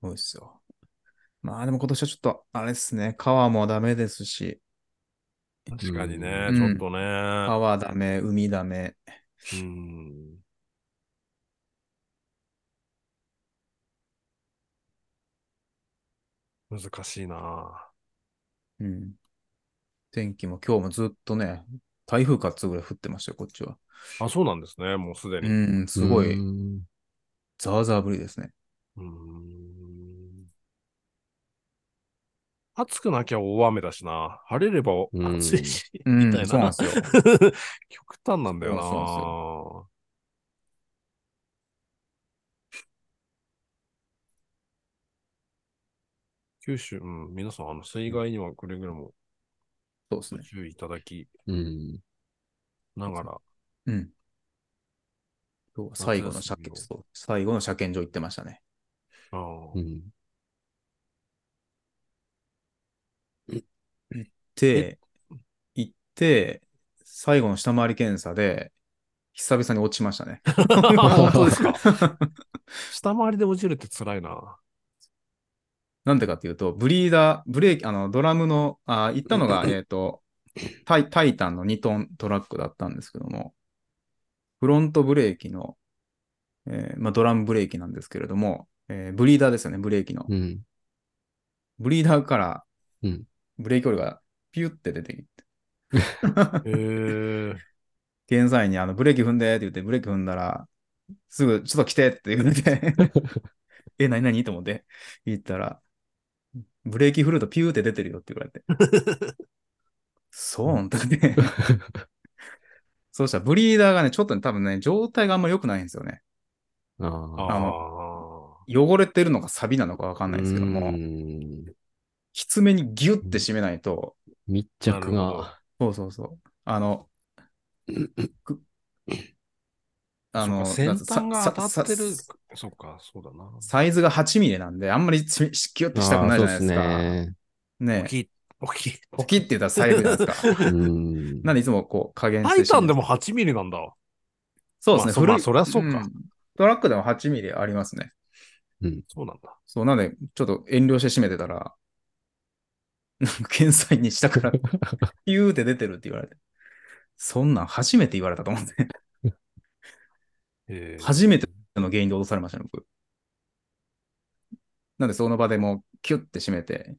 S1: そうですよ。まあでも今年はちょっと、あれですね、川もダメですし、
S2: 確かにね、
S1: うん
S2: ちょっとね。
S1: 川ダメ、海ダメ。
S2: うん難しいな
S1: うん。天気も今日もずっとね、台風かっつうぐらい降ってましたよ、こっちは。
S2: あ、そうなんですね、もうすで
S1: う
S2: に。
S1: ん、すご
S3: う
S1: い、
S3: ん
S1: ざわざわぶりですね。
S2: うーん暑くなきゃ大雨だしな。晴れれば
S3: うん
S2: 暑いし、
S1: うん
S2: みたいな。
S1: そうなんですよ
S2: 極端なんだよな。
S1: そうなんです
S2: 九州、うん、皆さん、あの、水害にはくれぐれも
S1: そうです
S2: ご
S1: ね。
S2: 注意いただき
S3: うん。
S2: ながら、
S1: うん。今日は最後の車検、
S2: 夏休
S1: そう最後の車検場行ってましたね。
S2: あ
S3: う
S2: ー
S3: ん。
S1: で、行って、最後の下回り検査で、久々に落ちま したね。
S2: 本当ですか。下回りで落ちるって辛いな。
S1: なんでかっていうと、ブリーダー、ブレーキ、あの、ドラムの、あ行ったのが、えっとタイ、タイタンの2トントラックだったんですけども、フロントブレーキの、えーまあ、ドラムブレーキなんですけれども、えーブリーダーですよね、ブレーキの。
S3: うん。
S1: ブリーダーから
S3: うん、
S1: ブレーキオイルがピュって出てきて、
S2: へえ。
S1: 検査員にあのブレーキ踏んでって言って、ブレーキ踏んだら、すぐちょっと来てって言われて、え、何何と思って言ったら、ブレーキ振るとピューって出てるよって言われて。そうなんだね。そうしたらブリーダーがね、ちょっとね、多分ね、状態があんまり良くないんですよね。
S3: ああ。
S1: あ
S2: ああ。
S1: 汚れてるのかサビなのかわかんないですけど
S3: うー
S1: も、
S3: ん
S1: きつめにギュッて締めないと、
S3: 密着
S2: なるほど
S3: が。
S1: そうそうそう。あ の、くあの、
S2: そうか先端
S1: さ
S2: が当たってる
S1: ささ。
S2: そうか、そうだな。
S1: サイズが8ミリなんで、あんまりししギュッてしたくないじゃないです
S3: あ
S1: か。
S3: ーそうっ
S1: ね
S2: 大きい、大きい。
S1: ポキって言ったらサイズじゃないです か。
S3: すね。うん
S1: なんでいつもこう加減して
S2: タ
S1: しまう
S2: イタンでも8ミリなんだ。
S1: そうですね。
S2: まあそ
S1: 古い
S2: まあそりゃそうか
S1: んトラックでも8ミリありますね。
S2: そうなんだ。
S1: そう、なんで、ちょっと遠慮して締めてたら、なんか検査にした から、ピューって出てるって言われて。そんなん初めて言われたと思って。
S2: えー
S1: 初めての原因で脅されましたね、僕。なんで、その場でもう、キュッて締めて、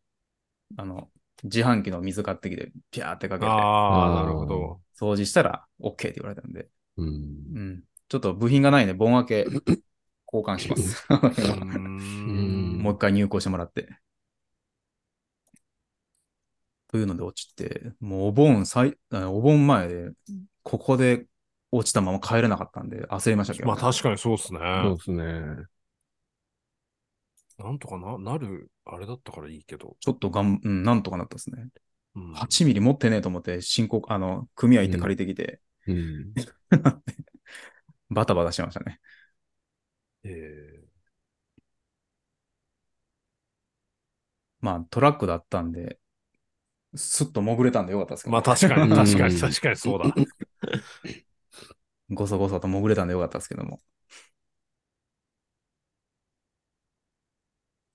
S1: あの、自販機の水買ってきて、ピャーってかけて、
S2: あ
S3: あー
S2: あ、なるほど。
S1: 掃除したら、OK って言われたんで、
S3: うん
S1: うん。ちょっと部品がないんで、盆明 け交換します。
S2: うー
S3: うん
S2: ん
S1: もう一回入校してもらって。というので落ちて、もうお盆最、あお盆前で、ここで落ちたまま帰れなかったんで、焦りましたけど、
S2: まあ確かにそうっすね。
S3: そうですね。
S2: なんとかな、なる、あれだったからいいけど。
S1: ちょっとがん、うん、なんとかなったですね。
S2: うん
S1: 8ミリ持ってねえと思って、進行、あの、組合行って借りてきて、
S3: うん。
S1: バタバタしてましたね。
S2: え
S1: まあトラックだったんで、すっと潜れたんでよかったですけど、
S2: ーまあ確 かに、
S3: うん
S2: 確かに、確かにそうだ。
S1: ごそごそと潜れたんでよかったですけども。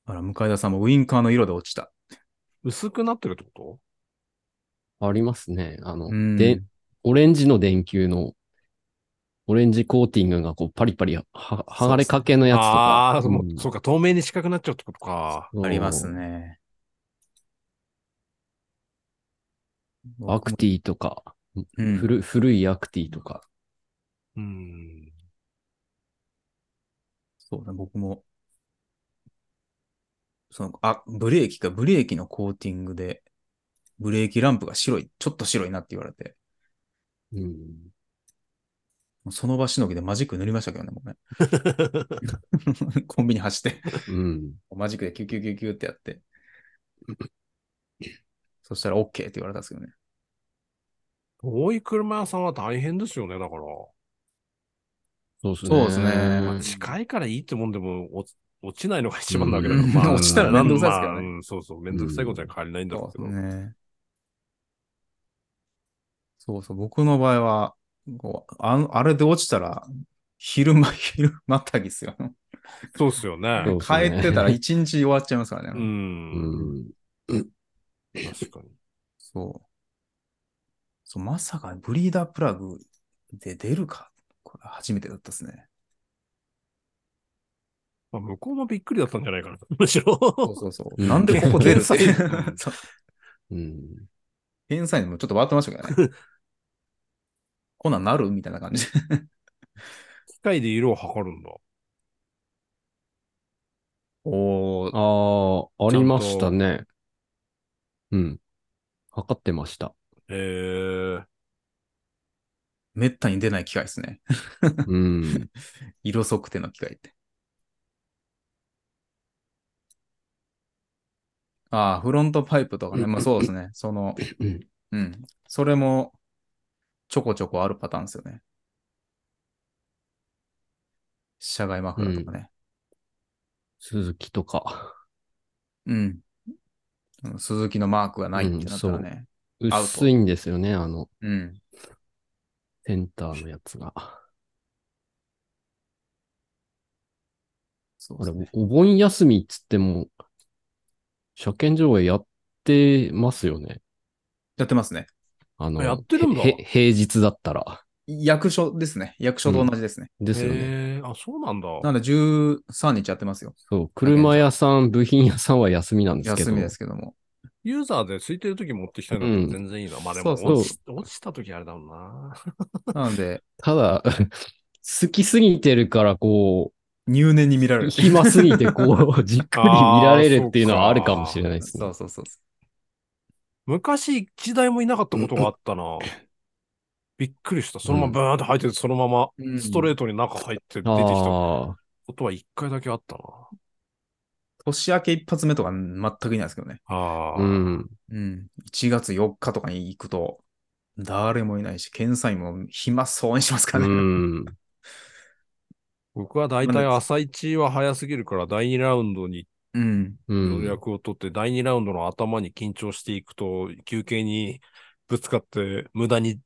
S1: あら、向田さんもウインカーの色で落ちた。
S2: 薄くなってるってこ
S3: ありますね。あの
S1: う、ん
S3: で、オレンジの電球の、オレンジコーティングがこうパリパリはは剥がれかけの
S2: と
S3: やつとか。
S2: ああ、も
S3: ん
S2: うそうか、透明に近くなっちゃうってことか。
S3: そう
S1: ありますね。
S3: アクティとか、
S1: うん
S3: 古古いアクティとか。
S2: うん。
S1: そうだ、僕も。その、あ、ブレーキか、ブレーキのコーティングで、ブレーキランプが白い、ちょっと白いなって言われて、
S3: うん。
S1: もうその場しのぎでマジック塗りましたけどね、もうね。 コンビニ走って。
S3: うん。
S1: マジックでキュキュキュキュってやって。そしたら OK って言われたんですけどね。
S2: 遠い車屋さんは大変ですよね、だから。
S3: そうですね。
S1: そうですね
S2: まあ近いからいいってもんでも、落ち落ちないのが一番なわけだから。
S3: うん
S2: まあ、
S3: 落ちたら
S1: 面倒くさいですからね
S2: まあうんそうそう、めんどくさいことには変わりないんだろうけど。
S1: ね。そうそう、僕の場合は、こうあのあれで落ちたら、昼間、昼またぎっすよ。
S2: そうっすよね。
S3: そうです
S1: 帰
S3: ね
S1: ってたら一日終わっちゃいますからね。
S2: うん。
S3: うん。
S2: 確かに。
S1: そう。そう、まさかブリーダープラグで出るか。これ初めてだったですね。
S2: まあ、向こうもびっくりだったんじゃないかな。むし
S1: そう
S2: ろ。
S1: そうそうう。
S3: ん
S1: なんでここ出るさ
S2: 天 才
S1: そう
S3: うん。
S1: 天才にもちょっと笑ってましたけどね。こんなんなるみたいな感じ。
S2: 機械で色を測るんだ。
S1: おー、
S3: ああ、ありましたね。うん。測ってました。
S2: ええ
S1: めったに出ない機械ですね。
S3: うん。
S1: 色測定の機械って。ああ、フロントパイプとかね。まあそうですね。その、うん。それも、ちょこちょこあるパターンですよね。車外マフラーとかね。
S3: 鈴木とか。
S1: うん。うん、鈴木のマークがないってなったらね。アウト
S3: 薄いんですよね、あの、
S1: うん。
S3: センターのやつが。
S1: そう
S3: あ
S1: で
S3: れ
S1: すね、
S3: お盆休みっつっても、車検上映やってますよね。
S1: やってますね。
S3: あの、
S2: やってるんだ
S3: へへ平日だったら。
S1: 役所ですね。役所と同じですね。
S3: ですよね。
S2: ええあ、そうなんだ。
S1: なので13日やってますよ。
S3: そう、車屋さん、部品屋さんは休みなんですけど。
S1: 休みですけども。
S2: ユーザーで空いてる時持ってきたいな
S3: う
S2: ら
S3: ん
S2: 全然いいな。まあで
S1: そ
S2: も
S1: うそう
S2: 落ち、落ちた時あれだもんな。
S1: なので、
S3: ただ、 好きすぎてるから、こ
S1: 入念に見られ
S3: う、
S1: る。
S3: 暇すぎて、こう、じ っくり見られるっていうのはあるかもしれないです
S1: そ
S3: ね
S1: う。そうそうそ
S2: 昔一台もいなかったことがあったな。びっくりした。そのままブーンって入ってて、そのまま
S1: う。
S2: ストレ
S1: ー
S2: ートに中入って出てきた
S3: あ
S2: こ
S3: あー、
S2: とは一回だけあったな。
S1: 年明け一発目とか全くいないですけどね。
S2: ああ、
S3: うん。
S1: うん。1月4日とかに行くと、誰もいないし、検査員も暇そうにします
S3: う
S1: からね。
S3: ん。
S2: 僕は大体朝一は早すぎるから第2ラウンドに
S1: うん。
S3: う
S2: 予
S3: ん。
S2: 約を取って、第2ラウンドの頭に緊張していくと、休憩にぶつかって、無駄に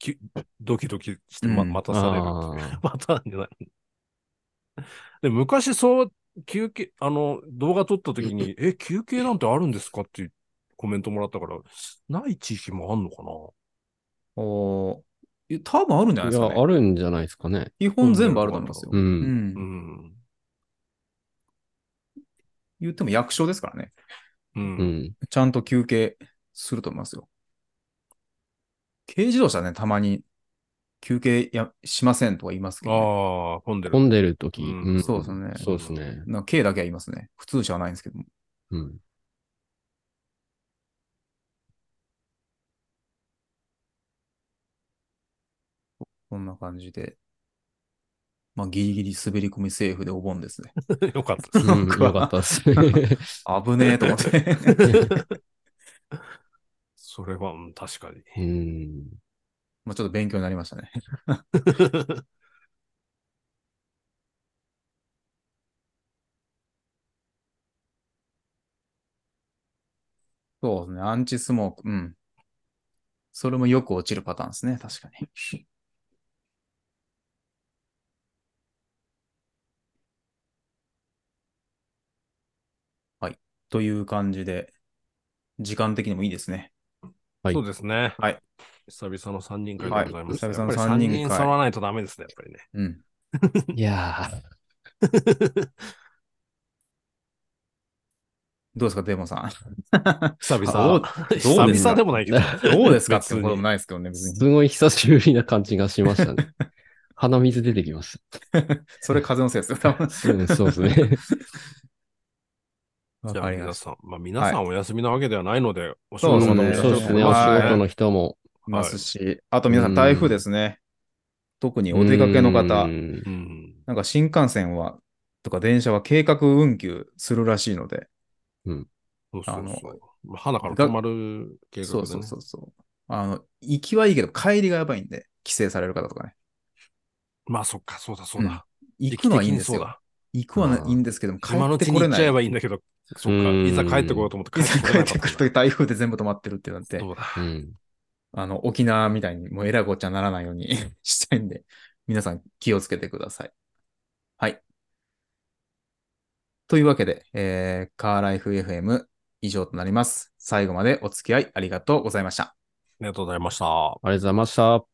S2: きドキドキしてま
S1: うん
S2: 待たされる。
S3: ああ。
S2: またじゃない。で、昔そう、休憩、あの、動画撮った時に、え、休憩なんてあるんですかっていうコメントもらったから、ない地域もあんのかな
S1: おー多分あるんじゃない
S3: い
S1: ですか、
S3: や、あ
S1: ね。
S3: るんじゃないですかね。
S1: 基本全部あると思いますよ
S3: う。。
S1: うんん。
S2: うん。
S1: 言っても役所ですからね。
S2: う。
S3: うんん。
S1: ちゃんと休憩すると思いますよ。軽自動車ね、たまに休憩やしませんとか言いますけど、ね。
S2: ああ、混んでる。
S3: 混んでる時、
S2: うん
S3: うん
S1: そうですね
S3: そうですね。
S1: なんか軽だけは言いますね。普通車はないんですけども。
S3: うん。
S1: こんな感じで。まあ、ギリギリ滑り込みセーフでお盆ですね。
S2: よかったです。
S3: うん、
S2: 僕は
S3: よかったですね。
S1: 危ねえと思って。
S2: それは、うん確かに。
S3: うん。
S1: まあ、ちょっと勉強になりましたね。そうですね。アンチスモーク。うん。それもよく落ちるパターンですね。確かに。はい。という感じで、時間的にもいいですね。
S3: はい
S2: そうですね。
S1: はい。
S2: 久々の3人会でございました。
S1: はい
S2: やっ
S1: 久々の
S2: ぱり3
S1: 三人会
S2: 人揃わないとダメですね、やっぱりね。
S1: うん。
S3: いや
S1: どうですか、デーモンさん。
S2: 久
S1: どう
S2: 々。久
S1: どうですか
S2: 々でもないけど。
S1: どうですかっ
S2: 別
S1: てこ
S2: に
S1: ともないですけどね、別
S3: ー、
S1: に。
S3: すごい久しぶりな感じがしましたね。鼻水出てきまし
S1: それ風のせいですよ、多分
S3: た。。そうそうですね。
S1: わ
S2: じゃ
S1: か
S2: あ
S1: りま
S2: 皆
S1: し
S2: さん、まあ皆さんお休みなわけではないので、お仕
S3: う
S1: そううんですね
S2: 事の皆さん
S3: そうです
S2: ちょっ
S3: ね。
S2: と
S3: お
S1: は
S3: 仕
S1: い
S3: 事の人も。
S1: ますし、あと皆さん、台風ですね。特にお出かけの
S3: う
S1: 方、
S3: ん
S2: うん。
S1: なんか新幹線は、とか電車は計画運休するらしいので、
S2: そうそう
S1: あの
S2: そう。花から止まる計画で
S1: そ
S2: ね。
S1: うそうそうそう。あの、行きはいいけど、帰りがやばいんで、帰省される方とかね。
S2: まあそっか、そうだそうだ。
S1: 行くのはいいんで
S2: 時
S1: す
S2: 期的にそ
S1: よ。
S2: うだ。
S1: 行くは
S3: あ
S1: な
S3: ー
S1: いいんですけども、帰
S2: 今のう
S1: って
S2: ち
S1: こ
S2: に行
S1: れ
S2: っ
S1: な
S2: ちゃ
S1: い。
S2: え
S1: い
S2: ばいいんだけど、そっか、
S3: うん
S2: いざ帰ってこようと思って
S1: ざ帰ってくると
S2: と
S1: 台風で全部止まってるってなって、
S2: そうだ。
S3: うん。
S1: あの、沖縄みたいにもうえらいごっちゃにならないように したいんで、皆さん気をつけてください。はい。というわけで、えー、カーライフ FM 以上となります。最後までお付き合いありがとうございました。
S2: ありがとうございました。
S3: ありがとうございました。